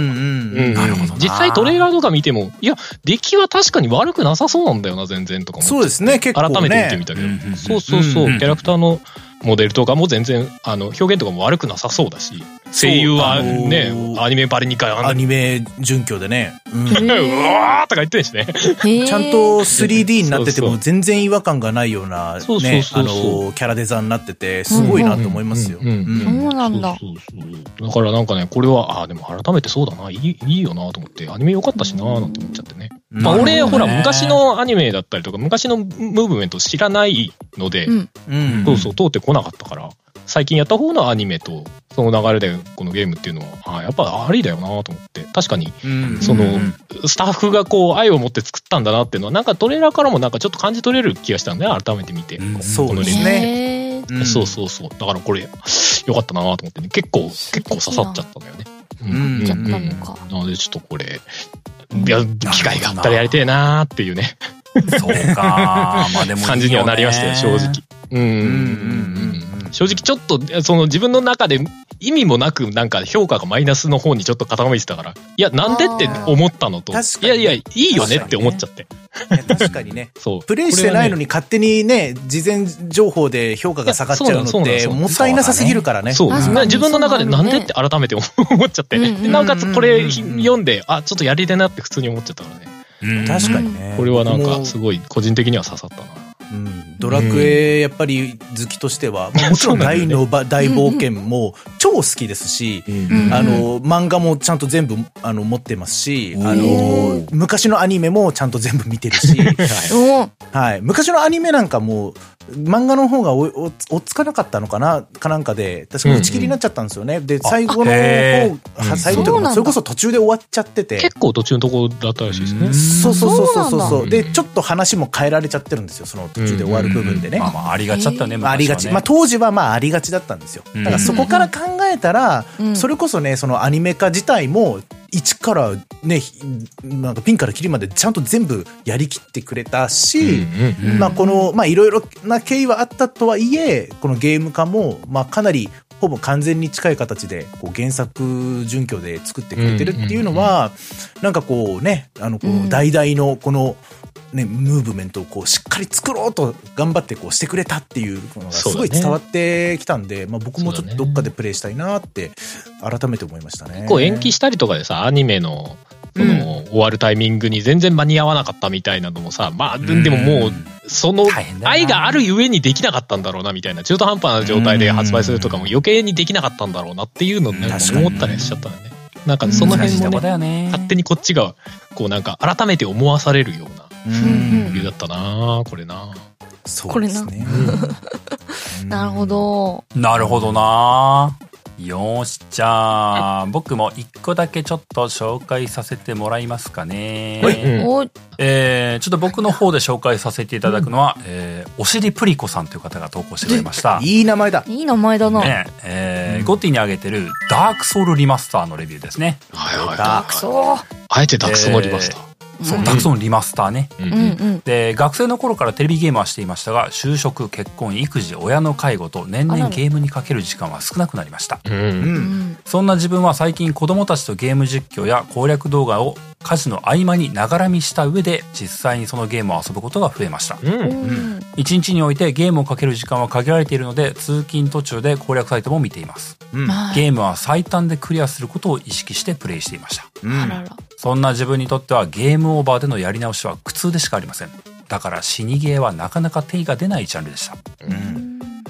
Speaker 3: ん。
Speaker 1: なるほどな
Speaker 2: 実際トレーラーとか見ても、いや、出来は確かに悪くなさそうなんだよな、全然とかも。
Speaker 3: そうですね、結構
Speaker 2: 改め
Speaker 3: ね。
Speaker 2: て見てみたけど、
Speaker 1: うんうんうん
Speaker 2: そうそうそう、
Speaker 1: うん
Speaker 2: キャラクターのモデルとかも全然あの表現とかも悪くなさそうだし声優はね
Speaker 3: あのー
Speaker 2: アニメバリにかあ
Speaker 3: ア
Speaker 2: んな
Speaker 3: ニメ準拠でね。うん
Speaker 4: へ
Speaker 2: うわーとか言ってるしね
Speaker 4: ー
Speaker 3: ちゃんと 3D になってて
Speaker 2: そうそ
Speaker 3: も
Speaker 2: う
Speaker 3: 全然違和感がないような、ね、あ
Speaker 2: そ
Speaker 3: の
Speaker 2: うそうそうそう
Speaker 3: キャラデザになってて、すごいなと思いますよ。
Speaker 2: うんうんうん
Speaker 4: そうなんだ。
Speaker 2: そうそうそうだからなんかねこれはあーでも改めてそうだないいいいよなと思ってアニメ良かったしなーなんて思っちゃってね、ま
Speaker 1: な
Speaker 2: あ、
Speaker 1: る
Speaker 2: 俺
Speaker 1: ほ
Speaker 2: ほ
Speaker 1: どね
Speaker 2: ら昔のアニメだったりとか昔のムーブメント知らないので、
Speaker 4: うん
Speaker 3: うん
Speaker 2: そうそう、通ってこなかったから、最近やった方のアニメと、その流れでこのゲームっていうのは、ああやっぱありだよなと思って、確かに、
Speaker 3: うん
Speaker 2: その
Speaker 1: うんうん、
Speaker 2: スタッフがこう、愛を持って作ったんだなっていうのは、なんかトレーラーからもなんかちょっと感じ取れる気がしたんだよね、改めて見て。
Speaker 1: うん
Speaker 3: そうですね
Speaker 4: へー
Speaker 3: うん
Speaker 2: そうそうそう。だからこれ、よかったなと思ってね、結構、結構刺さっちゃったんだよね。うん
Speaker 3: 刺さっ
Speaker 4: ちゃったのか
Speaker 2: なので、ちょっとこれ、いや、機会があったらやりてえなーっていうね、
Speaker 1: そうか。 *laughs* まあでもいいよね
Speaker 2: 感じにはなりましたよ、正直。。うんうん
Speaker 3: うんう
Speaker 2: うんうん。
Speaker 3: んうん
Speaker 2: 正直ちょっとその自分の中で意味もなくなんか評価がマイナスの方にちょっと傾いてたからいやなんでって思ったのと、
Speaker 3: あー
Speaker 2: いやいやいいよねって思っちゃって、
Speaker 3: いや確かにね。
Speaker 2: そう
Speaker 3: プレイしてないの
Speaker 2: に
Speaker 3: に勝手にね、事前情報で評価が下がっちゃうのっ
Speaker 2: いや
Speaker 3: て、
Speaker 2: そうなん
Speaker 3: もったいなさすぎるからね。
Speaker 2: そう
Speaker 4: 確かに
Speaker 2: な自分の中で
Speaker 4: そうな
Speaker 2: なん
Speaker 4: だね
Speaker 2: でって改めて思っちゃって、
Speaker 4: うんうん
Speaker 2: でなおかつこれ
Speaker 3: うんうんうん
Speaker 2: 読んであちょっとやりてえなって普通に思っちゃったからね
Speaker 1: うん
Speaker 3: 確かにね。
Speaker 2: これはなん
Speaker 3: 僕
Speaker 2: か
Speaker 3: も
Speaker 2: すごい個人的には刺さったな
Speaker 3: うんドラクエ、やっぱり好きとしては、もちろん大のば大冒険も超好きですし、
Speaker 4: うん
Speaker 3: あの、漫画もちゃんと全部、あの、持ってますし、
Speaker 1: おー
Speaker 3: あの、昔のアニメもちゃんと全部見て
Speaker 2: *laughs*
Speaker 3: るし、
Speaker 4: おー
Speaker 3: はい。昔のアニメなんかも、漫画の方がおおおっつかなかったのかなかなんかで、確か打ち切りになっちゃったんですよね。で、最後の
Speaker 1: あへ
Speaker 3: 方、は最後という
Speaker 4: そう
Speaker 3: か、
Speaker 4: なんだ
Speaker 3: それこそ途中で終わっちゃってて。
Speaker 2: 結構途中のとこだったらしいですね、
Speaker 3: そうそうそうそうそう
Speaker 2: そう
Speaker 3: そ
Speaker 2: なんだ
Speaker 3: う。で、ちょっと話も変えられちゃってるんですよ。その途中で終わる部分でね
Speaker 1: ま。あまあ、ありがちだったよね、昔はね
Speaker 3: ありがち。まあ当時はまあありがちだったんですよ。だからそこから考えたら
Speaker 4: う、ん
Speaker 3: それこそね、そのアニメ化自体も、 1からね、ひなんかピンからキリまでちゃんと全部やりきってくれたし、まあこの、まあいろいろな経緯はあったとはいえ、このゲーム化も、まあかなりほぼ完全に近い形で、こう原作準拠で作ってくれてるっていうのは、なんかこうね、あの、こ
Speaker 4: う
Speaker 3: の
Speaker 4: ん
Speaker 3: 代々のこの、ね、ムーブメントをこうしっかり作ろうと頑張ってこうしてくれたっていうのがすご
Speaker 2: そう
Speaker 3: い
Speaker 2: だね
Speaker 3: 伝わってきたんで、まあ僕もちょっと
Speaker 2: そうだ
Speaker 3: ど
Speaker 2: ね
Speaker 3: っかでプレイしたいなって改めて思いましたね。
Speaker 2: 結構延期したりとかでさアニメのその終わるタイミングに全然間に合わなかったみたいなのもさまあででももうその
Speaker 1: 大変だな
Speaker 2: 愛があるゆえにできなかったんだろうなみたいな中途半端な状態で発売するとかも余計にできなかったんだろうなっていうのを
Speaker 1: うん
Speaker 3: 確かに
Speaker 2: 思ったりしちゃったよねなんかその
Speaker 1: 難し
Speaker 2: 辺
Speaker 1: いと
Speaker 2: も
Speaker 1: こだ
Speaker 2: ね
Speaker 1: よね。
Speaker 2: 勝手にこっちがこうなんか改めて思わされるような
Speaker 3: う
Speaker 4: うんん
Speaker 2: 理由だったなこれな
Speaker 3: そうですね。うん
Speaker 4: *laughs* なるほ。ど。
Speaker 1: なるほどなよーし、じゃあ、 *laughs* 僕も一個だけちょっと紹介させてもらいますかね。
Speaker 3: はい
Speaker 2: うん
Speaker 4: お、
Speaker 1: えーちょっと僕の方で紹介させていただくのは、えーおしりプリコさんという方が投稿してくれました。
Speaker 3: いい名前だ。
Speaker 4: いい名前だな。
Speaker 1: ねえーゴティにあげてるダークソウルリマスターのレビューですね。
Speaker 2: はいはい
Speaker 3: ダ
Speaker 4: あ、くそ
Speaker 2: あえてダクソ乗りました
Speaker 1: そううんダークソウルリマスターね。
Speaker 2: うん
Speaker 4: う
Speaker 2: うんん
Speaker 4: うん。
Speaker 1: で学生の頃からテレビゲームはしていましたが就職結婚育児親の介護と年
Speaker 4: あら
Speaker 1: 々
Speaker 4: ら
Speaker 1: ゲームにかける時間は少なくなりました
Speaker 2: う
Speaker 3: うん。
Speaker 4: うんん。
Speaker 1: そんな自分は最近子供たちとゲーム実況や攻略動画を家事の合間にながら見した上で実際にそのゲームを遊ぶことが増えました
Speaker 2: うんうん
Speaker 4: うん
Speaker 1: 一日においてゲームをかける時間は限られているので通勤途中で攻略サイトも見ています
Speaker 3: うん。
Speaker 4: まあ、
Speaker 1: ゲームは最短でクリアすることを意識してプレイしていました
Speaker 3: う
Speaker 4: あ
Speaker 3: ん
Speaker 4: らら。
Speaker 1: そんな自分にとってはゲームオーバーでのやり直しは苦痛でしかありませんだから死にゲーはなかなか手が出ないジャンルでした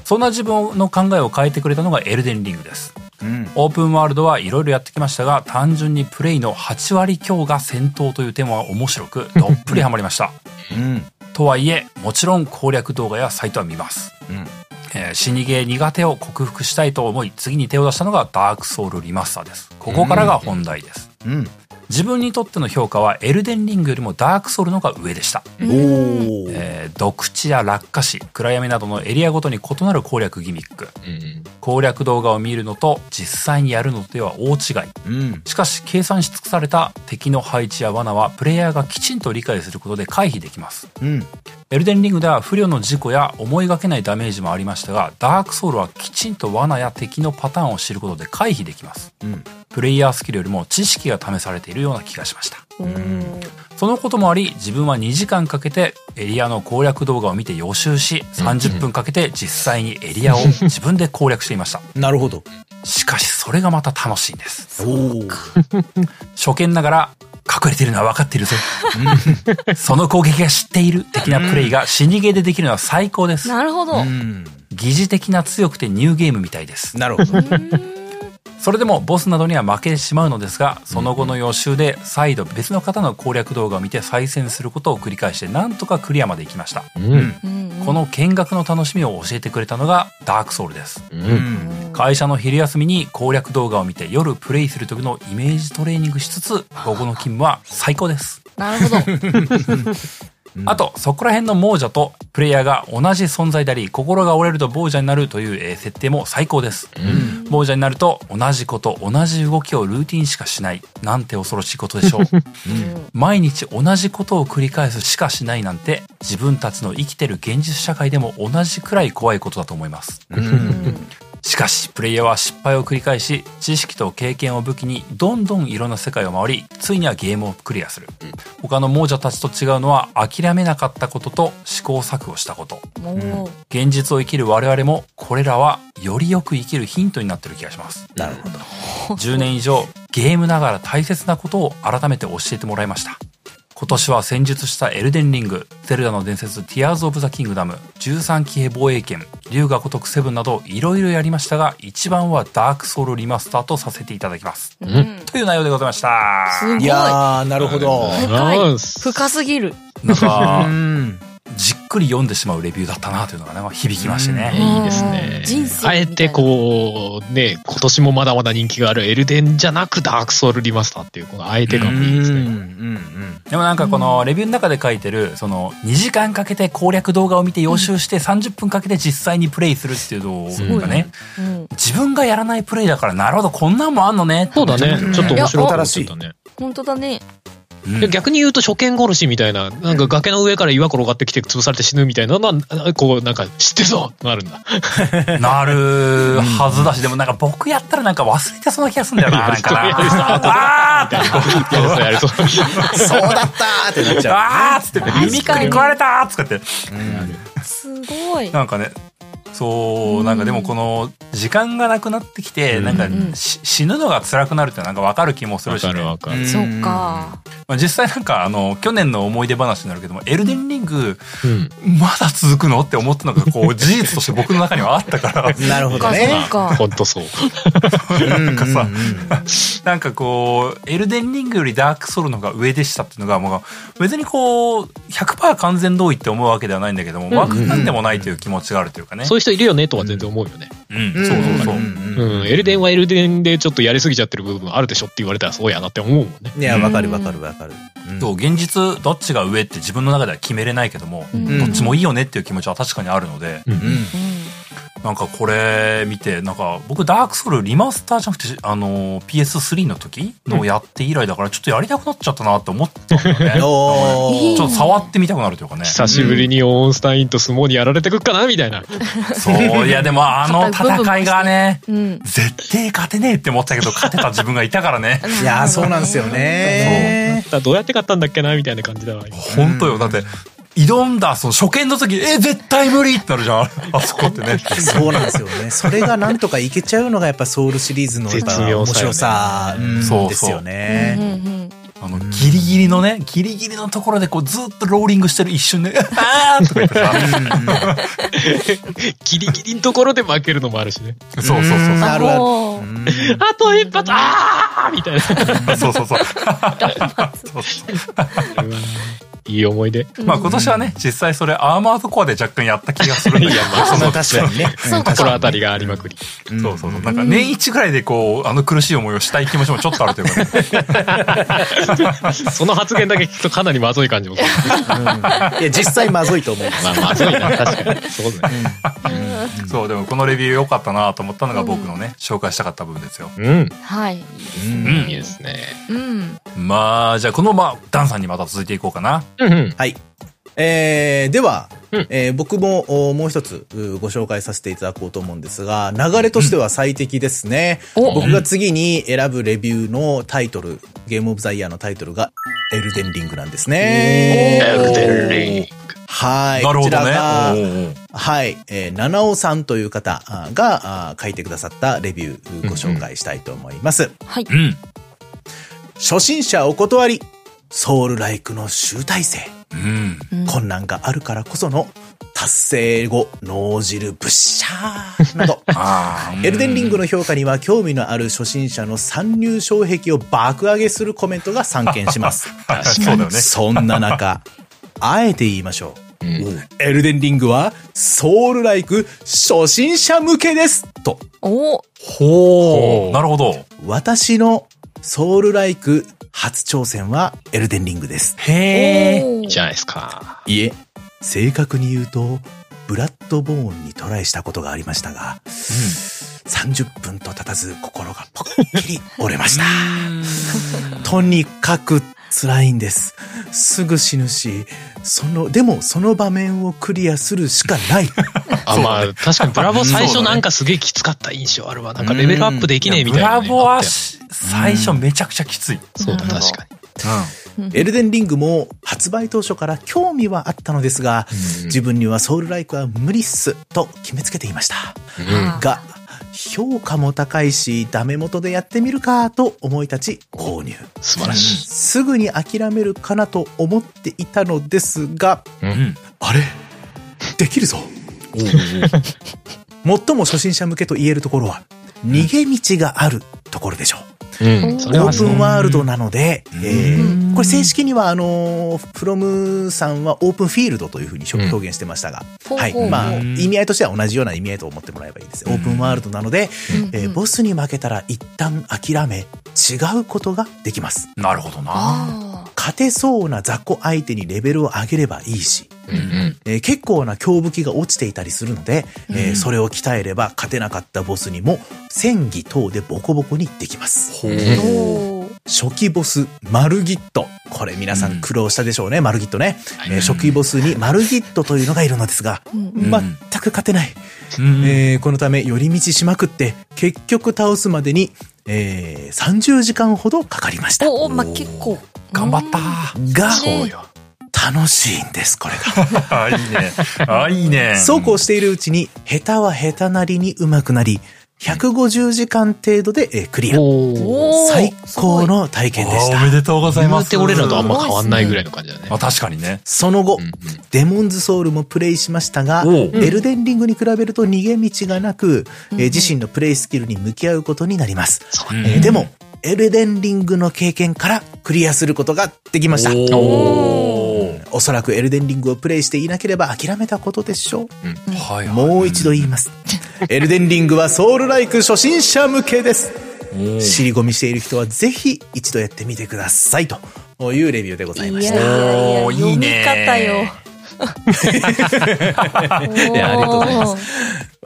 Speaker 1: そんな自分の考えを変えてくれたのがエルデンリングです
Speaker 3: うん。
Speaker 1: オープンワールドはいろいろやってきましたが単純にプレイの8割強が戦闘という点は面白くどっぷりハマりま
Speaker 3: *laughs*
Speaker 1: した
Speaker 3: うん。
Speaker 1: とはいえもちろん攻略動画やサイトは見ます、
Speaker 3: うん
Speaker 1: えー死にゲー苦手を克服したいと思い次に手を出したのがダークソウルリマスターですここからが本題です、
Speaker 3: うん。
Speaker 1: 自分にとっての評価はエルデンリングよりもダークソウルの方が上でした
Speaker 4: うん
Speaker 3: おー。
Speaker 1: えー毒地や落下死暗闇などのエリアごとに異なる攻略ギミック
Speaker 2: うん
Speaker 1: 攻略動画を見るのと実際にやるのとでは大違い
Speaker 3: うん。
Speaker 1: しかし計算し尽くされた敵の配置や罠はプレイヤーがきちんと理解することで回避できます
Speaker 3: うん。
Speaker 1: エルデンリングでは不慮の事故や思いがけないダメージもありましたがダークソウルはきちんと罠や敵のパターンを知ることで回避できます
Speaker 3: うん。
Speaker 1: プレイヤースキルよりも知識が試されているような気がしました
Speaker 4: うん
Speaker 1: そのこともあり自分は2時間かけてエリアの攻略動画を見て予習し30分かけて実際にエリアを自分で攻略していました
Speaker 3: なるほど。
Speaker 1: しかしそれがまた楽しいんです
Speaker 3: おー。
Speaker 1: 初見ながら隠れてるのは分かっているぞその攻撃が知っている的なプレイが死にゲーでできるのは最高です
Speaker 4: なるほど。
Speaker 3: うん。
Speaker 1: 疑似的な強くてニューゲームみたいです
Speaker 3: なるほど。
Speaker 1: それでもボスなどには負けてしまうのですがその後の予習で再度別の方の攻略動画を見て再戦することを繰り返してなんとかクリアまでいきました
Speaker 2: うん
Speaker 4: うん
Speaker 1: この見学の楽しみを教えてくれたのがダークソウルです
Speaker 2: うん
Speaker 3: うん。
Speaker 1: 会社の昼休みに攻略動画を見て夜プレイする時のイメージトレーニングしつつ午後の勤務は最高です
Speaker 4: なるほど。
Speaker 1: あとそこら辺の亡者とプレイヤーが同じ存在であり心が折れると亡者になるというえー設定も最高です亡者になると同じこと同じ動きをルーティンしかしないなんて恐ろしいことでしょう毎日同じことを繰り返すしかしないなんて自分たちの生きてる現実社会でも同じくらい怖いことだと思いますしかしプレイヤーは失敗を繰り返し知識と経験を武器にどんどんいろんな世界を回りついにはゲームをクリアする他の亡者たちと違うのは諦めなかったことと試行錯誤したこと
Speaker 4: もう、
Speaker 1: 現実を生きる我々もこれらはよりよく生きるヒントになってる気がします
Speaker 3: なるほど。
Speaker 1: 10年以上ゲームながら大切なことを改めて教えてもらいました今年は戦術したエルデンリング、ゼルダの伝説ティアーズ・オブ・ザ・キングダム、13騎兵防衛権、龍が如くセブンなどいろいろやりましたが、一番はダークソウルリマスターとさせていただきます。
Speaker 4: うん
Speaker 1: という内容でございました。
Speaker 4: すごい。
Speaker 3: いやー、なるほど。
Speaker 4: 深い
Speaker 2: うん
Speaker 4: 深すぎる。
Speaker 3: *laughs*
Speaker 1: なん
Speaker 3: う
Speaker 1: か、
Speaker 3: ん。
Speaker 1: 実くり読んでしまうレビューだったなというのがね、まあ響きましてね。
Speaker 2: いいですね
Speaker 4: うん人生みたいな
Speaker 2: あえてこうね今年もまだまだ人気があるエルデンじゃなくダークソウルリマスターっていうこのあえて感もいいですね
Speaker 3: ん
Speaker 1: でもなんかこのレビューの中で書いてる、その2時間かけて攻略動画を見て予習して30分かけて実際にプレイするっていうのがね、
Speaker 4: うん、
Speaker 1: 自分がやらないプレイだからなるほどこんなんもあんのねって
Speaker 2: そ
Speaker 1: 思
Speaker 2: う
Speaker 1: っちゃ
Speaker 2: だ
Speaker 1: う。
Speaker 2: ねちょっと面白かったね
Speaker 4: 本当だね。
Speaker 1: うん
Speaker 2: で逆に言うと初見殺しみたいななんか崖の上から岩転がってきて潰されて死ぬみたいなのはこうなんか知ってるぞってなるんだ
Speaker 1: なるはずだし、でもなんか僕やったらなんか忘れてそうな気がするんだよな。なんか *laughs* なあーって
Speaker 2: やりそうやりそう *laughs*
Speaker 3: そうだったーってなっちゃ
Speaker 1: あーっつって耳くり食われたーっつって。
Speaker 3: う。うん
Speaker 4: すごい。
Speaker 1: なんかね、そう、なんかでもこの時間がなくなってきて、
Speaker 2: うん
Speaker 1: なんか
Speaker 4: うん
Speaker 1: し死ぬのが辛くなるってなんかわかる気もする
Speaker 2: わ
Speaker 1: しね、
Speaker 2: かるわかる
Speaker 4: そっ。か。
Speaker 1: まあ、実際なんかあの、去年の思い出話になるけども、エルデンリング、
Speaker 2: うん
Speaker 1: まだ続くのって思ったのが、こう、事実として僕の中にはあった
Speaker 2: *laughs*
Speaker 1: から、
Speaker 3: なるほど
Speaker 4: そ
Speaker 3: ね。
Speaker 4: っか
Speaker 2: ほんとそう
Speaker 3: なん
Speaker 1: かさ
Speaker 3: うんうん
Speaker 1: なんかこう、エルデンリングよりダークソウルの方が上でしたっていうのが、もう別にこう、100%完全同意って思うわけではないんだけども、わかんでもないという気持ちがあるというかね。
Speaker 2: そういう人いるよねとは全然思うよね
Speaker 1: うん、そうそうそう。
Speaker 2: うんんエルデンはエルデンでちょっとやりすぎちゃってる部分あるでしょって言われたらそうやなって思うもんね
Speaker 3: いや、わかるわかるわかる。うん
Speaker 1: そう、現実どっちが上って自分の中では決めれないけども、
Speaker 4: うん
Speaker 1: どっちもいいよねっていう気持ちは確かにあるので、
Speaker 2: う
Speaker 3: うんん
Speaker 1: なんかこれ見て、なんか僕ダークソウルリマスターじゃなくて、あの、PS3 の時のやって以来だからちょっとやりたくなっちゃったなって思ったんだよねなんか
Speaker 3: お
Speaker 4: *laughs*
Speaker 1: ね。
Speaker 4: ー
Speaker 1: ちょっと触ってみたくなるというかね。
Speaker 2: 久しぶりにオンスタインと相撲にやられてくっかなみたいな
Speaker 1: そう、いやでもあの戦いがね、
Speaker 4: うん。
Speaker 1: 絶対勝てねえって思ったけど勝てた自分がいたからね。
Speaker 3: いやー、そうなんですよね。
Speaker 2: だからどうやって買ったんだっけなみたいな感じだわ今
Speaker 1: 本当よ。だって、挑んだ、その初見の時、え、絶対無理ってなるじゃん。あそこってね。
Speaker 3: そうなんですよ
Speaker 1: *laughs*
Speaker 3: ね。それがなんとかいけちゃうのがやっぱソウルシリーズのやっぱ
Speaker 2: 絶妙
Speaker 3: 面
Speaker 2: さよね
Speaker 3: 白さうん
Speaker 1: そう
Speaker 3: ですよ
Speaker 4: うん
Speaker 3: ね。。
Speaker 4: うん
Speaker 1: あの、ギリギリのね、ギリギリのところでこうずっとローリングしてる一瞬で、 *laughs* あーとか言ってさ。
Speaker 2: *laughs* ギリギリのところで負けるのもあるしね。
Speaker 1: そうそうそううん
Speaker 3: あるある
Speaker 4: おー
Speaker 2: *laughs* あと一発、あーみたいな。
Speaker 1: そう。そうそうそう。
Speaker 2: *laughs* いい思い出。
Speaker 1: まあ今年はね、実際それアーマードコアで若干やった気がするんだけど、
Speaker 3: そん
Speaker 1: そ
Speaker 3: な
Speaker 1: の
Speaker 3: 確かに
Speaker 1: *laughs*
Speaker 3: ね。
Speaker 4: そうか。
Speaker 2: 心当たりがありまくり。
Speaker 1: そうそうそう。なんか年一ぐらいでこう、あの苦しい思いをしたい気持ちもちょっとあるというかね。
Speaker 2: *laughs* その発言だけ聞くとかなりまずい感じもする。
Speaker 3: いや、実際まずいと思うんです
Speaker 2: まあ、まずいな、 *laughs* 確かに。そうだね。
Speaker 1: そう、でもこのレビュー良かったなと思ったのが僕のね、紹介したかった部分ですよ。
Speaker 2: うん。
Speaker 4: はい。
Speaker 1: うん
Speaker 2: いいですね。
Speaker 4: うん。
Speaker 1: まあ、じゃあこのまま、ダンさんにまた続いていこうかな。
Speaker 2: うんうん。
Speaker 3: はい。えーでは、
Speaker 2: うん
Speaker 3: えー僕もおもう一つうご紹介させていただこうと思うんですが、流れとしては最適ですね。
Speaker 4: お
Speaker 3: 僕が次に選ぶレビューのタイトル、ゲームオブザイヤーのタイトルが、エルデンリングなんです
Speaker 2: エ
Speaker 3: ね。
Speaker 2: ルデンリング。
Speaker 3: はい。
Speaker 1: なるほど
Speaker 3: こちらが
Speaker 1: ね。
Speaker 3: はい、えー、七尾さんという方あーがあー書いてくださったレビューご紹介したいと思います。
Speaker 4: はい。
Speaker 1: おーうん。
Speaker 3: 初心者お断り、ソウルライクの集大成、
Speaker 1: うん。
Speaker 4: うん
Speaker 3: 困難があるからこその達成後脳汁ぶっしゃー
Speaker 1: *laughs*
Speaker 3: など。
Speaker 1: ああ。
Speaker 3: エルデンリングの評価には興味のある初心者の参入障壁を爆上げするコメントが散見します。
Speaker 1: あ *laughs* *laughs* そうだよね。
Speaker 3: そんな中、あえて言いましょ
Speaker 2: う
Speaker 3: う。
Speaker 2: ん
Speaker 3: エルデンリングはソウルライク初心者向けですと
Speaker 4: おー
Speaker 1: ほう。なるほど。
Speaker 3: 私のソウルライク初挑戦はエルデンリングです。
Speaker 1: へえ。
Speaker 4: お
Speaker 2: いいじゃないですか。
Speaker 3: いえ、正確に言うと、ブラッドボーンにトライしたことがありましたが、30分と経たず心がポッキリ折れました。とにかく辛いんです。すぐ死ぬし、その、でもその場面をクリアするしかない。
Speaker 2: あ、まあ、確かにブラボー最初なんかすげえきつかった印象あるわ。なんかレベルアップできねえみた
Speaker 1: ブ
Speaker 2: いな
Speaker 1: ラ
Speaker 2: ね。
Speaker 1: ボ
Speaker 2: あ
Speaker 1: は
Speaker 2: ったよ
Speaker 1: し最初めちゃくちゃきつい。うん。
Speaker 2: そうだ、確か
Speaker 3: エルデンリングも発売当初から興味はあったのですが、自分にはソウルライクは無理っすと決めつけていました。
Speaker 2: に。
Speaker 4: う
Speaker 2: うんん。
Speaker 3: が、評価も高いし、ダメ元でやってみるかと思い立ち購入。
Speaker 2: 素晴らしい。
Speaker 3: すぐに諦めるかなと思っていたのですが、
Speaker 1: うん。
Speaker 3: あれできるぞ *laughs* 最も初心者向けと言えるところは、逃げ道があるところでしょう。
Speaker 2: うん。それ
Speaker 3: オ
Speaker 2: は
Speaker 3: ープ
Speaker 2: そ
Speaker 3: ン
Speaker 2: う。
Speaker 3: ワールドなので、え
Speaker 4: う
Speaker 3: ー
Speaker 4: ん
Speaker 3: これ正式にはあのー、フロムさんはオープンフィールドというふうに表現してましたが、
Speaker 4: うん
Speaker 3: はい
Speaker 4: ほうほうほう
Speaker 3: まあ、意味合いとしては同じような意味合いと思ってもらえばいいです。オープンワールドなので、
Speaker 4: うん
Speaker 3: えーボスに負けたら一旦諦め、違うことができます。
Speaker 1: なるほどな。
Speaker 4: ああ。
Speaker 3: 勝てそうな雑魚相手にレベルを上げればいいし、
Speaker 2: うんうん。
Speaker 3: えー結構な強武器が落ちていたりするので、えーそれを鍛えれば勝てなかったボスにも戦技等でボコボコにできます。
Speaker 1: ほう。
Speaker 2: うん
Speaker 4: おー
Speaker 3: 初期ボス、マルギット。これ皆さん苦労したでしょうね、マルギットね。えー初期ボスにマルギットというのがいるのですが、
Speaker 4: うんうん
Speaker 1: ん
Speaker 3: 全く勝てない。
Speaker 1: うん
Speaker 3: えーこのため寄り道しまくって、結局倒すまでに、えー30時間ほどかかりました。
Speaker 4: おお、まあ、結構。
Speaker 1: 頑張っ
Speaker 3: が、
Speaker 2: そうよ。
Speaker 3: 楽しいんです、これが。
Speaker 1: た。 *laughs* あ、いいね。あ、いいね。
Speaker 3: そうこうしているうちに、下手は下手なりに上手くなり、150時間程度でえークリア。
Speaker 2: おお。
Speaker 4: おお。
Speaker 3: 最高
Speaker 4: すごい。
Speaker 3: の体験でし
Speaker 1: あおめ
Speaker 3: た。
Speaker 1: でとうござい
Speaker 2: 今
Speaker 1: ま
Speaker 2: っ
Speaker 1: す。
Speaker 2: て俺らとあんま変わんないぐらいの感じだね
Speaker 1: ま。あ、確かにね。
Speaker 3: その後、
Speaker 2: うんうん
Speaker 3: デモンズソウルもプレイしましたが、
Speaker 1: おう
Speaker 3: エルデンリングに比べると逃げ道がなく、えー
Speaker 4: うんうん
Speaker 3: 自身のプレイスキルに向き合うことになります。
Speaker 2: そう
Speaker 1: うん
Speaker 2: ね。
Speaker 3: えーでも、エルデンリングの経験からクリアすることができました。
Speaker 1: おー
Speaker 3: おそらくエルデンリングをプレイしていなければ諦めたことでしょう。
Speaker 1: はいはい。
Speaker 3: もう一度言い
Speaker 1: *laughs*
Speaker 3: ます。エルデンリングはソウルライク初心者向けです。尻込みしている人はぜひ一度やってみてくださいというレビューでございま
Speaker 4: い
Speaker 3: し
Speaker 4: やい
Speaker 3: た。
Speaker 4: やい
Speaker 1: おー
Speaker 4: や、
Speaker 1: いい
Speaker 4: 読み
Speaker 1: ね
Speaker 4: 方よ。い。
Speaker 3: やありがと *laughs* うございます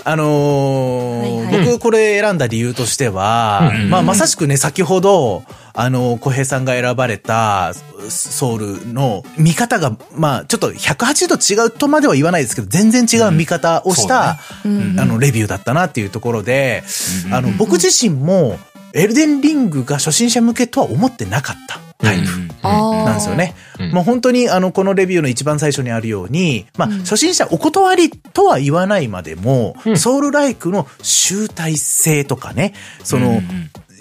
Speaker 3: あのー
Speaker 4: はいはい
Speaker 3: 僕これ選んだ理由としては、まあまさしくね、先ほど、あのー、小平さんが選ばれたソウルの見方が、まあちょっと180度違うとまでは言わないですけど、全然違う見方をした、
Speaker 4: うん
Speaker 3: あの、レビューだったなっていうところで、あの、僕自身も、エルデンリングが初心者向けとは思ってなかったタイプ
Speaker 4: あー
Speaker 3: なんですよね。
Speaker 2: うん
Speaker 3: もう本当に、あの、このレビューの一番最初にあるように、まあ、
Speaker 4: うん
Speaker 3: 初心者お断りとは言わないまでも、
Speaker 2: うん
Speaker 3: ソウルライクの集大成とかね、その、
Speaker 1: うん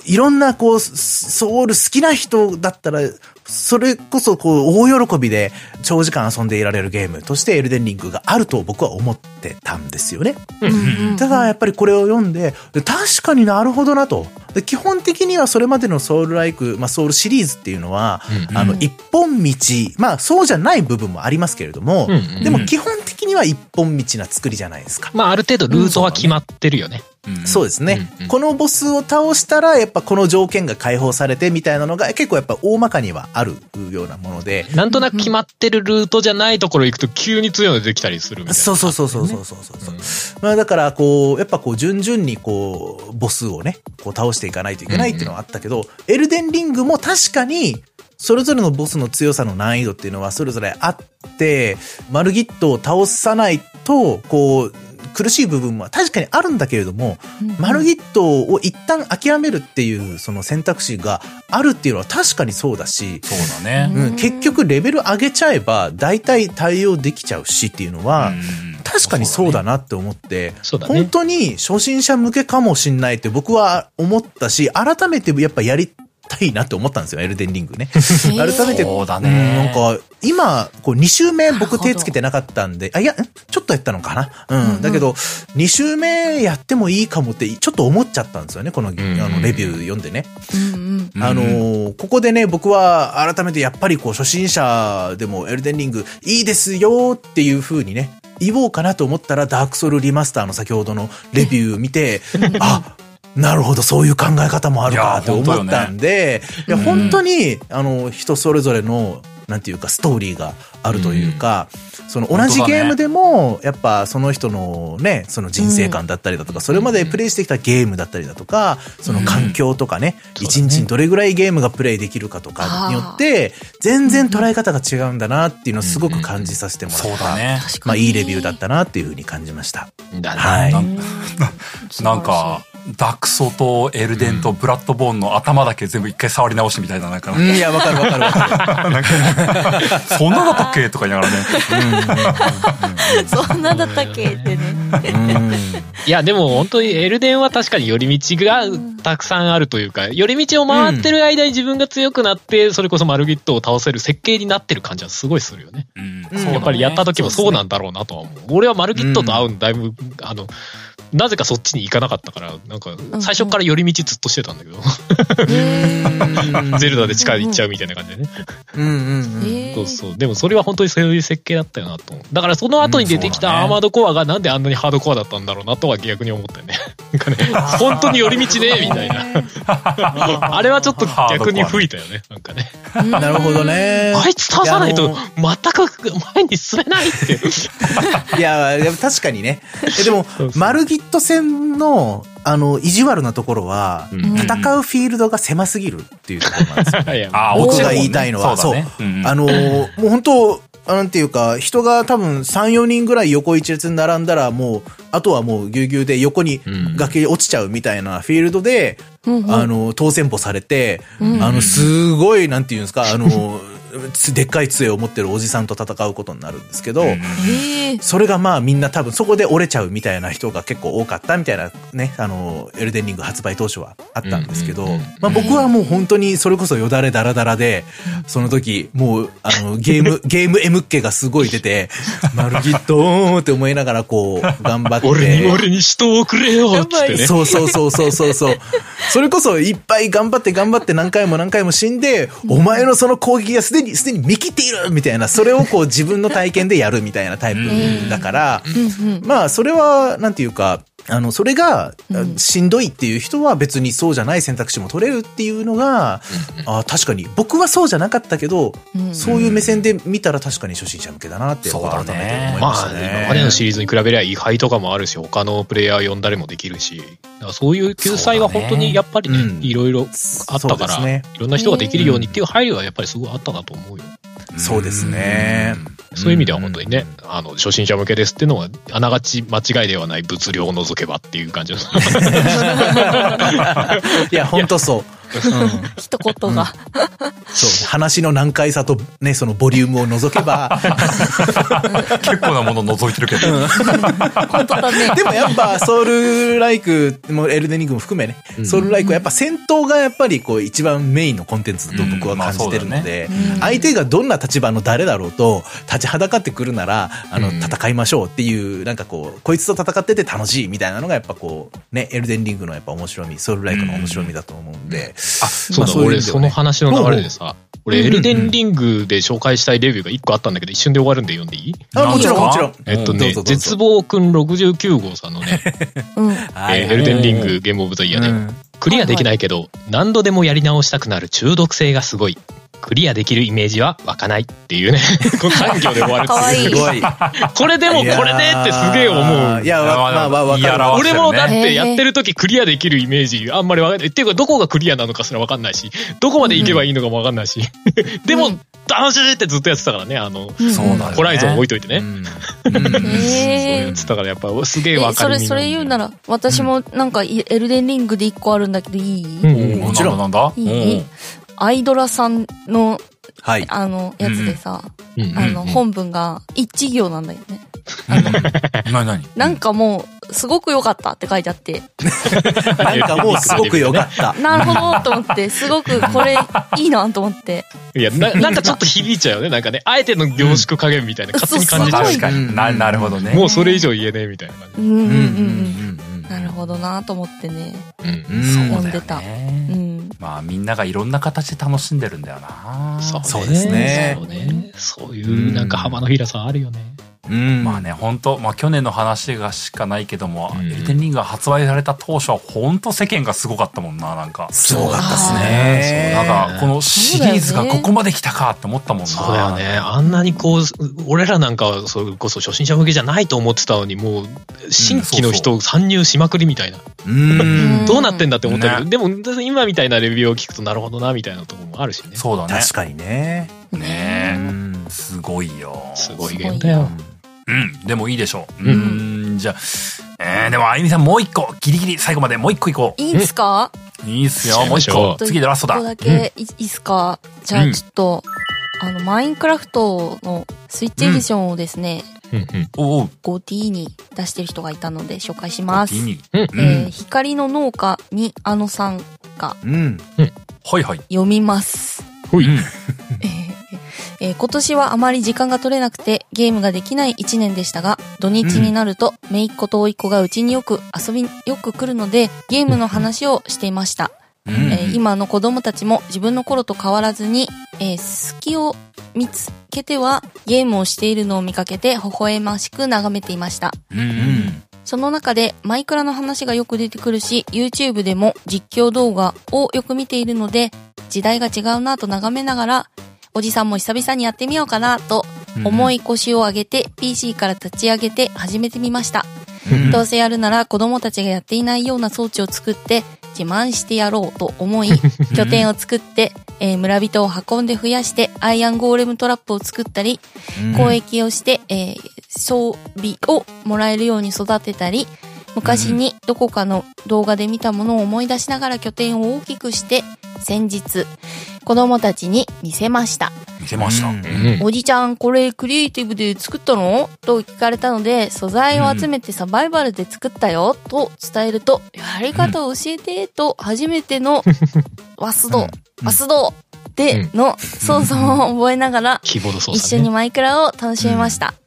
Speaker 3: いろんな、こう、ソウル好きな人だったら、それこそ、こう、大喜びで、長時間遊んでいられるゲームとして、エルデンリングがあると僕は思ってたんですよね。
Speaker 4: うん
Speaker 3: ただやっぱりこれを読んで、で確かになるほどなと。で基本的にはそれまでのソウルライク、まあソウルシリーズっていうのは、
Speaker 2: うん
Speaker 3: あの、一本道、まあそうじゃない部分もありますけれども、
Speaker 2: うんうん
Speaker 3: でも基本的には一本道な作りじゃないですか。
Speaker 2: まあ、ある程度ルートは決まってるよね。
Speaker 1: うん
Speaker 3: そうですね、
Speaker 2: うんうん
Speaker 3: このボスを倒したら、やっぱこの条件が解放されてみたいなのが結構やっぱ大まかにはあるようなもので、
Speaker 2: なんとなく決まってるルートじゃないところ行くと急に強いのできたりするみたいな。
Speaker 3: そうそうそうそうそうそうそう、まあだからこう、やっぱこう順々にこう、ボスをね、こう倒していかないといけないっていうのはあったけど、エルデンリングも確かに、それぞれのボスの強さの難易度っていうのはそれぞれあって、マルギットを倒さないと、こう、苦しい部分も確かにあるんだけれども、マルギットを一旦諦めるっていうその選択肢があるっていうのは確かにそうだし、
Speaker 1: そうだね。
Speaker 3: うん、結局レベル上げちゃえば大体対応できちゃうしっていうのは、
Speaker 1: うん
Speaker 3: 確かにそうだなって思って、
Speaker 2: そうだね
Speaker 3: 本当に初心者向けかもしんないって僕は思ったし、改めてやっぱやりたいなって思ったんですよ、エルデンリングね。
Speaker 4: ー
Speaker 3: 改めて、
Speaker 1: そうだ
Speaker 3: うん
Speaker 1: ね。
Speaker 3: なんか、今、こう2周目
Speaker 4: なるほ
Speaker 3: 僕
Speaker 4: ど
Speaker 3: 手つけてなかったんで、あ、いや、んちょっとやったのかな。うん。だけど、2周目やってもいいかもって、ちょっと思っちゃったんですよね、この、あ
Speaker 2: ん
Speaker 3: の、レビュー読んでね。
Speaker 4: うんうん
Speaker 1: ん
Speaker 3: あのーここでね、僕は改めてやっぱりこう、初心者でもエルデンリングいいですよっていう風にね、言おうかなと思ったら、ダークソウルリマスターの先ほどのレビュー見て、
Speaker 1: *laughs*
Speaker 3: あなるほど、そういう考え方もある
Speaker 1: いや
Speaker 3: かって思
Speaker 1: 本当よ
Speaker 3: っ
Speaker 1: ね
Speaker 3: たんで、いや、本当に、あの、人それぞれの、なんていうか、ストーリーがあるというか、その同じ
Speaker 1: 本当だね
Speaker 3: ゲームでも、やっぱその人のね、その人生観だったりだとか、それまでプレイしてきたゲームだったりだとか、その環境とかね、
Speaker 2: うん
Speaker 3: 一日にどれぐらいゲームがプレイできるかとかによって、全然捉え方が違うんだなっていうのをすごく感じさせてもらった。
Speaker 1: そうだね。
Speaker 4: 確かに
Speaker 3: まあいいレビューだ
Speaker 2: *laughs*
Speaker 3: ったなっていうふうに感じました。
Speaker 2: だな。
Speaker 3: はい。
Speaker 1: なんかなんか、ダクソとエルデンとブラッドボーンの頭だけ全部一回触り直してみたいな、なんか
Speaker 3: う、ん、いや、わかるわかるわか
Speaker 1: *laughs* そんなだったっけとか言いながらね。
Speaker 4: そんなだったっけって
Speaker 3: *laughs* る。
Speaker 4: ね。
Speaker 3: うん
Speaker 2: いや、でも本当にエルデンは確かに寄り道がたくさんあるというか、寄り道を回ってる間に自分が強くなって、それこそマルギットを倒せる設計になってる感じはすごいするよね。
Speaker 1: うん
Speaker 3: うん
Speaker 2: やっぱりやった時もそうなんだろうなとは思う。俺はマルギットと会うのだいぶ、あの、なぜかそっちに行かなかったから、なんか、最初から寄り道ずっとしてたんだけど、
Speaker 4: へ
Speaker 2: ゼルダで力いっちゃうみたいな感じでね。
Speaker 3: うんうんうん。
Speaker 4: え
Speaker 2: そうそう。でもそれは本当にそういう設計だったよなと思う。だからその後に出てき
Speaker 3: うんそうだ
Speaker 2: た
Speaker 3: ね
Speaker 2: アーマードコアがなんであんなにハードコアだったんだろうなとは逆に思ったよ
Speaker 3: *laughs*
Speaker 2: ね。なんかね、本当に寄り道ね、みたいな。あれはちょっと逆に吹いたよね、なんかね。
Speaker 3: なるほど。ね。
Speaker 2: あいつ倒さない
Speaker 3: い
Speaker 2: と
Speaker 3: や
Speaker 2: 全く前に進めない
Speaker 3: *laughs*
Speaker 2: って。
Speaker 3: いや、でも確かにね。えでも
Speaker 2: そう、そう
Speaker 3: マルギット戦の、あの、意地悪なところは、
Speaker 2: うん
Speaker 3: 戦うフィールドが狭すぎるっていうところなんですよ。
Speaker 2: いや
Speaker 1: あー
Speaker 3: 僕
Speaker 1: 落ちるもん
Speaker 3: が
Speaker 1: ね
Speaker 3: 言いたいのは、
Speaker 1: そ
Speaker 3: そうう,、
Speaker 1: だねうんうん
Speaker 3: あのー、もう本当、あなんていうか、人が多分3、4人ぐらい横一列に並んだら、もう、あとはもうぎゅうぎゅうで横に
Speaker 2: うん
Speaker 3: 崖に落ちちゃうみたいなフィールドで、あ
Speaker 4: あの、
Speaker 3: の、当選歩されて、
Speaker 4: うん
Speaker 3: あの、すごい、なんていうんですか、あの、つでっかい杖を持ってるおじさんと戦うことになるんですけど、
Speaker 4: ええ。
Speaker 3: それがまあみんな多分そこで折れちゃうみたいな人が結構多かったみたいなね、あの、エルデンリング発売当初はあったんですけ
Speaker 2: う
Speaker 3: ど
Speaker 2: んうんうん、
Speaker 3: まあ僕はもう本当にそれこそよだれだらだらで、その時もうあのゲー
Speaker 2: *laughs*
Speaker 3: ム、ゲーム M っ気がすごい出て、マルギットーンって思いながらこう頑張って。
Speaker 2: 俺に俺に人をくれよっつってね。
Speaker 3: そうそうそうそうそうそう。それこそいっぱい頑張って頑張って何回も何回も死んで、お前のその攻撃がすでに、すでに見切っているみたいな、それをこう自分の体験でやるみたいなタイプだから、まあそれは、なんていうか、あの、それが、
Speaker 4: ん
Speaker 3: しんどいっていう人は別にそうじゃない選択肢も取れるっていうのが、あ確かに、僕はそうじゃなかったけど、
Speaker 4: うん
Speaker 3: そういう目線で見たら確かに初心者向けだなって、改
Speaker 1: そうだね
Speaker 3: めて思いまし
Speaker 2: ま
Speaker 3: た
Speaker 2: あ、
Speaker 3: ね。
Speaker 2: 今までのシリーズに比べりゃ、位牌とかもあるし、他のプレイヤー呼んだりもできるし、だからそういう救済は本当にやっぱりね、
Speaker 3: そうだねうん
Speaker 2: いろいろあった
Speaker 3: そう
Speaker 2: か
Speaker 3: で
Speaker 2: ら、
Speaker 3: すね
Speaker 2: いろんな人ができるようにっていう配慮はやっぱりすごいあったなと思うよ。
Speaker 3: そうですね。
Speaker 2: そういう意味では本当にね、あの、初心者向けですっていうのは、あながち間違いではない物量を除けばっていう感じの。
Speaker 3: いや、本当そう。うん
Speaker 4: 一言が。
Speaker 2: *laughs*
Speaker 3: そう、話の難解さとね、そのボリュームを除けば、 *laughs*
Speaker 1: 結構なもの覗いてるけど。
Speaker 4: 本当だね。
Speaker 3: *laughs* でもやっぱソウルライク、もエルデンリングも含めね、ソウルライクはやっぱ戦闘がやっぱりこう一番メインのコンテンツだと僕は感じてるので
Speaker 4: うんまあそうだねう、ん
Speaker 3: 相手がどんな立場の誰だろうと立ちはだかってくるなら、あの、
Speaker 2: うん
Speaker 3: 戦いましょうっていう、なんかこう、こいつと戦ってて楽しいみたいなのがやっぱこう、ね、エルデンリングのやっぱ面白み、ソウルライクの面白みだと思うんで、
Speaker 2: あ、そうだ、
Speaker 3: そういう意
Speaker 2: 俺
Speaker 3: 味で
Speaker 2: そ
Speaker 3: はね
Speaker 2: の話の流れでさ、俺
Speaker 3: うん
Speaker 2: エルデンリングで紹介したいレビューが1個あったんだけど、一瞬で終わるんで読んでいい
Speaker 3: あ、もちろんもちろん。
Speaker 2: えっと
Speaker 3: どう
Speaker 2: ね
Speaker 3: ぞどうぞ、
Speaker 2: 絶望くん69号さんの
Speaker 3: *laughs*
Speaker 2: ね、
Speaker 4: うん。
Speaker 3: はい
Speaker 2: えーエルデンリングゲームオブザイヤーね、
Speaker 3: うん
Speaker 2: クリアできないけど、何度でもやり直したくなる中毒性がすごいクリアできるイメージは湧かないっていうねこの3行で終わる
Speaker 4: かわ
Speaker 2: って
Speaker 4: い
Speaker 2: い
Speaker 4: いう
Speaker 3: すごい。
Speaker 2: これでもこれでってすげえ思う
Speaker 3: いや、わまあまあわかるわ。
Speaker 2: 俺もだっ
Speaker 1: って
Speaker 2: やってる時クリアできるイメージあんまりわかんない。っていうかどこがクリアなのかすらわかんないし、どこまで行けばいいのかもわかんないし。でも、楽しいってずっとやってたからね、あの、
Speaker 1: そうなんだよね
Speaker 2: ホライゾン置いといてね。
Speaker 3: うん
Speaker 2: そうや
Speaker 4: ええ
Speaker 2: っ。てたからやっぱすげえわ
Speaker 4: え
Speaker 2: か
Speaker 4: そ
Speaker 2: る
Speaker 4: れ、それ言うなら、私もなんかい、エルデンリングで一個あるんだけど、いい
Speaker 2: うん
Speaker 1: うん
Speaker 3: もちろん
Speaker 1: なんだ
Speaker 4: いい
Speaker 1: なんだうん
Speaker 4: アイドラさんの、
Speaker 3: はい。
Speaker 4: あの、やつでさ、
Speaker 2: うんうん
Speaker 4: あの、本文が一行なんだよね。
Speaker 1: 何何
Speaker 4: なんかもう、すごく良かったって書いてあって、
Speaker 3: なんかもうすごく良かった。
Speaker 4: なるほどと思
Speaker 2: *laughs*
Speaker 4: って、すごくこれいいなと思って。
Speaker 2: いやな、 *laughs* なんかちょっと響いちゃうよね。なんかね、あえての凝縮加減みたいな、勝手に感じちゃ
Speaker 1: 確
Speaker 2: う。
Speaker 1: かに。な、なるほどね。
Speaker 2: もうそれ以上言えねえみたいな感
Speaker 4: うんうん
Speaker 3: う
Speaker 4: うん
Speaker 3: んうん
Speaker 4: うん。
Speaker 3: うん
Speaker 4: なるほどなと思ってね。
Speaker 2: じ。うん。
Speaker 3: うん
Speaker 1: そうだよね
Speaker 4: 読んでたうん。
Speaker 1: まあみんながいろんな形で楽しんでるんだよな。
Speaker 3: そうですね
Speaker 2: そうねそういう、なんか幅の平さあるよね。
Speaker 3: うん
Speaker 1: まあね、本当まあ去年の話がしかないけども、
Speaker 2: うん
Speaker 1: エルデンリングが発売された当初は本当世間がすごかったもんな、なんか。
Speaker 3: すごかったっす
Speaker 1: そう
Speaker 3: ね。
Speaker 1: なんか、このシリーズがここまで来たかって思ったもんな。
Speaker 2: そうだよね。。あんなにこう、俺らなんかはそれこそ初心者向けじゃないと思ってたのに、もう、新規の人参入しまくりみたいな。
Speaker 3: うん。
Speaker 2: どうなってんだって思ったけ
Speaker 1: ね
Speaker 2: ど、でも、今みたいなレビューを聞くとなるほどな、みたいなところもあるしね。
Speaker 1: そうだね。
Speaker 3: 確かにね。
Speaker 1: ね
Speaker 3: う
Speaker 1: え
Speaker 3: ん
Speaker 1: すごいよ。
Speaker 2: すごいゲームだよ。
Speaker 1: うん、でもいいでしょう。うん、じゃあ、えー、でもあゆみさんもう一個、ギリギリ最後までもう一個いこう。
Speaker 4: いいんですか
Speaker 1: いいっすよ
Speaker 2: しちゃ、い
Speaker 1: もう
Speaker 2: ま
Speaker 1: 一
Speaker 2: しょう
Speaker 1: 個。次でラスト
Speaker 4: こ
Speaker 1: だ
Speaker 4: こ。だけいいいっすかじゃ
Speaker 1: う
Speaker 4: あ
Speaker 1: ん
Speaker 4: ちょっと、あの、マインクラフトのスイッチエディションをですね、
Speaker 2: うんうん。
Speaker 1: おう、
Speaker 4: 5D に出してる人がいたので紹介します。
Speaker 1: いいに。
Speaker 2: うん
Speaker 1: う
Speaker 4: えー
Speaker 1: ん。
Speaker 4: 光の農家にあのさんが
Speaker 3: うん。
Speaker 1: はいはい。
Speaker 4: 読みます。
Speaker 1: ほい。
Speaker 4: えー今年はあまり時間が取れなくて、ゲームができない1年でしたが、土日になると、めいっ子とおいっ子がうちによく遊び、よく来るので、ゲームの話をしていました。
Speaker 1: うん
Speaker 4: えー今の子供たちも自分の頃と変わらずに、えー隙を見つけてはゲームをしているのを見かけて微笑ましく眺めていました。
Speaker 1: うん
Speaker 4: その中でマイクラの話がよく出てくるし、YouTube でも実況動画をよく見ているので、時代が違うなぁと眺めながら、おじさんも久々にやってみようかなと
Speaker 1: うん
Speaker 4: 重い腰を上げて PC から立ち上げて始めてみました。
Speaker 3: うん
Speaker 4: どうせやるなら子供たちがやっていないような装置を作って自慢してやろうと思い、
Speaker 3: *laughs*
Speaker 4: 拠点を作って、えー村人を運んで増やしてアイアンゴーレムトラップを作ったり、交易をして、えー装備をもらえるように育てたり、昔にどこかの動画で見たものを思い出しながら拠点を大きくして、先日、子供たちに見せました。
Speaker 1: 見せました。
Speaker 3: うん
Speaker 2: うん。
Speaker 4: おじちゃん、これクリエイティブで作ったのと聞かれたので、素材を集めてサバイバルで作ったよ、と伝えると、やり方を教えて、と初めての、ワス
Speaker 3: う
Speaker 4: ド
Speaker 3: ん、
Speaker 4: ワスドでの操作を覚えながら、
Speaker 2: キーボード操
Speaker 4: 一緒
Speaker 2: 作
Speaker 4: に
Speaker 2: ね。
Speaker 4: マイクラを楽しめました。
Speaker 3: うん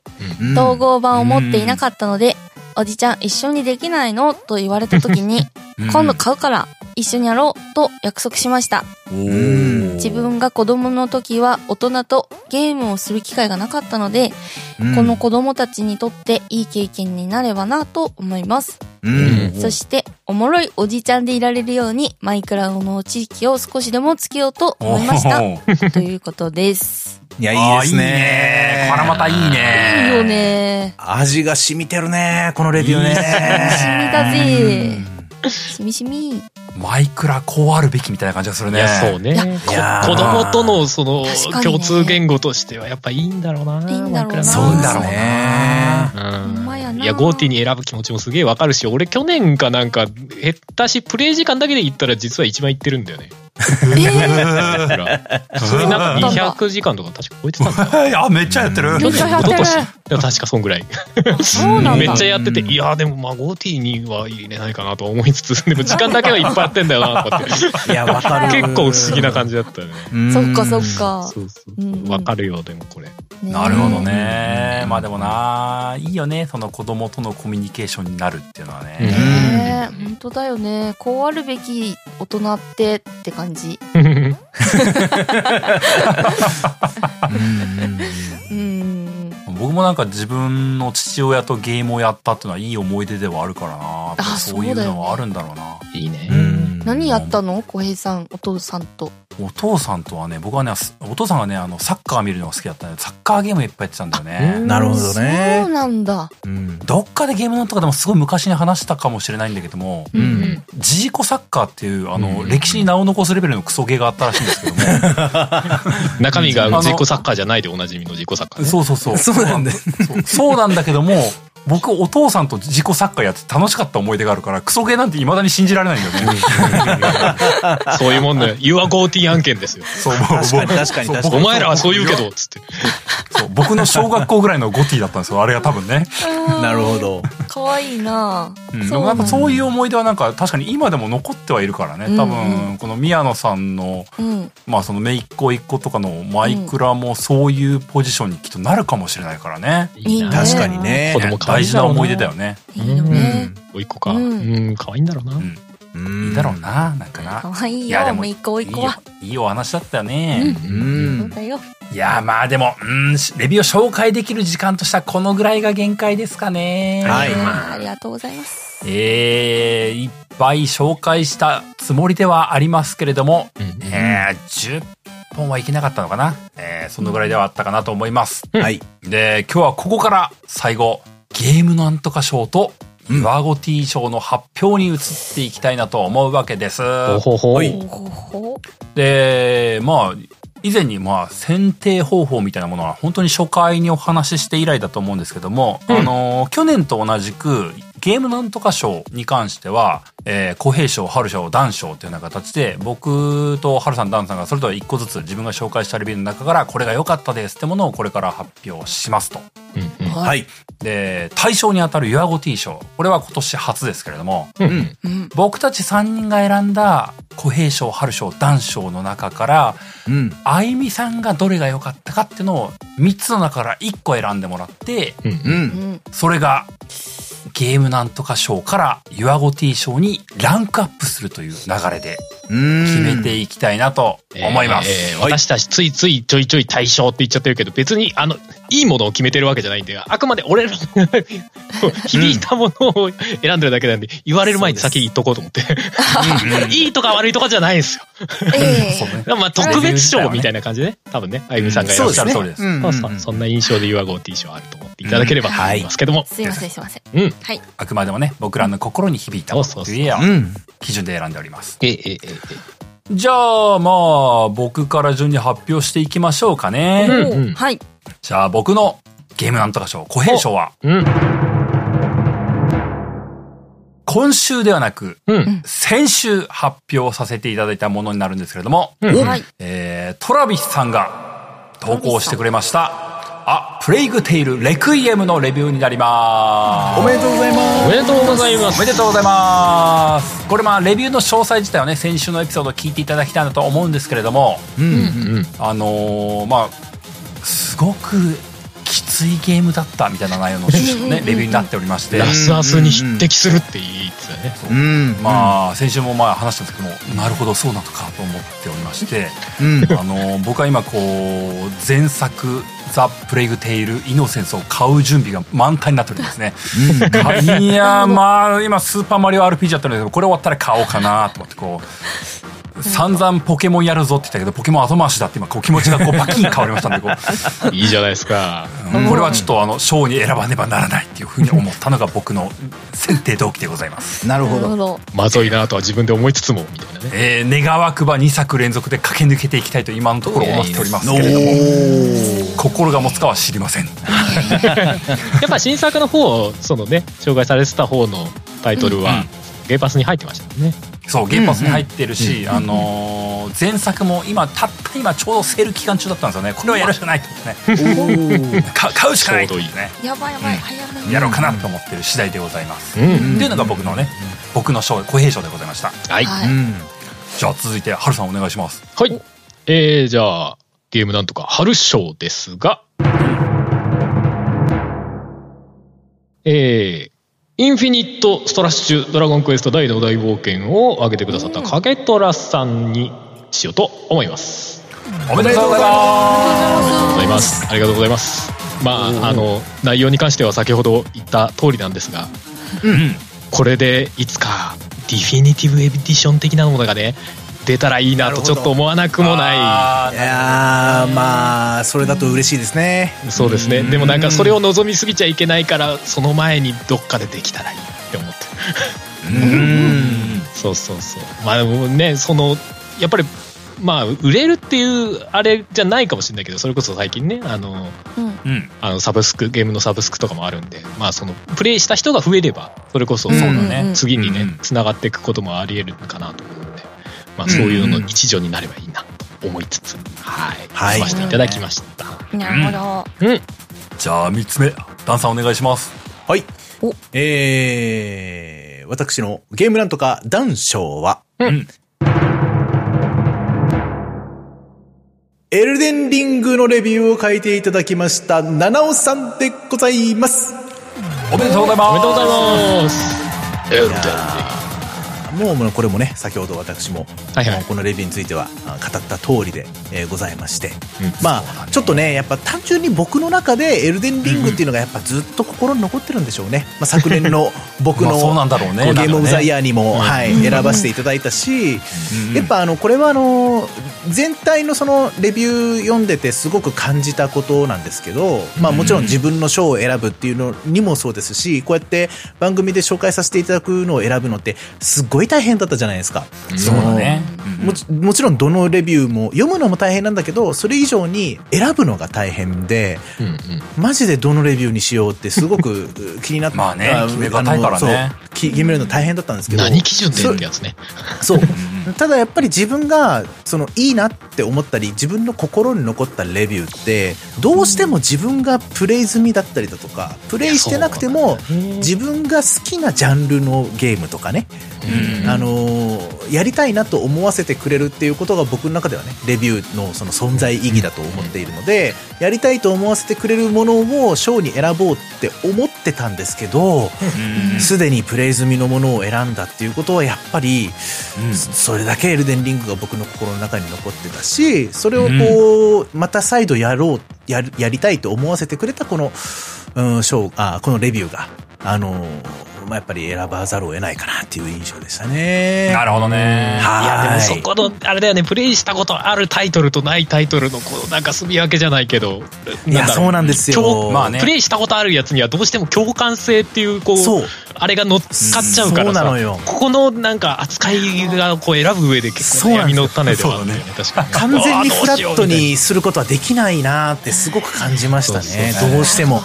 Speaker 4: 統合版を持っていなかったので、おじちゃん一緒にできないのと言われた時に、
Speaker 1: うん
Speaker 4: 今度買うから一緒にやろうと約束しました。
Speaker 1: おー
Speaker 4: 自分が子供の時は大人とゲームをする機会がなかったので、
Speaker 3: うん
Speaker 4: この子供たちにとっていい経験になればなと思います。
Speaker 3: うん
Speaker 4: そして、おもろいおじちゃんでいられるように、マイクラの知識を少しでもつけようと思いまし
Speaker 1: おー
Speaker 4: た。ということです。
Speaker 3: いや、い
Speaker 1: あ
Speaker 3: い
Speaker 1: ー
Speaker 3: ですね。
Speaker 1: これまたいい
Speaker 4: い
Speaker 1: ね。
Speaker 4: いよね
Speaker 3: 味が染みてるね、このレディオ
Speaker 1: いい
Speaker 4: し
Speaker 3: ね。
Speaker 4: みだぜしみしみ。
Speaker 1: マイクラこうあるべきみたいな感じがする
Speaker 2: い
Speaker 1: ね。
Speaker 2: や、 *laughs* そうね。
Speaker 4: いや
Speaker 2: こ
Speaker 3: いやー
Speaker 2: 子供との、その
Speaker 4: 確かにね、
Speaker 2: 共通言語としては、やっぱいいんだろうな。
Speaker 4: いいんだろうな
Speaker 2: 枕
Speaker 1: そうだろう
Speaker 3: そうで
Speaker 1: ね
Speaker 3: すね。
Speaker 2: う
Speaker 4: ほんまやない
Speaker 2: や、ゴーティに選ぶ気持ちもすげえわかるし、俺去年かなんか、減ったし、プレイ時間だけで言ったら実は一番行ってるんだよね。
Speaker 4: え
Speaker 2: ほら普通になんか200時間とか確か超えてたんだよ。
Speaker 1: いや、めっちゃやってる。
Speaker 4: めっちゃやってる
Speaker 2: 一昨年いや確かそんぐらい。
Speaker 4: ー、そうなん
Speaker 2: め
Speaker 4: だ
Speaker 2: っち。ゃやってて、いやーでもまあゴーティには入れないかなとは思いつつ、でも時間だけはいっぱいやってんだよな、とかって。
Speaker 3: いや、わかる。
Speaker 2: 結構不思議な感じだったよね。
Speaker 3: うん。
Speaker 4: そっかそっか
Speaker 2: そ。うそううん
Speaker 4: うん
Speaker 2: わかるよ、でもこれ。
Speaker 4: ね
Speaker 1: なるほどね。まあでもな、いいよね。その子供とのコミュニケーションになるっていうのは
Speaker 2: う
Speaker 1: ね。
Speaker 4: ねえ本当だよね。こうあるべき大人ってって感じ。うん。
Speaker 1: 僕もなんか自分の父親とゲームをやったっていうのはいい思い出ではあるからな。
Speaker 4: あ
Speaker 1: そういう
Speaker 4: そうだよ
Speaker 1: の
Speaker 4: ね
Speaker 1: はあるんだろうな。
Speaker 2: いいね
Speaker 3: う。ん
Speaker 4: 何やったの小平さん、お父さんと。
Speaker 1: お父さんとはね、僕はね、すお父さんがね、あの、サッカー見るのが好きだったんで、サッカーゲームいっぱいやってたんだよ
Speaker 2: うん
Speaker 1: ね。
Speaker 3: なるほど
Speaker 4: そう
Speaker 3: ね。
Speaker 4: なんだ。
Speaker 3: うん
Speaker 1: どっかでゲームのとかでもすごい昔に話したかもしれないんだけども、
Speaker 3: うん
Speaker 1: ジーコサッカーっていう、あの、
Speaker 2: うん
Speaker 1: 歴史に名を残すレベルのクソゲーがあったらしいんですけども、
Speaker 2: 中身
Speaker 1: あ
Speaker 2: が
Speaker 1: の
Speaker 2: 自己サッカーじゃないでおなじみの自己サッカーね。
Speaker 1: そうそうそう。
Speaker 3: そうなんだ
Speaker 1: そうそうなんだけども、僕、お父さんと自己サッカーやって楽しかった思い出があるから、クソゲーなんて未だに信じられないんだよね。
Speaker 2: そういうもんだよ。You are ゴーティ案件ですよ。
Speaker 1: *laughs* そう、もう
Speaker 3: 確かに
Speaker 1: 僕
Speaker 3: 確かに確か
Speaker 2: お
Speaker 3: に。
Speaker 2: 前らはそう言うけ
Speaker 1: *laughs*
Speaker 2: ど、つって。
Speaker 1: そう僕の小学校ぐらいのゴティだったんですよ、あれが多分ね。
Speaker 3: なるほ。ど。
Speaker 4: かわいいな
Speaker 1: うん、でもなんか
Speaker 4: そ
Speaker 1: そういう思い出はなんか確かに今でも残ってはいるからね。多
Speaker 4: うん
Speaker 1: 分、この宮野さんの、
Speaker 4: う。うん。
Speaker 1: まあそのめいっ子一個とかのマイクラもそういうポジションにきっとなるかもしれないからね。
Speaker 4: いいね
Speaker 3: 確かにね
Speaker 2: 子。供可愛
Speaker 1: 大
Speaker 2: いん
Speaker 1: 事
Speaker 2: だ
Speaker 1: な
Speaker 2: ろうな
Speaker 1: 思い出だよね。
Speaker 4: いいよね。
Speaker 2: おいっ子か。
Speaker 4: う
Speaker 2: うんん、可愛いんだろうな。
Speaker 3: うん
Speaker 1: いいだろうな、なんか
Speaker 4: か
Speaker 1: な。
Speaker 4: わいい
Speaker 1: い
Speaker 4: よ
Speaker 1: やで。も
Speaker 4: もう一個おいっ子
Speaker 1: いいよ
Speaker 4: は。
Speaker 1: いいお話だったよね。
Speaker 4: うん
Speaker 3: う。
Speaker 4: そうんだよ。
Speaker 1: いやーまあでも、うん、レビューを紹介できる時間としてはこのぐらいが限界ですかね。
Speaker 3: はい
Speaker 4: あーありがとうございます。
Speaker 1: えー、いっぱい紹介したつもりではありますけれども、
Speaker 2: うん
Speaker 1: えー、10本はいけなかったのかな。えー、そのぐらいではあったかなと思います。
Speaker 3: はい。
Speaker 1: で、今日はここから最後、ゲームなんとか賞と、
Speaker 3: うん
Speaker 1: ワゴティ賞の発表に移っていきたいなと思うわけです。
Speaker 2: ほほほ。
Speaker 3: はい
Speaker 4: ほほほ。
Speaker 1: で、まあ、以前にまあ選定方法みたいなものは本当に初回にお話しして以来だと思うんですけども、
Speaker 2: うん
Speaker 1: あの去年と同じくゲームなんとか賞に関しては、えー、公平賞、春賞、段賞というような形で僕と春さん、段さんがそれぞれ一個ずつ自分が紹介したレビューの中からこれが良かったですってものをこれから発表しますと。
Speaker 2: うんうん
Speaker 3: はい。
Speaker 1: で、大賞に当たるユアゴ T 賞。これは今年初ですけれども、
Speaker 2: うん
Speaker 3: うん
Speaker 4: うん。
Speaker 1: 僕たち3人が選んだ小平賞、春賞、男賞の中から、
Speaker 3: うん。
Speaker 1: あゆみさんがどれが良かったかっていうのを3つの中から1個選んでもらって、
Speaker 2: うん
Speaker 3: う。
Speaker 4: うんん。
Speaker 1: それがゲームなんとか賞からユアゴ T 賞にランクアップするという流れで
Speaker 3: うん。
Speaker 1: 決めていきたいなと思います。
Speaker 2: えー私たちついついちょいちょい対象って言っちゃってるけど別にあのいいものを決めてるわけじゃないんであくまで俺ら響いたものを選んでるだけなんで言われる前に先言っとこうと思って *laughs* いいとか悪いとかじゃないんですよ
Speaker 4: え
Speaker 1: そうね
Speaker 2: まあ特別賞みたいな感じでね多分ねあゆみさんがや
Speaker 3: そう
Speaker 2: る
Speaker 3: ですね。
Speaker 1: そうです
Speaker 3: うん
Speaker 2: そうそうそんな印象で YourGoT 賞あると思っていただければと思いますけども
Speaker 4: え。すいません、すいません。
Speaker 2: うん、え
Speaker 4: はい。
Speaker 1: あくまでもね、僕らの心に響いたも
Speaker 2: そ
Speaker 1: の
Speaker 2: う
Speaker 1: と
Speaker 2: そう
Speaker 1: いう
Speaker 3: う
Speaker 1: や
Speaker 3: ん。
Speaker 1: 基準で選んでおります。
Speaker 2: ええええ
Speaker 1: じゃあ、まあ、僕から順に発表していきましょうかね。
Speaker 2: うんうん
Speaker 4: はい。
Speaker 1: じゃあ、僕のゲームなんとか賞、小平賞は、
Speaker 2: ええうん
Speaker 1: 今週ではなく、
Speaker 2: うん
Speaker 1: 先週発表させていただいたものになるんですけれども、
Speaker 2: うん
Speaker 4: はい。
Speaker 1: えー、トラビスさんが投稿してくれました。あ、プレイグテイルレクイエムのレビューになります。
Speaker 3: おめでとうございま
Speaker 2: おめでとうございま
Speaker 1: おめ
Speaker 2: す
Speaker 1: でとうございます。これまあ、レビューの詳細自体はね、先週のエピソードを聞いていただきたいなと思うんですけれども、
Speaker 3: す。うん。
Speaker 2: うん
Speaker 1: あのーまあ、すごくきついゲームだったみたいな内容の、
Speaker 2: *laughs*
Speaker 1: ね、レビューになっておりまして
Speaker 2: ラ、スアスに匹敵するって言ってたね
Speaker 3: うん。
Speaker 1: まあ、先週もまあ話したんですけども、なるほど、そうなのかと思っておりまして、
Speaker 3: うん。
Speaker 1: あの僕は今こう前作「ザ・プレイグ・テイル・イノセンス」を買う準備が満タンになっておりますね、いやーまあ今「スーパーマリオ RPG」だったんですけどこれ終わったら買おうかなと思ってこう散々ポケモンやるぞって言ったけどポケモン後回しだって今こう気持ちがこうパキン変わりましたんでこう、
Speaker 2: いいじゃないですか
Speaker 1: うんこれはちょっとあの賞に選ばねばならないっていうふうに思ったのが僕の選定動機でございます
Speaker 3: なる
Speaker 4: な
Speaker 3: ほ
Speaker 4: るほ
Speaker 3: ど。
Speaker 4: ど。
Speaker 2: まずいなとは自分で思いつつもみたいなね
Speaker 1: えー、願わくば2作連続で駆け抜けていきたいと今のところ思っておりますけれども心が持つかは知りません
Speaker 2: やっぱ新作の方をそのね紹介されてた方のタイトルは、ゲーパスに入ってましたもんね
Speaker 1: そう原発に入ってるし、あのー前作も今たった今ちょうどセール期間中だったんですよねこれはやるしかないと思ってねか買うしかないと思ってね
Speaker 4: やばいやばい、早めに。
Speaker 1: やろうかなと思ってる次第でございます、
Speaker 2: ん
Speaker 1: っていうのが僕のね、僕の賞小平賞でございました
Speaker 2: はいは
Speaker 4: は
Speaker 3: う
Speaker 4: い。
Speaker 3: ん。
Speaker 1: じゃあ続いてハルさんお願いします
Speaker 2: いえー、じゃあゲームなんとか春賞ですがえーインフィニット・ストラッシュ・ドラゴンクエスト第の大冒険を挙げてくださった影虎さんにしようと思います。
Speaker 1: おめでとうございま
Speaker 2: ありがとうございます。ありがとうございます。まあ、あの内容に関しては先ほど言った通りなんですが、これでいつかディフィニティブエディション的なものがね出たらいいなとちょっと思わなくもない
Speaker 3: いやー、まあ、それだと嬉しいですね。
Speaker 2: い。そうですね。でもなんかそれを望みすぎちゃいけないからその前にどっかでできたらいいって思って。
Speaker 3: うん。
Speaker 2: そうそうそう。まあでもねそのやっぱり。まあ、売れるっていうあれじゃないかもしれないけどそれこそ最近ねあの
Speaker 4: うん。
Speaker 1: うん
Speaker 2: あのサブスクゲームのサブスクとかもあるんで、まあ、そのプレイした人が増えればそれこそ
Speaker 3: うん
Speaker 2: その
Speaker 1: ね
Speaker 4: んん
Speaker 2: 次に
Speaker 1: う
Speaker 2: ね
Speaker 1: ん
Speaker 2: つながっていくこともありえるかなと思うので、まあ、そういうのの一助になればいいなと思いつつ、はい
Speaker 3: は
Speaker 2: 読
Speaker 3: い
Speaker 2: ませていただきました、
Speaker 4: なるほ
Speaker 2: うん、
Speaker 1: じゃあ3つ目ダンさんお願いします
Speaker 3: はい
Speaker 4: お。
Speaker 3: えー、私のゲームなんとか男賞は、
Speaker 1: うん
Speaker 3: エルデンリングのレビューを書いていただきました、七尾さんでございます。
Speaker 1: おめでとうございます
Speaker 2: おめでとうございますエルデンリング
Speaker 3: もうもうこれもね先ほど私も、
Speaker 2: はいはい
Speaker 3: もうこのレビューについてはあ語った通りで、えーございまして、
Speaker 2: うん
Speaker 3: まあちょっとねやっぱ単純に僕の中でエルデンリングっていうのがやっぱずっと心に残ってるんでしょうね、まあ、昨年の僕の
Speaker 1: *laughs* まあそうなんだろうね
Speaker 3: こ
Speaker 1: なんかね
Speaker 3: ゲームオブザイヤーにも、はい、選ばせていただいたし、やっぱあのこれはあの全体のそのレビュー読んでてすごく感じたことなんですけど、まあ、もちろん自分の賞を選ぶっていうのにもそうですしこうやって番組で紹介させていただくのを選ぶのってすごい大変だったじゃないですか。
Speaker 1: そうだね
Speaker 3: もちもちろんどのレビューも読むのも大変なんだけどそれ以上に選ぶのが大変で
Speaker 2: うんうん
Speaker 3: マジでどのレビューにしようってす
Speaker 1: *laughs*
Speaker 3: ごくう気になって
Speaker 1: まあね決めがたいからね
Speaker 3: あのそうき決めるの大変だったんですけど
Speaker 2: 何基準でってやつね
Speaker 3: そう。ただやっぱり自分がそのいいなって思ったり自分の心に残ったレビューってどうしても自分がプレイ済みだったりだとかプレイしてなくても自分が好きなジャンルのゲームとかね、
Speaker 1: うん
Speaker 3: あのーやりたいなと思わせてくれるっていうことが僕の中ではねレビューのその存在意義だと思っているのでやりたいと思わせてくれるものを賞に選ぼうって思ってたんですけどすでにプレイ済みのものを選んだっていうことはやっぱりそれだけエルデンリングが僕の心の中に残ってたし、それをこう、また再度やろう、やる、やりたいと思わせてくれたこの、うん、ショー、あ、このレビューが、あのー、まあ、やっぱり選ばざるを得ないかなっていう印象でしたね。
Speaker 1: なるほどね。
Speaker 2: いや、で
Speaker 3: は
Speaker 2: も
Speaker 3: い
Speaker 2: そこの、あれだよね、プレイしたことあるタイトルとないタイトルの、こう、なんか住み分けじゃないけど、
Speaker 3: いや、そうなんですよ。
Speaker 2: 共
Speaker 1: まあね
Speaker 2: プレイしたことあるやつにはどうしても共感性っていう、こう、
Speaker 3: そう
Speaker 2: あれが乗っかっちゃうから
Speaker 3: そうな
Speaker 2: さ
Speaker 3: のよ、
Speaker 2: ここのなんか扱いがこう選ぶ上で結構
Speaker 3: そう
Speaker 2: 悩
Speaker 3: なんで
Speaker 2: み
Speaker 3: す
Speaker 2: の種ではあったよね、確かに。
Speaker 3: 完全に
Speaker 2: あー
Speaker 3: フ
Speaker 2: どう
Speaker 3: ラット。
Speaker 2: しようみたいな
Speaker 3: にすることはできないなーってすごく感じましたね。
Speaker 2: そうそう
Speaker 3: どうしても。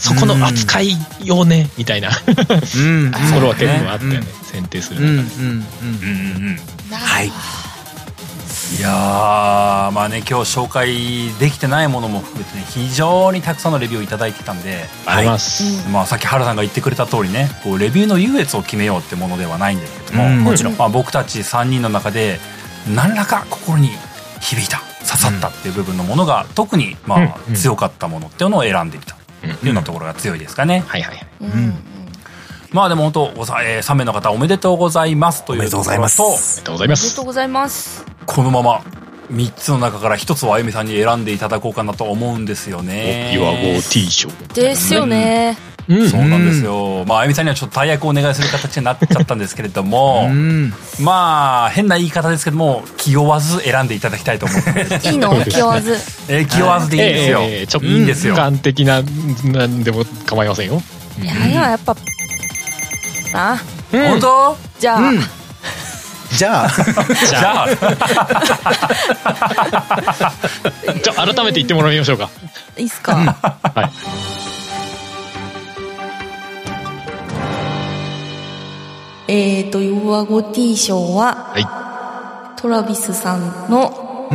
Speaker 2: そこの扱いよね、みた *laughs* いなと
Speaker 3: うん。
Speaker 2: ころは結構あったよ
Speaker 3: う
Speaker 2: ね
Speaker 3: ん、
Speaker 2: 選定する
Speaker 3: うん、うん、う
Speaker 2: 中
Speaker 1: うん
Speaker 2: で。
Speaker 3: ん。
Speaker 1: うんうん
Speaker 3: はい。
Speaker 1: いやーまあね今日紹介できてないものも含めてね非常にたくさんのレビューをいただいてたんで、
Speaker 2: あります。
Speaker 1: まあ、さっき原さんが言ってくれた通りねこうレビューの優越を決めようってものではないんですけども、
Speaker 3: うんもちろん
Speaker 1: まあ、僕たち3人の中で何らか心に響いた刺さったっていう部分のものが、特にまあ、
Speaker 2: うん
Speaker 1: 強かったものっていうのを選んでみたっていうようなところが強いですかね。
Speaker 2: はいはいはい。
Speaker 4: うん
Speaker 3: ん
Speaker 1: まあでも本当ござ、えー、3名の方おめでとうございますと
Speaker 3: お
Speaker 1: い
Speaker 3: め
Speaker 1: う
Speaker 3: で
Speaker 1: と
Speaker 3: とう
Speaker 1: ころと
Speaker 3: ございます。
Speaker 2: ありがとうございま
Speaker 4: ありがとう
Speaker 2: す。
Speaker 4: ございます。
Speaker 1: このまま3つの中から1つをあゆみさんに選んでいただこうかなと思うんですよね。
Speaker 2: You are go T 賞。
Speaker 4: ですよね。
Speaker 2: うん
Speaker 1: そうなんですよ。まあ、あゆみさんにはちょっと大役をお願いする形になっちゃったんですけれども
Speaker 3: う、ん。
Speaker 1: まあ、変な言い方ですけども、気負わず選んでいただきたいと思ってます。
Speaker 4: いいの
Speaker 2: そうですね
Speaker 4: 気負わず。
Speaker 1: えー気負わずでいいんですよ。
Speaker 2: ええちょっと
Speaker 1: いいんですよ。
Speaker 2: 感的な、なんでも構いませんよ。
Speaker 4: いや、いややっぱ、な。
Speaker 1: 本当
Speaker 4: じゃあ、
Speaker 3: うんじゃあ、
Speaker 2: じ
Speaker 1: じ
Speaker 2: ゃ
Speaker 1: ゃ
Speaker 2: あ、
Speaker 1: あ、
Speaker 2: *laughs* ちょ改めて言ってもらいましょうか。
Speaker 4: いいっすか。
Speaker 2: はい。
Speaker 4: えーと、ヨワゴ T 賞は、
Speaker 2: は
Speaker 4: トラビスさんの
Speaker 3: う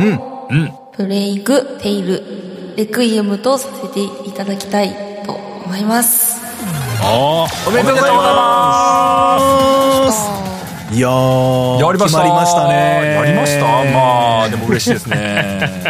Speaker 1: う
Speaker 3: ん。
Speaker 1: ん。
Speaker 4: プレイグ・テイル、レクイエムとさせていただきたいと思います。
Speaker 2: あ
Speaker 3: おめでとうございますいやー
Speaker 1: やりました。
Speaker 3: 決まりましたね
Speaker 1: やりましたまあ、でも嬉しいですね。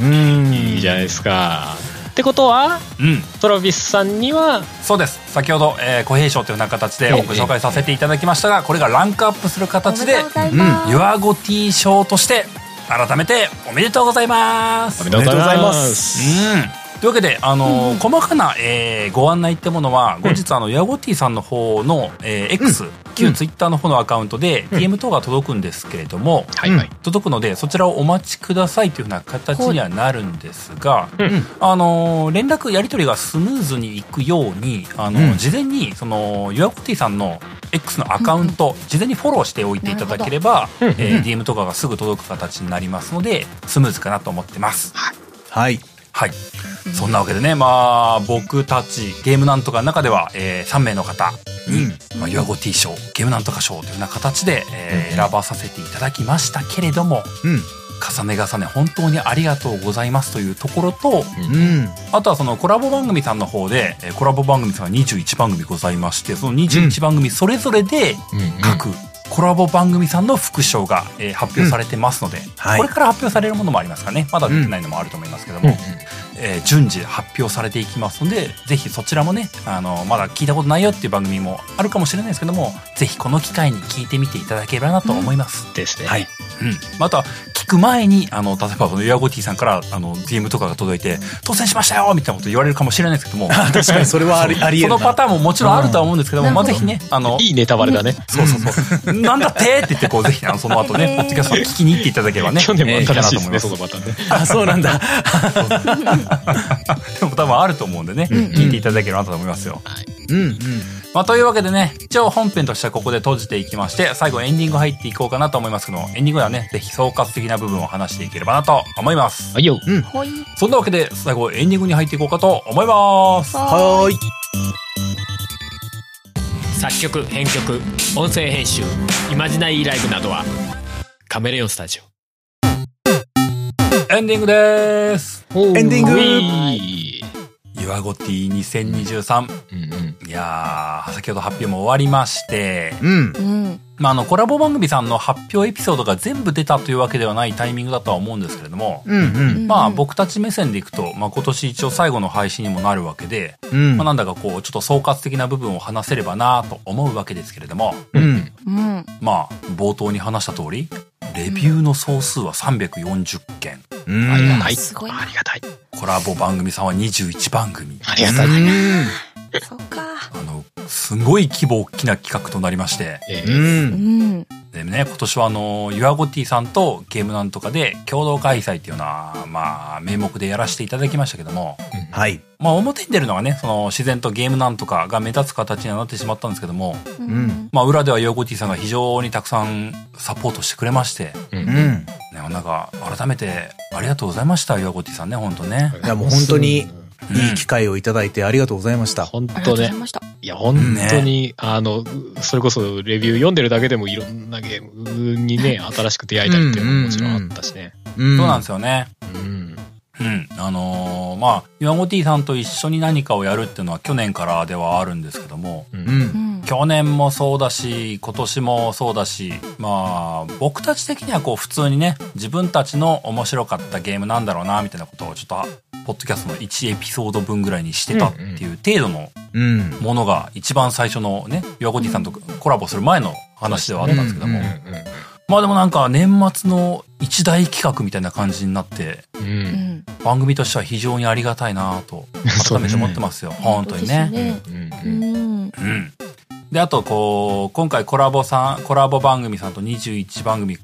Speaker 3: うん
Speaker 2: いいじゃないですか。ってことは、
Speaker 1: うん。
Speaker 2: トラビスさんには、
Speaker 1: そうです先ほど、えー、小平賞というような形でご紹介させていただきましたがこれがランクアップする
Speaker 4: お
Speaker 1: 形
Speaker 4: め
Speaker 1: で
Speaker 4: でとうございます。
Speaker 1: ユアゴ T 賞として改めておめでとうございます
Speaker 2: おめ
Speaker 3: でとうございます
Speaker 1: うんというわけで、あのー細かな、えーご案内ってものは後日あの、ヤゴティさんの方の、えー X、旧ツイッターの方のアカウントで DM 等が届くんですけれども、
Speaker 2: はいはい。
Speaker 1: 届くのでそちらをお待ちくださいというふうな形にはなるんですが、
Speaker 2: うん
Speaker 1: あのー連絡やり取りがスムーズにいくようにあのー、
Speaker 3: うん
Speaker 1: 事前にそのユアコティさんの X のアカウント、事前にフォローしておいていただければ、え
Speaker 2: るほど
Speaker 1: ー DM とかがすぐ届く形になりますのでスムーズかなと思ってます。
Speaker 3: はい
Speaker 1: はい。そんなわけでね、まあ、僕たち、ゲームなんとかの中では、え3名の方に、まあ、ユアゴ T 賞、ゲームなんとか賞というような形で、えー選ばさせていただきましたけれども、
Speaker 3: うん
Speaker 1: 重ね重ね本当にありがとうございますというところと、
Speaker 3: うん
Speaker 1: あとはそのコラボ番組さんの方で、えーコラボ番組さんは21番組ございまして、その21番組それぞれで、各コラボ番組さんの副賞が、えー発表されてますので、
Speaker 3: はい
Speaker 1: これから発表されるものもありますからね、まだ出てないのもあると思いますけども、
Speaker 2: うんうん
Speaker 1: えー順次発表されていきますので、ぜひそちらもね、あの、まだ聞いたことないよっていう番組もあるかもしれないですけども、ぜひこの機会に聞いてみていただければなと思います。
Speaker 2: ですね。
Speaker 1: はい。うん。また、聞く前に、あの、例えば、その、ユアゴティさんから、あの、DM とかが届いて、当選しましたよみたいなこと言われるかもしれないですけども、
Speaker 3: 確かにそれはありありえ
Speaker 1: そ
Speaker 3: るな
Speaker 1: のパターンももちろんあるとは思うんですけども、
Speaker 4: うん
Speaker 1: まあ、ぜひね、あの、
Speaker 2: いいネタバレだね。
Speaker 1: そうそうそう。なんだってって言って、こう、ぜひ、あの、その後ね、
Speaker 4: えー
Speaker 1: ポッドキャストを聞きに行っていただければね。
Speaker 2: 去年も
Speaker 1: えーいいか
Speaker 2: 新
Speaker 1: な
Speaker 2: しい
Speaker 1: と
Speaker 2: です
Speaker 1: 思
Speaker 2: ね、
Speaker 1: ます
Speaker 2: そのパターンね。
Speaker 3: あそうなんだ
Speaker 1: でも多分あると思うんでね、聞いていただければなと思いますよ。
Speaker 3: うんうん
Speaker 1: まあ、というわけでね、一応本編としてはここで閉じていきまして、最後エンディング入っていこうかなと思いますけども、エンディングではね、ぜひ総括的な部分を話していければなと思います。
Speaker 2: はいよ。
Speaker 4: ほい。
Speaker 1: そんなわけで、最後エンディングに入っていこうかと思います。
Speaker 3: はーい
Speaker 5: 作曲編曲音声編集イマジナイーライブなどはカメレオンスタジオ。
Speaker 1: エンディングです。
Speaker 3: エンディング
Speaker 2: ほい
Speaker 1: 岩ゴティ2023。
Speaker 2: うんうん
Speaker 1: いやー、先ほど発表も終わりまして、
Speaker 3: うん。
Speaker 4: うん。
Speaker 1: まあ、あの、コラボ番組さんの発表エピソードが全部出たというわけではないタイミングだとは思うんですけれども、
Speaker 3: うんうん。
Speaker 1: まあ、
Speaker 4: うん
Speaker 1: 僕たち目線でいくと、まあ、今年一応最後の配信にもなるわけで、
Speaker 3: うん
Speaker 1: まあ、なんだかこう、ちょっと総括的な部分を話せればなと思うわけですけれども、
Speaker 3: うん。
Speaker 4: うん。
Speaker 1: まあ、冒頭に話した通り、レビューの総数は340件、
Speaker 3: うん。
Speaker 2: ありがたい。
Speaker 4: すごい
Speaker 2: ありがたい。
Speaker 1: コラボ番組さんは21番組。
Speaker 2: ありがたい。
Speaker 4: そっか。
Speaker 1: あの、すごい規模大きな企画となりまして、
Speaker 2: え
Speaker 3: う。
Speaker 2: ー
Speaker 4: うんん。
Speaker 1: でね、今年はあの、ユアゴティさんとゲームなんとかで共同開催っていうような、まあ、名目でやらせていただきましたけども、
Speaker 3: はい。
Speaker 1: まあ、表に出るのがね、その、自然とゲームなんとかが目立つ形にはなってしまったんですけども、
Speaker 4: うんん。
Speaker 1: まあ、裏ではユアゴティさんが非常にたくさんサポートしてくれまして、
Speaker 2: うん
Speaker 3: う
Speaker 2: うん
Speaker 3: ん。
Speaker 1: ね、なんか、改めて、ありがとうございました、ユアゴティさんね、ほんとね。
Speaker 3: いやもう本当にいい機会をいただいてありがとうございました。
Speaker 2: 本
Speaker 4: ありがと
Speaker 2: 当
Speaker 4: うござい
Speaker 2: ね。
Speaker 4: ました。
Speaker 2: いや、本当に、あの、それこそレビュー読んでるだけでもいろんなゲームにね、新しく出会えたりっていうのももちろんあったしね。
Speaker 3: うん
Speaker 1: そうなんですよね。
Speaker 2: うん。
Speaker 1: うん。あのーまあ、ユアゴティさんと一緒に何かをやるっていうのは去年からではあるんですけども、
Speaker 2: う。
Speaker 3: うんん。
Speaker 4: ん。
Speaker 1: 去年もそうだし、今年もそうだし、まあ、僕たち的にはこう普通にね、自分たちの面白かったゲームなんだろうな、みたいなことをちょっと、ポッドキャストの1エピソード分ぐらいにしてたっていう程度の
Speaker 3: うん。
Speaker 1: ものが一番最初のね、岩ゴティさんとコラボする前の話ではあったんですけども、
Speaker 3: うんうん
Speaker 1: まあでもなんか年末の一大企画みたいな感じになって、
Speaker 2: うん。う。
Speaker 4: うんん。
Speaker 1: 番組としては非常にありがたいなと、
Speaker 2: そ
Speaker 1: 改
Speaker 2: う
Speaker 1: め
Speaker 2: ね
Speaker 1: て思ってますよ。本当にね。
Speaker 4: ね。
Speaker 2: うん
Speaker 4: う
Speaker 2: うん
Speaker 4: ん。
Speaker 1: うん。で、あと、こう、今回コラボさん、コラボ番組さんと21番組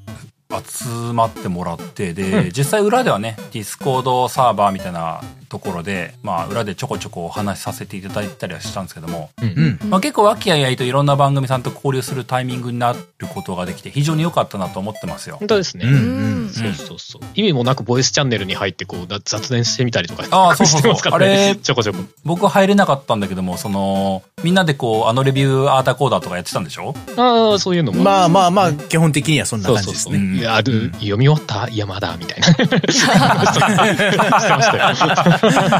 Speaker 1: 集まってもらって、で、実際裏ではね、ディスコードサーバーみたいなところで、まあ、裏でちょこちょこお話しさせていただいたりはしたんですけども、
Speaker 2: うん
Speaker 3: うん。
Speaker 1: まあ、結構和気あいあいといろんな番組さんと交流するタイミングになることができて、非常に良かったなと思ってますよ
Speaker 2: 本。当ですね。
Speaker 3: うん
Speaker 4: うん。
Speaker 2: そうそうそう。意味もなくボイスチャンネルに入ってこうだ雑談してみたりとか
Speaker 1: ああそうそうそう
Speaker 2: してますからね
Speaker 1: あれ
Speaker 2: ちょこちょこ。
Speaker 1: 僕入れなかったんだけども、その、みんなでこう、あのレビューアーダーコーダーとかやってたんでしょ
Speaker 2: ああ、そういうのも。
Speaker 3: まあまあまあ、基本的にはそんな
Speaker 2: そう
Speaker 3: 感じ
Speaker 2: そう
Speaker 3: です
Speaker 2: そう。
Speaker 3: ね。
Speaker 1: ね
Speaker 2: いやある
Speaker 3: うん
Speaker 2: 読み終わったいや、まだ、みたいな。してましたよ。
Speaker 4: へーへ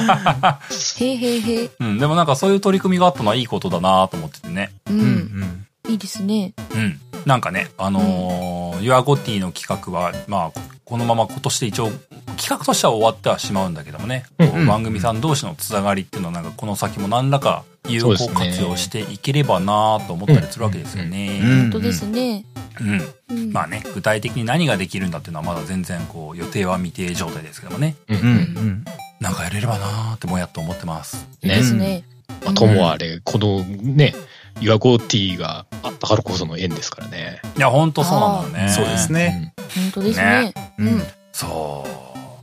Speaker 4: ーへー。
Speaker 1: うん。でもなんかそういう取り組みがあったのはいいことだなと思っててね。
Speaker 4: う。
Speaker 3: うんん
Speaker 4: いいですね。
Speaker 1: うん。なんかね、あのー、ユアゴティの企画は、まあ、ここのまま今年で一応、企画としては終わってはしまうんだけどもね、こう
Speaker 3: うんうん
Speaker 1: 番組さん同士のつながりっていうのは、なんかこの先も何らか有効
Speaker 2: そうですね
Speaker 1: 活用していければなと思ったりするわけですよ
Speaker 3: うん。
Speaker 1: ね。
Speaker 4: 本当ですね。
Speaker 1: うん。
Speaker 4: うん。
Speaker 1: まあね、具体的に何ができるんだっていうのはまだ全然こう予定は未定状態ですけどもね、
Speaker 3: うんうん。
Speaker 1: なんかやれればなーってもやっと思ってます。
Speaker 4: いいですね。
Speaker 2: まあ、ともあれ、このね、ユアゴーティーがあったからこその縁ですからね。
Speaker 1: いや、ほんとそうなんだよね。
Speaker 3: そうですね。
Speaker 4: 本当ですね。うん。
Speaker 1: そ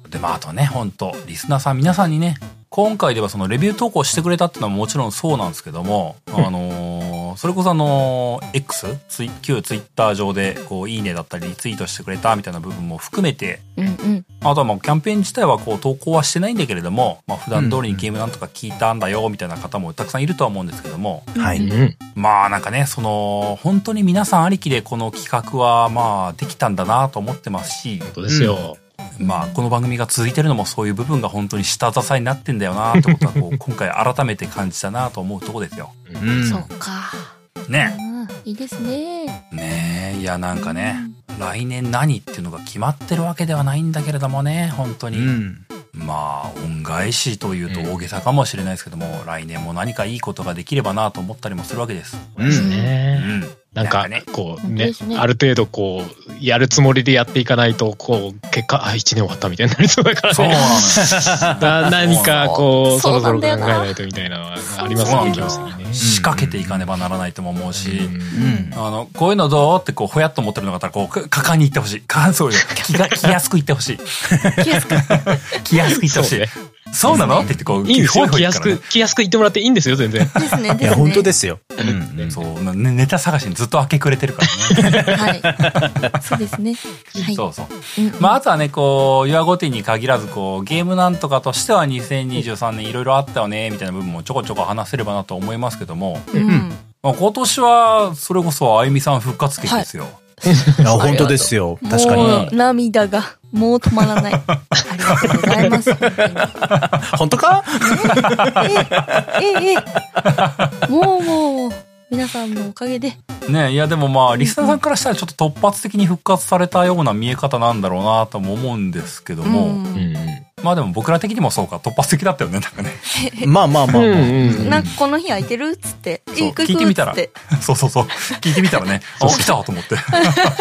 Speaker 1: う。で、まあ、あとね、ほんと、リスナーさん、皆さんにね、今回ではそのレビュー投稿してくれたっていうのはもちろんそうなんですけども、あのーそれこそあのー X、ツイ旧ツイッター上で、こう、いいねだったり、リツイートしてくれたみたいな部分も含めて、
Speaker 4: うんうん。
Speaker 1: あとはもうキャンペーン自体はこう投稿はしてないんだけれども、まあ普段通りにゲームなんとか聞いたんだよみたいな方もたくさんいるとは思うんですけども、
Speaker 3: は
Speaker 2: う
Speaker 3: い。
Speaker 2: ん。
Speaker 1: まあなんかね、その本当に皆さんありきでこの企画はまあできたんだなと思ってますし、
Speaker 2: 本当ですよ。
Speaker 1: まあ、この番組が続いてるのもそういう部分が本当に下支えになってんだよなってことはこう今回改めて感じたなと思うとこですよ。
Speaker 3: うん
Speaker 4: そうか。
Speaker 1: ね
Speaker 4: うんいいですね。
Speaker 1: ねえいやなんかね来年何っていうのが決まってるわけではないんだけれどもね本当
Speaker 3: う
Speaker 1: に、
Speaker 3: ん。
Speaker 1: まあ恩返しというと大げさかもしれないですけども、来年も何かいいことができればなと思ったりもするわけです。
Speaker 3: うん
Speaker 2: です
Speaker 1: う
Speaker 2: ね。
Speaker 1: ん、
Speaker 2: な
Speaker 1: な
Speaker 2: んか
Speaker 1: んかね
Speaker 2: こう
Speaker 4: 本当
Speaker 2: ね
Speaker 4: ですね
Speaker 2: ある程度こう、やるつもりでやっていかないと、こう、結果、あ、一年終わったみたいになりそうだから
Speaker 1: そう
Speaker 2: ね。
Speaker 3: *laughs*
Speaker 1: なのよ
Speaker 2: だ何かこう、そ
Speaker 4: そ
Speaker 2: ろ
Speaker 4: う
Speaker 2: そ
Speaker 4: な
Speaker 2: ろ
Speaker 4: ん
Speaker 2: 考
Speaker 4: だ
Speaker 2: え
Speaker 4: よな
Speaker 2: ないとみたいなのはあります
Speaker 1: そうな
Speaker 2: ね、
Speaker 1: んだ
Speaker 2: 気
Speaker 1: よ
Speaker 2: がするね。
Speaker 1: 仕掛けていかねばならないとも思うし、
Speaker 3: うん。
Speaker 1: あの、こういうのどうってこう、ほやっと思ってるのがあったら、こう、か果敢に行ってほしい。感想よ。気
Speaker 2: *laughs*
Speaker 1: が、気安く言ってほしい。
Speaker 4: 気安く。
Speaker 1: *laughs* 気安く言ってほしい。そ,、
Speaker 2: そううね
Speaker 1: なのって言ってこう、
Speaker 2: いいんですよ。
Speaker 1: ほいほい
Speaker 2: 気安
Speaker 1: ほい
Speaker 2: く、気安く言ってもらっていいんですよ、全然。
Speaker 4: ですね。
Speaker 3: い
Speaker 4: です
Speaker 3: や、
Speaker 4: ね。。
Speaker 3: 本当ですすよ。う
Speaker 1: 言
Speaker 3: ん
Speaker 1: うからねそう、ねネタ探しにずっと明け暮れてるから
Speaker 2: *laughs*
Speaker 1: ね。
Speaker 4: はい。そうですね。はい。
Speaker 1: そうそう。
Speaker 4: うん
Speaker 1: まあ、あとはね、こう、ユアゴティに限らず、こう、ゲームなんとかとしては2023年いろいろあったよね、みたいな部分もちょこちょこ話せればなと思いますけども、
Speaker 4: うん。
Speaker 1: まあ、今年は、それこそあゆみさん復活劇ですよ。
Speaker 3: あ、本当ですよ。確か
Speaker 4: もう
Speaker 3: に。
Speaker 4: 涙が、もう止まらない。ありがとうございます。
Speaker 3: 本当か
Speaker 4: ええ、ええ、もうもう、皆さんのおかげで。
Speaker 1: ねいやでもまあ、リスナーさんからしたらちょっと突発的に復活されたような見え方なんだろうなとも思うんですけども、
Speaker 2: うん
Speaker 4: ん、
Speaker 1: まあでも僕ら的にもそうか、突発的だったよね、なんかね。 *laughs*
Speaker 3: まあまあまあ
Speaker 2: うん
Speaker 3: まあ。
Speaker 2: うん
Speaker 4: なんかこの日空いてるっつって、
Speaker 1: そう
Speaker 4: 行く
Speaker 1: 聞いてみたら
Speaker 4: 行くっつって
Speaker 1: そうそうそう。聞いてみたら
Speaker 3: *laughs*
Speaker 1: ね、あ、起きたと思って。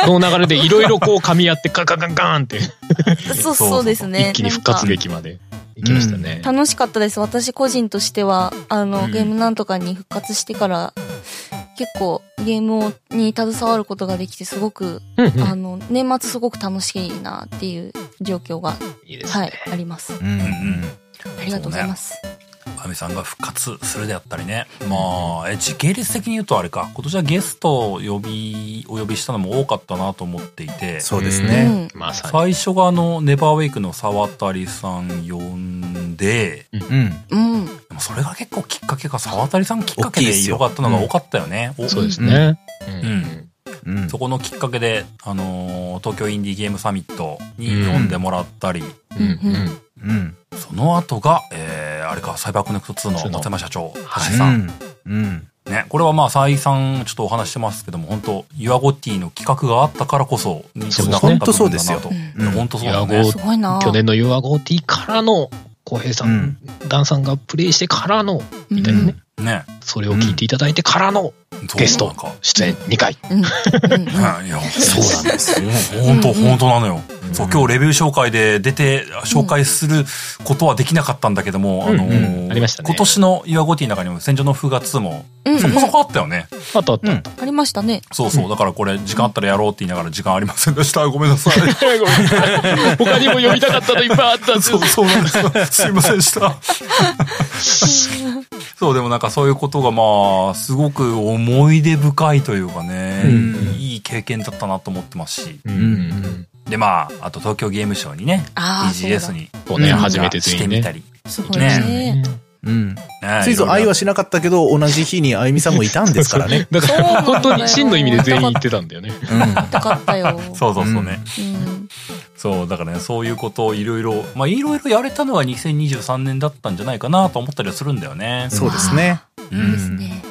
Speaker 2: その流れでいろいろこう噛み合ってカンカンカンカンって
Speaker 4: そう
Speaker 1: そう
Speaker 4: そうですね。
Speaker 2: 一気に復活
Speaker 4: なんか
Speaker 2: 劇まで行きましたね。
Speaker 4: 楽しかったです。私個人としては、あの、
Speaker 2: うん
Speaker 4: ゲームなんとかに復活してから、結構ゲームに携わることができて、すごく、
Speaker 2: うんうん
Speaker 4: あの、年末すごく楽しいなっていう状況が、
Speaker 2: いいです
Speaker 4: はい
Speaker 2: ね。、
Speaker 4: あります。
Speaker 3: うんうん
Speaker 4: ありがとうございます。
Speaker 1: アメさんが復活するであったりね。まあ、え、時系列的に言うとあれか、今年はゲストを呼び、お呼びしたのも多かったなと思っていて、
Speaker 3: そうですね。
Speaker 4: うん
Speaker 2: まさ
Speaker 1: 最初があの、ネバーウェイクの沢渡さん呼んで、
Speaker 3: うん。
Speaker 4: うん。
Speaker 1: でもそれが結構きっかけか、沢渡さんきっかけ
Speaker 3: 大きいっ
Speaker 1: です
Speaker 3: よ
Speaker 1: 良かったのが多かったよね。お
Speaker 2: に。そうですね。うん
Speaker 1: うん
Speaker 3: うん
Speaker 1: そこのきっかけで、あのー東京インディーゲームサミットに呼んでもらったり、
Speaker 2: うんうんうん
Speaker 3: うん。
Speaker 1: その後が、えー、あれか、サイバーコネクト2の松山社長、
Speaker 2: はい
Speaker 1: 橋さん。
Speaker 3: うん。
Speaker 1: ね、これはまあ、再三ちょっとお話してますけども、本当ユアゴッティの企画があったからこそ、
Speaker 2: そうですね
Speaker 1: 本当と
Speaker 4: 本当そうです
Speaker 3: ようん
Speaker 1: 本当そうだね。
Speaker 4: すごいな
Speaker 2: 去年の u r g o t からの浩平さ
Speaker 3: うんん、
Speaker 2: ダンさんがプレイしてからの、
Speaker 4: うん
Speaker 2: みたいなね。
Speaker 1: ね。
Speaker 2: それを聞いていただいてからの
Speaker 1: そう
Speaker 2: ゲスト
Speaker 1: なんか。
Speaker 2: 出演2回。
Speaker 4: うん。うん
Speaker 1: はいいや、そうなんですよ。
Speaker 4: ん
Speaker 1: 本当
Speaker 4: うん
Speaker 1: 本当なのよ。そう、今日レビュー紹介で出て、紹介することはできなかったんだけども、
Speaker 2: うん
Speaker 1: あのー
Speaker 2: うんありましたね
Speaker 1: 今年のユアゴティの中にも、戦場の風が2も、
Speaker 4: うん
Speaker 1: そこそこあったよね。
Speaker 2: あとあと *laughs*
Speaker 3: うん。
Speaker 4: ありましたね。
Speaker 1: そうそう、だからこれ、時間あったらやろうって言いながら、時間ありませんでした。ごめんなさい。
Speaker 2: *laughs* 他にも読みたかったのいっぱいあったんです
Speaker 1: そう、そうなんですよ。すいませんでした。そう、でもなんかそういうことがまあ、すごく思い出深いというかね、
Speaker 3: うん
Speaker 1: いい経験だったなと思ってますし。
Speaker 2: うんうん
Speaker 1: でまあ、あと東京ゲームショウにね、
Speaker 4: ああ、そうだ
Speaker 1: BGS に
Speaker 2: そうね、
Speaker 3: うん
Speaker 2: 初めて
Speaker 1: し
Speaker 2: 全
Speaker 1: て
Speaker 2: 員
Speaker 1: み
Speaker 2: ね
Speaker 1: た。り。
Speaker 4: すごいね。
Speaker 3: うん。
Speaker 1: ね
Speaker 3: ついぞ愛はしなかったけど、同じ日にあゆみさんもいたんですか
Speaker 2: *laughs*
Speaker 3: らね。
Speaker 2: だか
Speaker 4: そうな
Speaker 2: ら
Speaker 4: んだよ
Speaker 2: 本当に真の意味で全員行ってたんだよね。
Speaker 3: うん。
Speaker 4: 高かったよ。
Speaker 1: そうそうそうね。
Speaker 4: うん。
Speaker 1: そう、だからね、そういうことをいろいろ、まあいろいろやれたのが2023年だったんじゃないかなと思ったりはするんだよね。
Speaker 3: そうですね。
Speaker 1: う
Speaker 4: いい
Speaker 1: ん
Speaker 4: で
Speaker 1: ね
Speaker 4: すね。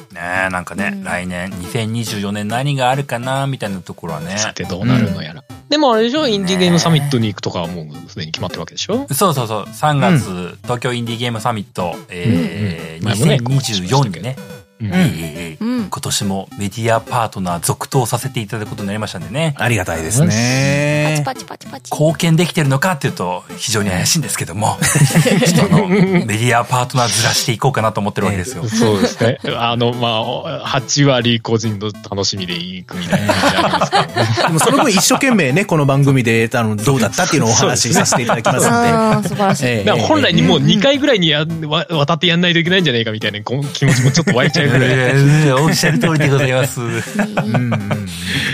Speaker 1: えなんかね、
Speaker 4: うん
Speaker 1: 来年、2024年何があるかな、みたいなところはね。
Speaker 2: さてどうなるのやら。でもあれでしょインディーゲームサミットに行くとかはもうすでに決まってるわけでしょ
Speaker 1: そうそうそう。3月、東京インディーゲームサミット、えー
Speaker 2: うんうん前もね
Speaker 1: 2024にね、
Speaker 2: うん
Speaker 1: ええええ
Speaker 4: うん
Speaker 1: 今年もメディアパートナー続投させていただくことになりましたんでね。
Speaker 3: ありがたいです
Speaker 4: パチ
Speaker 3: ね。
Speaker 4: パチパチパチ。
Speaker 1: 貢献できてるのかっていうと非常に怪しいんですけど *laughs* も、ちょっとあのメディアパートナーずらしていこうかなと思ってるわけですよ。
Speaker 2: そうですね。あの、まあ、8割個人の楽しみで行くみたいな感じあります
Speaker 3: *laughs*
Speaker 2: けどね。
Speaker 3: でもその分一生懸命ね、この番組で、あの、どうだったっていうのをお話しさせていただきますん
Speaker 4: ああ、素晴らしい。
Speaker 3: で。ええ
Speaker 2: だから本来にもう2回ぐらいにやわ渡ってやんないといけないんじゃないかみたいなこう気持ちもちょっと湧いちゃうぐら
Speaker 1: *laughs*
Speaker 2: い。
Speaker 1: えーおっしゃる通りでございます。
Speaker 3: うんうんうん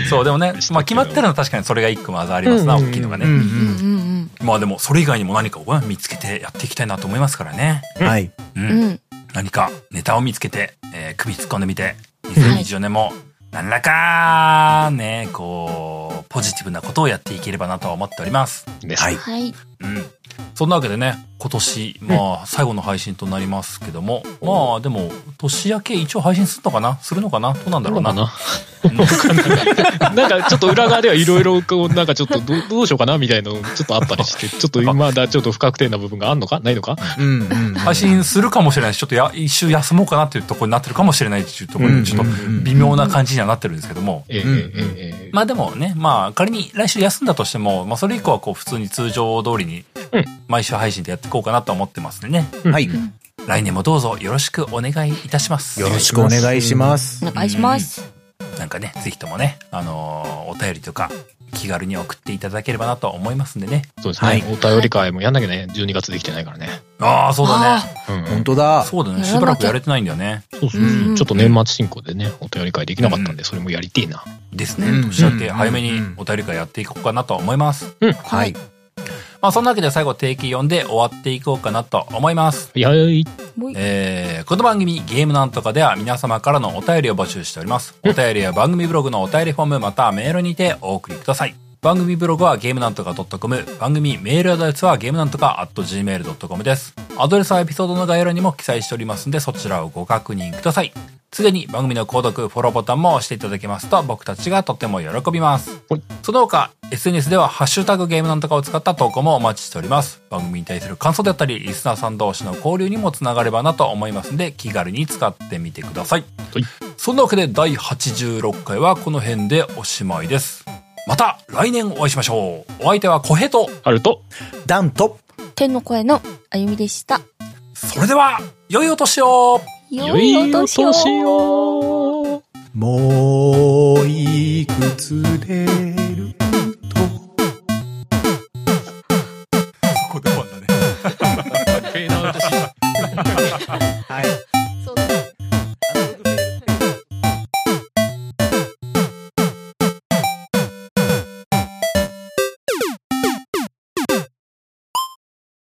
Speaker 1: そう、でもね、まあ決まってるのは確かにそれが一個まずありますな、
Speaker 2: うんうん
Speaker 1: 大きいのが
Speaker 3: う
Speaker 1: ね。
Speaker 3: ん
Speaker 4: うんうん
Speaker 1: まあでもそれ以外にも何かを見つけてやっていきたいなと思いますからね。
Speaker 3: うんはい。
Speaker 1: う
Speaker 4: うんん。うん。
Speaker 1: 何かネタを見つけて、えー首突っ込んでみて、2024年も、何らか、ね、こう、ポジティブなことをやっていければなとは思っております。
Speaker 2: です
Speaker 3: はい。
Speaker 4: はい。
Speaker 1: うん。そんなわけでね、今年、まあ、最後の配信となりますけども、まあ、でも、年明け一応配信するのかなするのかなどうなんだろうな。
Speaker 2: な。
Speaker 1: うん
Speaker 2: *laughs* なんかちょっと裏側ではいろいろこう、なんかちょっとどうどうしようかなみたいなのちょっとあったりして、ちょっとまだちょっと不確定な部分があんのかないのか
Speaker 3: うんうんうん。
Speaker 1: 配信するかもしれないし、ちょっとや一周休もうかなっていうところになってるかもしれないっていうところ
Speaker 3: う
Speaker 1: に、
Speaker 3: ん
Speaker 1: ちょっと微妙な感じにはなってるんですけども、
Speaker 2: えええ
Speaker 3: うん
Speaker 2: えええ
Speaker 1: まあでもね、まあ仮に来週休んだとしても、まあそれ以降はこう普通に通常通りに
Speaker 2: うん、
Speaker 1: 毎週配信でやっていこうかなと思ってますんでね。
Speaker 3: はい。よ
Speaker 1: 来年もどうぞよろしくお願いいたします。
Speaker 3: ろしくお願いします。
Speaker 4: お願いします。
Speaker 1: なんかね、ぜひともね、あのーお便りとか気軽に送っていただければなと思いますんでね。
Speaker 2: そうですね、
Speaker 3: はい
Speaker 2: お便り会もやんなきゃね、12月できてないからね。
Speaker 1: ああ、そうだね。
Speaker 2: うんうん
Speaker 3: 本当だ。
Speaker 1: そうだね。
Speaker 4: やらなきゃ
Speaker 1: しばらくやれてないんだよね。
Speaker 2: そうそうそう
Speaker 4: うんうん
Speaker 2: ちょっと年末進行でね、お便り会できなかったんで、それもやりてえな。
Speaker 1: ですね
Speaker 3: うん。
Speaker 1: 年明け早めに
Speaker 3: うん
Speaker 1: お便り会やっていこうかなと思います。
Speaker 2: うん。
Speaker 4: はい。
Speaker 1: まあそんなわけで最後定期読んで終わっていこうかなと思います。
Speaker 2: いやい。
Speaker 4: もう一
Speaker 1: えーこの番組ゲームなんとかでは皆様からのお便りを募集しております。お便りは番組ブログのお便りフォームまたはメールにてお送りください。番組ブログはゲームなんとか .com、番組メールアドレスはゲームなんとか .gmail.com です。アドレスはエピソードの概要欄にも記載しておりますのでそちらをご確認ください。すでに番組の購読、フォローボタンも押していただけますと僕たちがとても喜びます
Speaker 2: はい。
Speaker 1: その他、SNS ではハッシュタグゲームなんとかを使った投稿もお待ちしております。番組に対する感想であったり、リスナーさん同士の交流にもつながればなと思いますので、気軽に使ってみてください。
Speaker 2: はい
Speaker 1: そんなわけで第86回はこの辺でおしまいです。また来年お会いしましょう。お相手は小平と、
Speaker 2: あると、
Speaker 3: ダンと、
Speaker 4: 天の声のあゆみでした。
Speaker 1: それでは、良いお年を
Speaker 4: よいお年を。
Speaker 2: を。
Speaker 3: もういくつで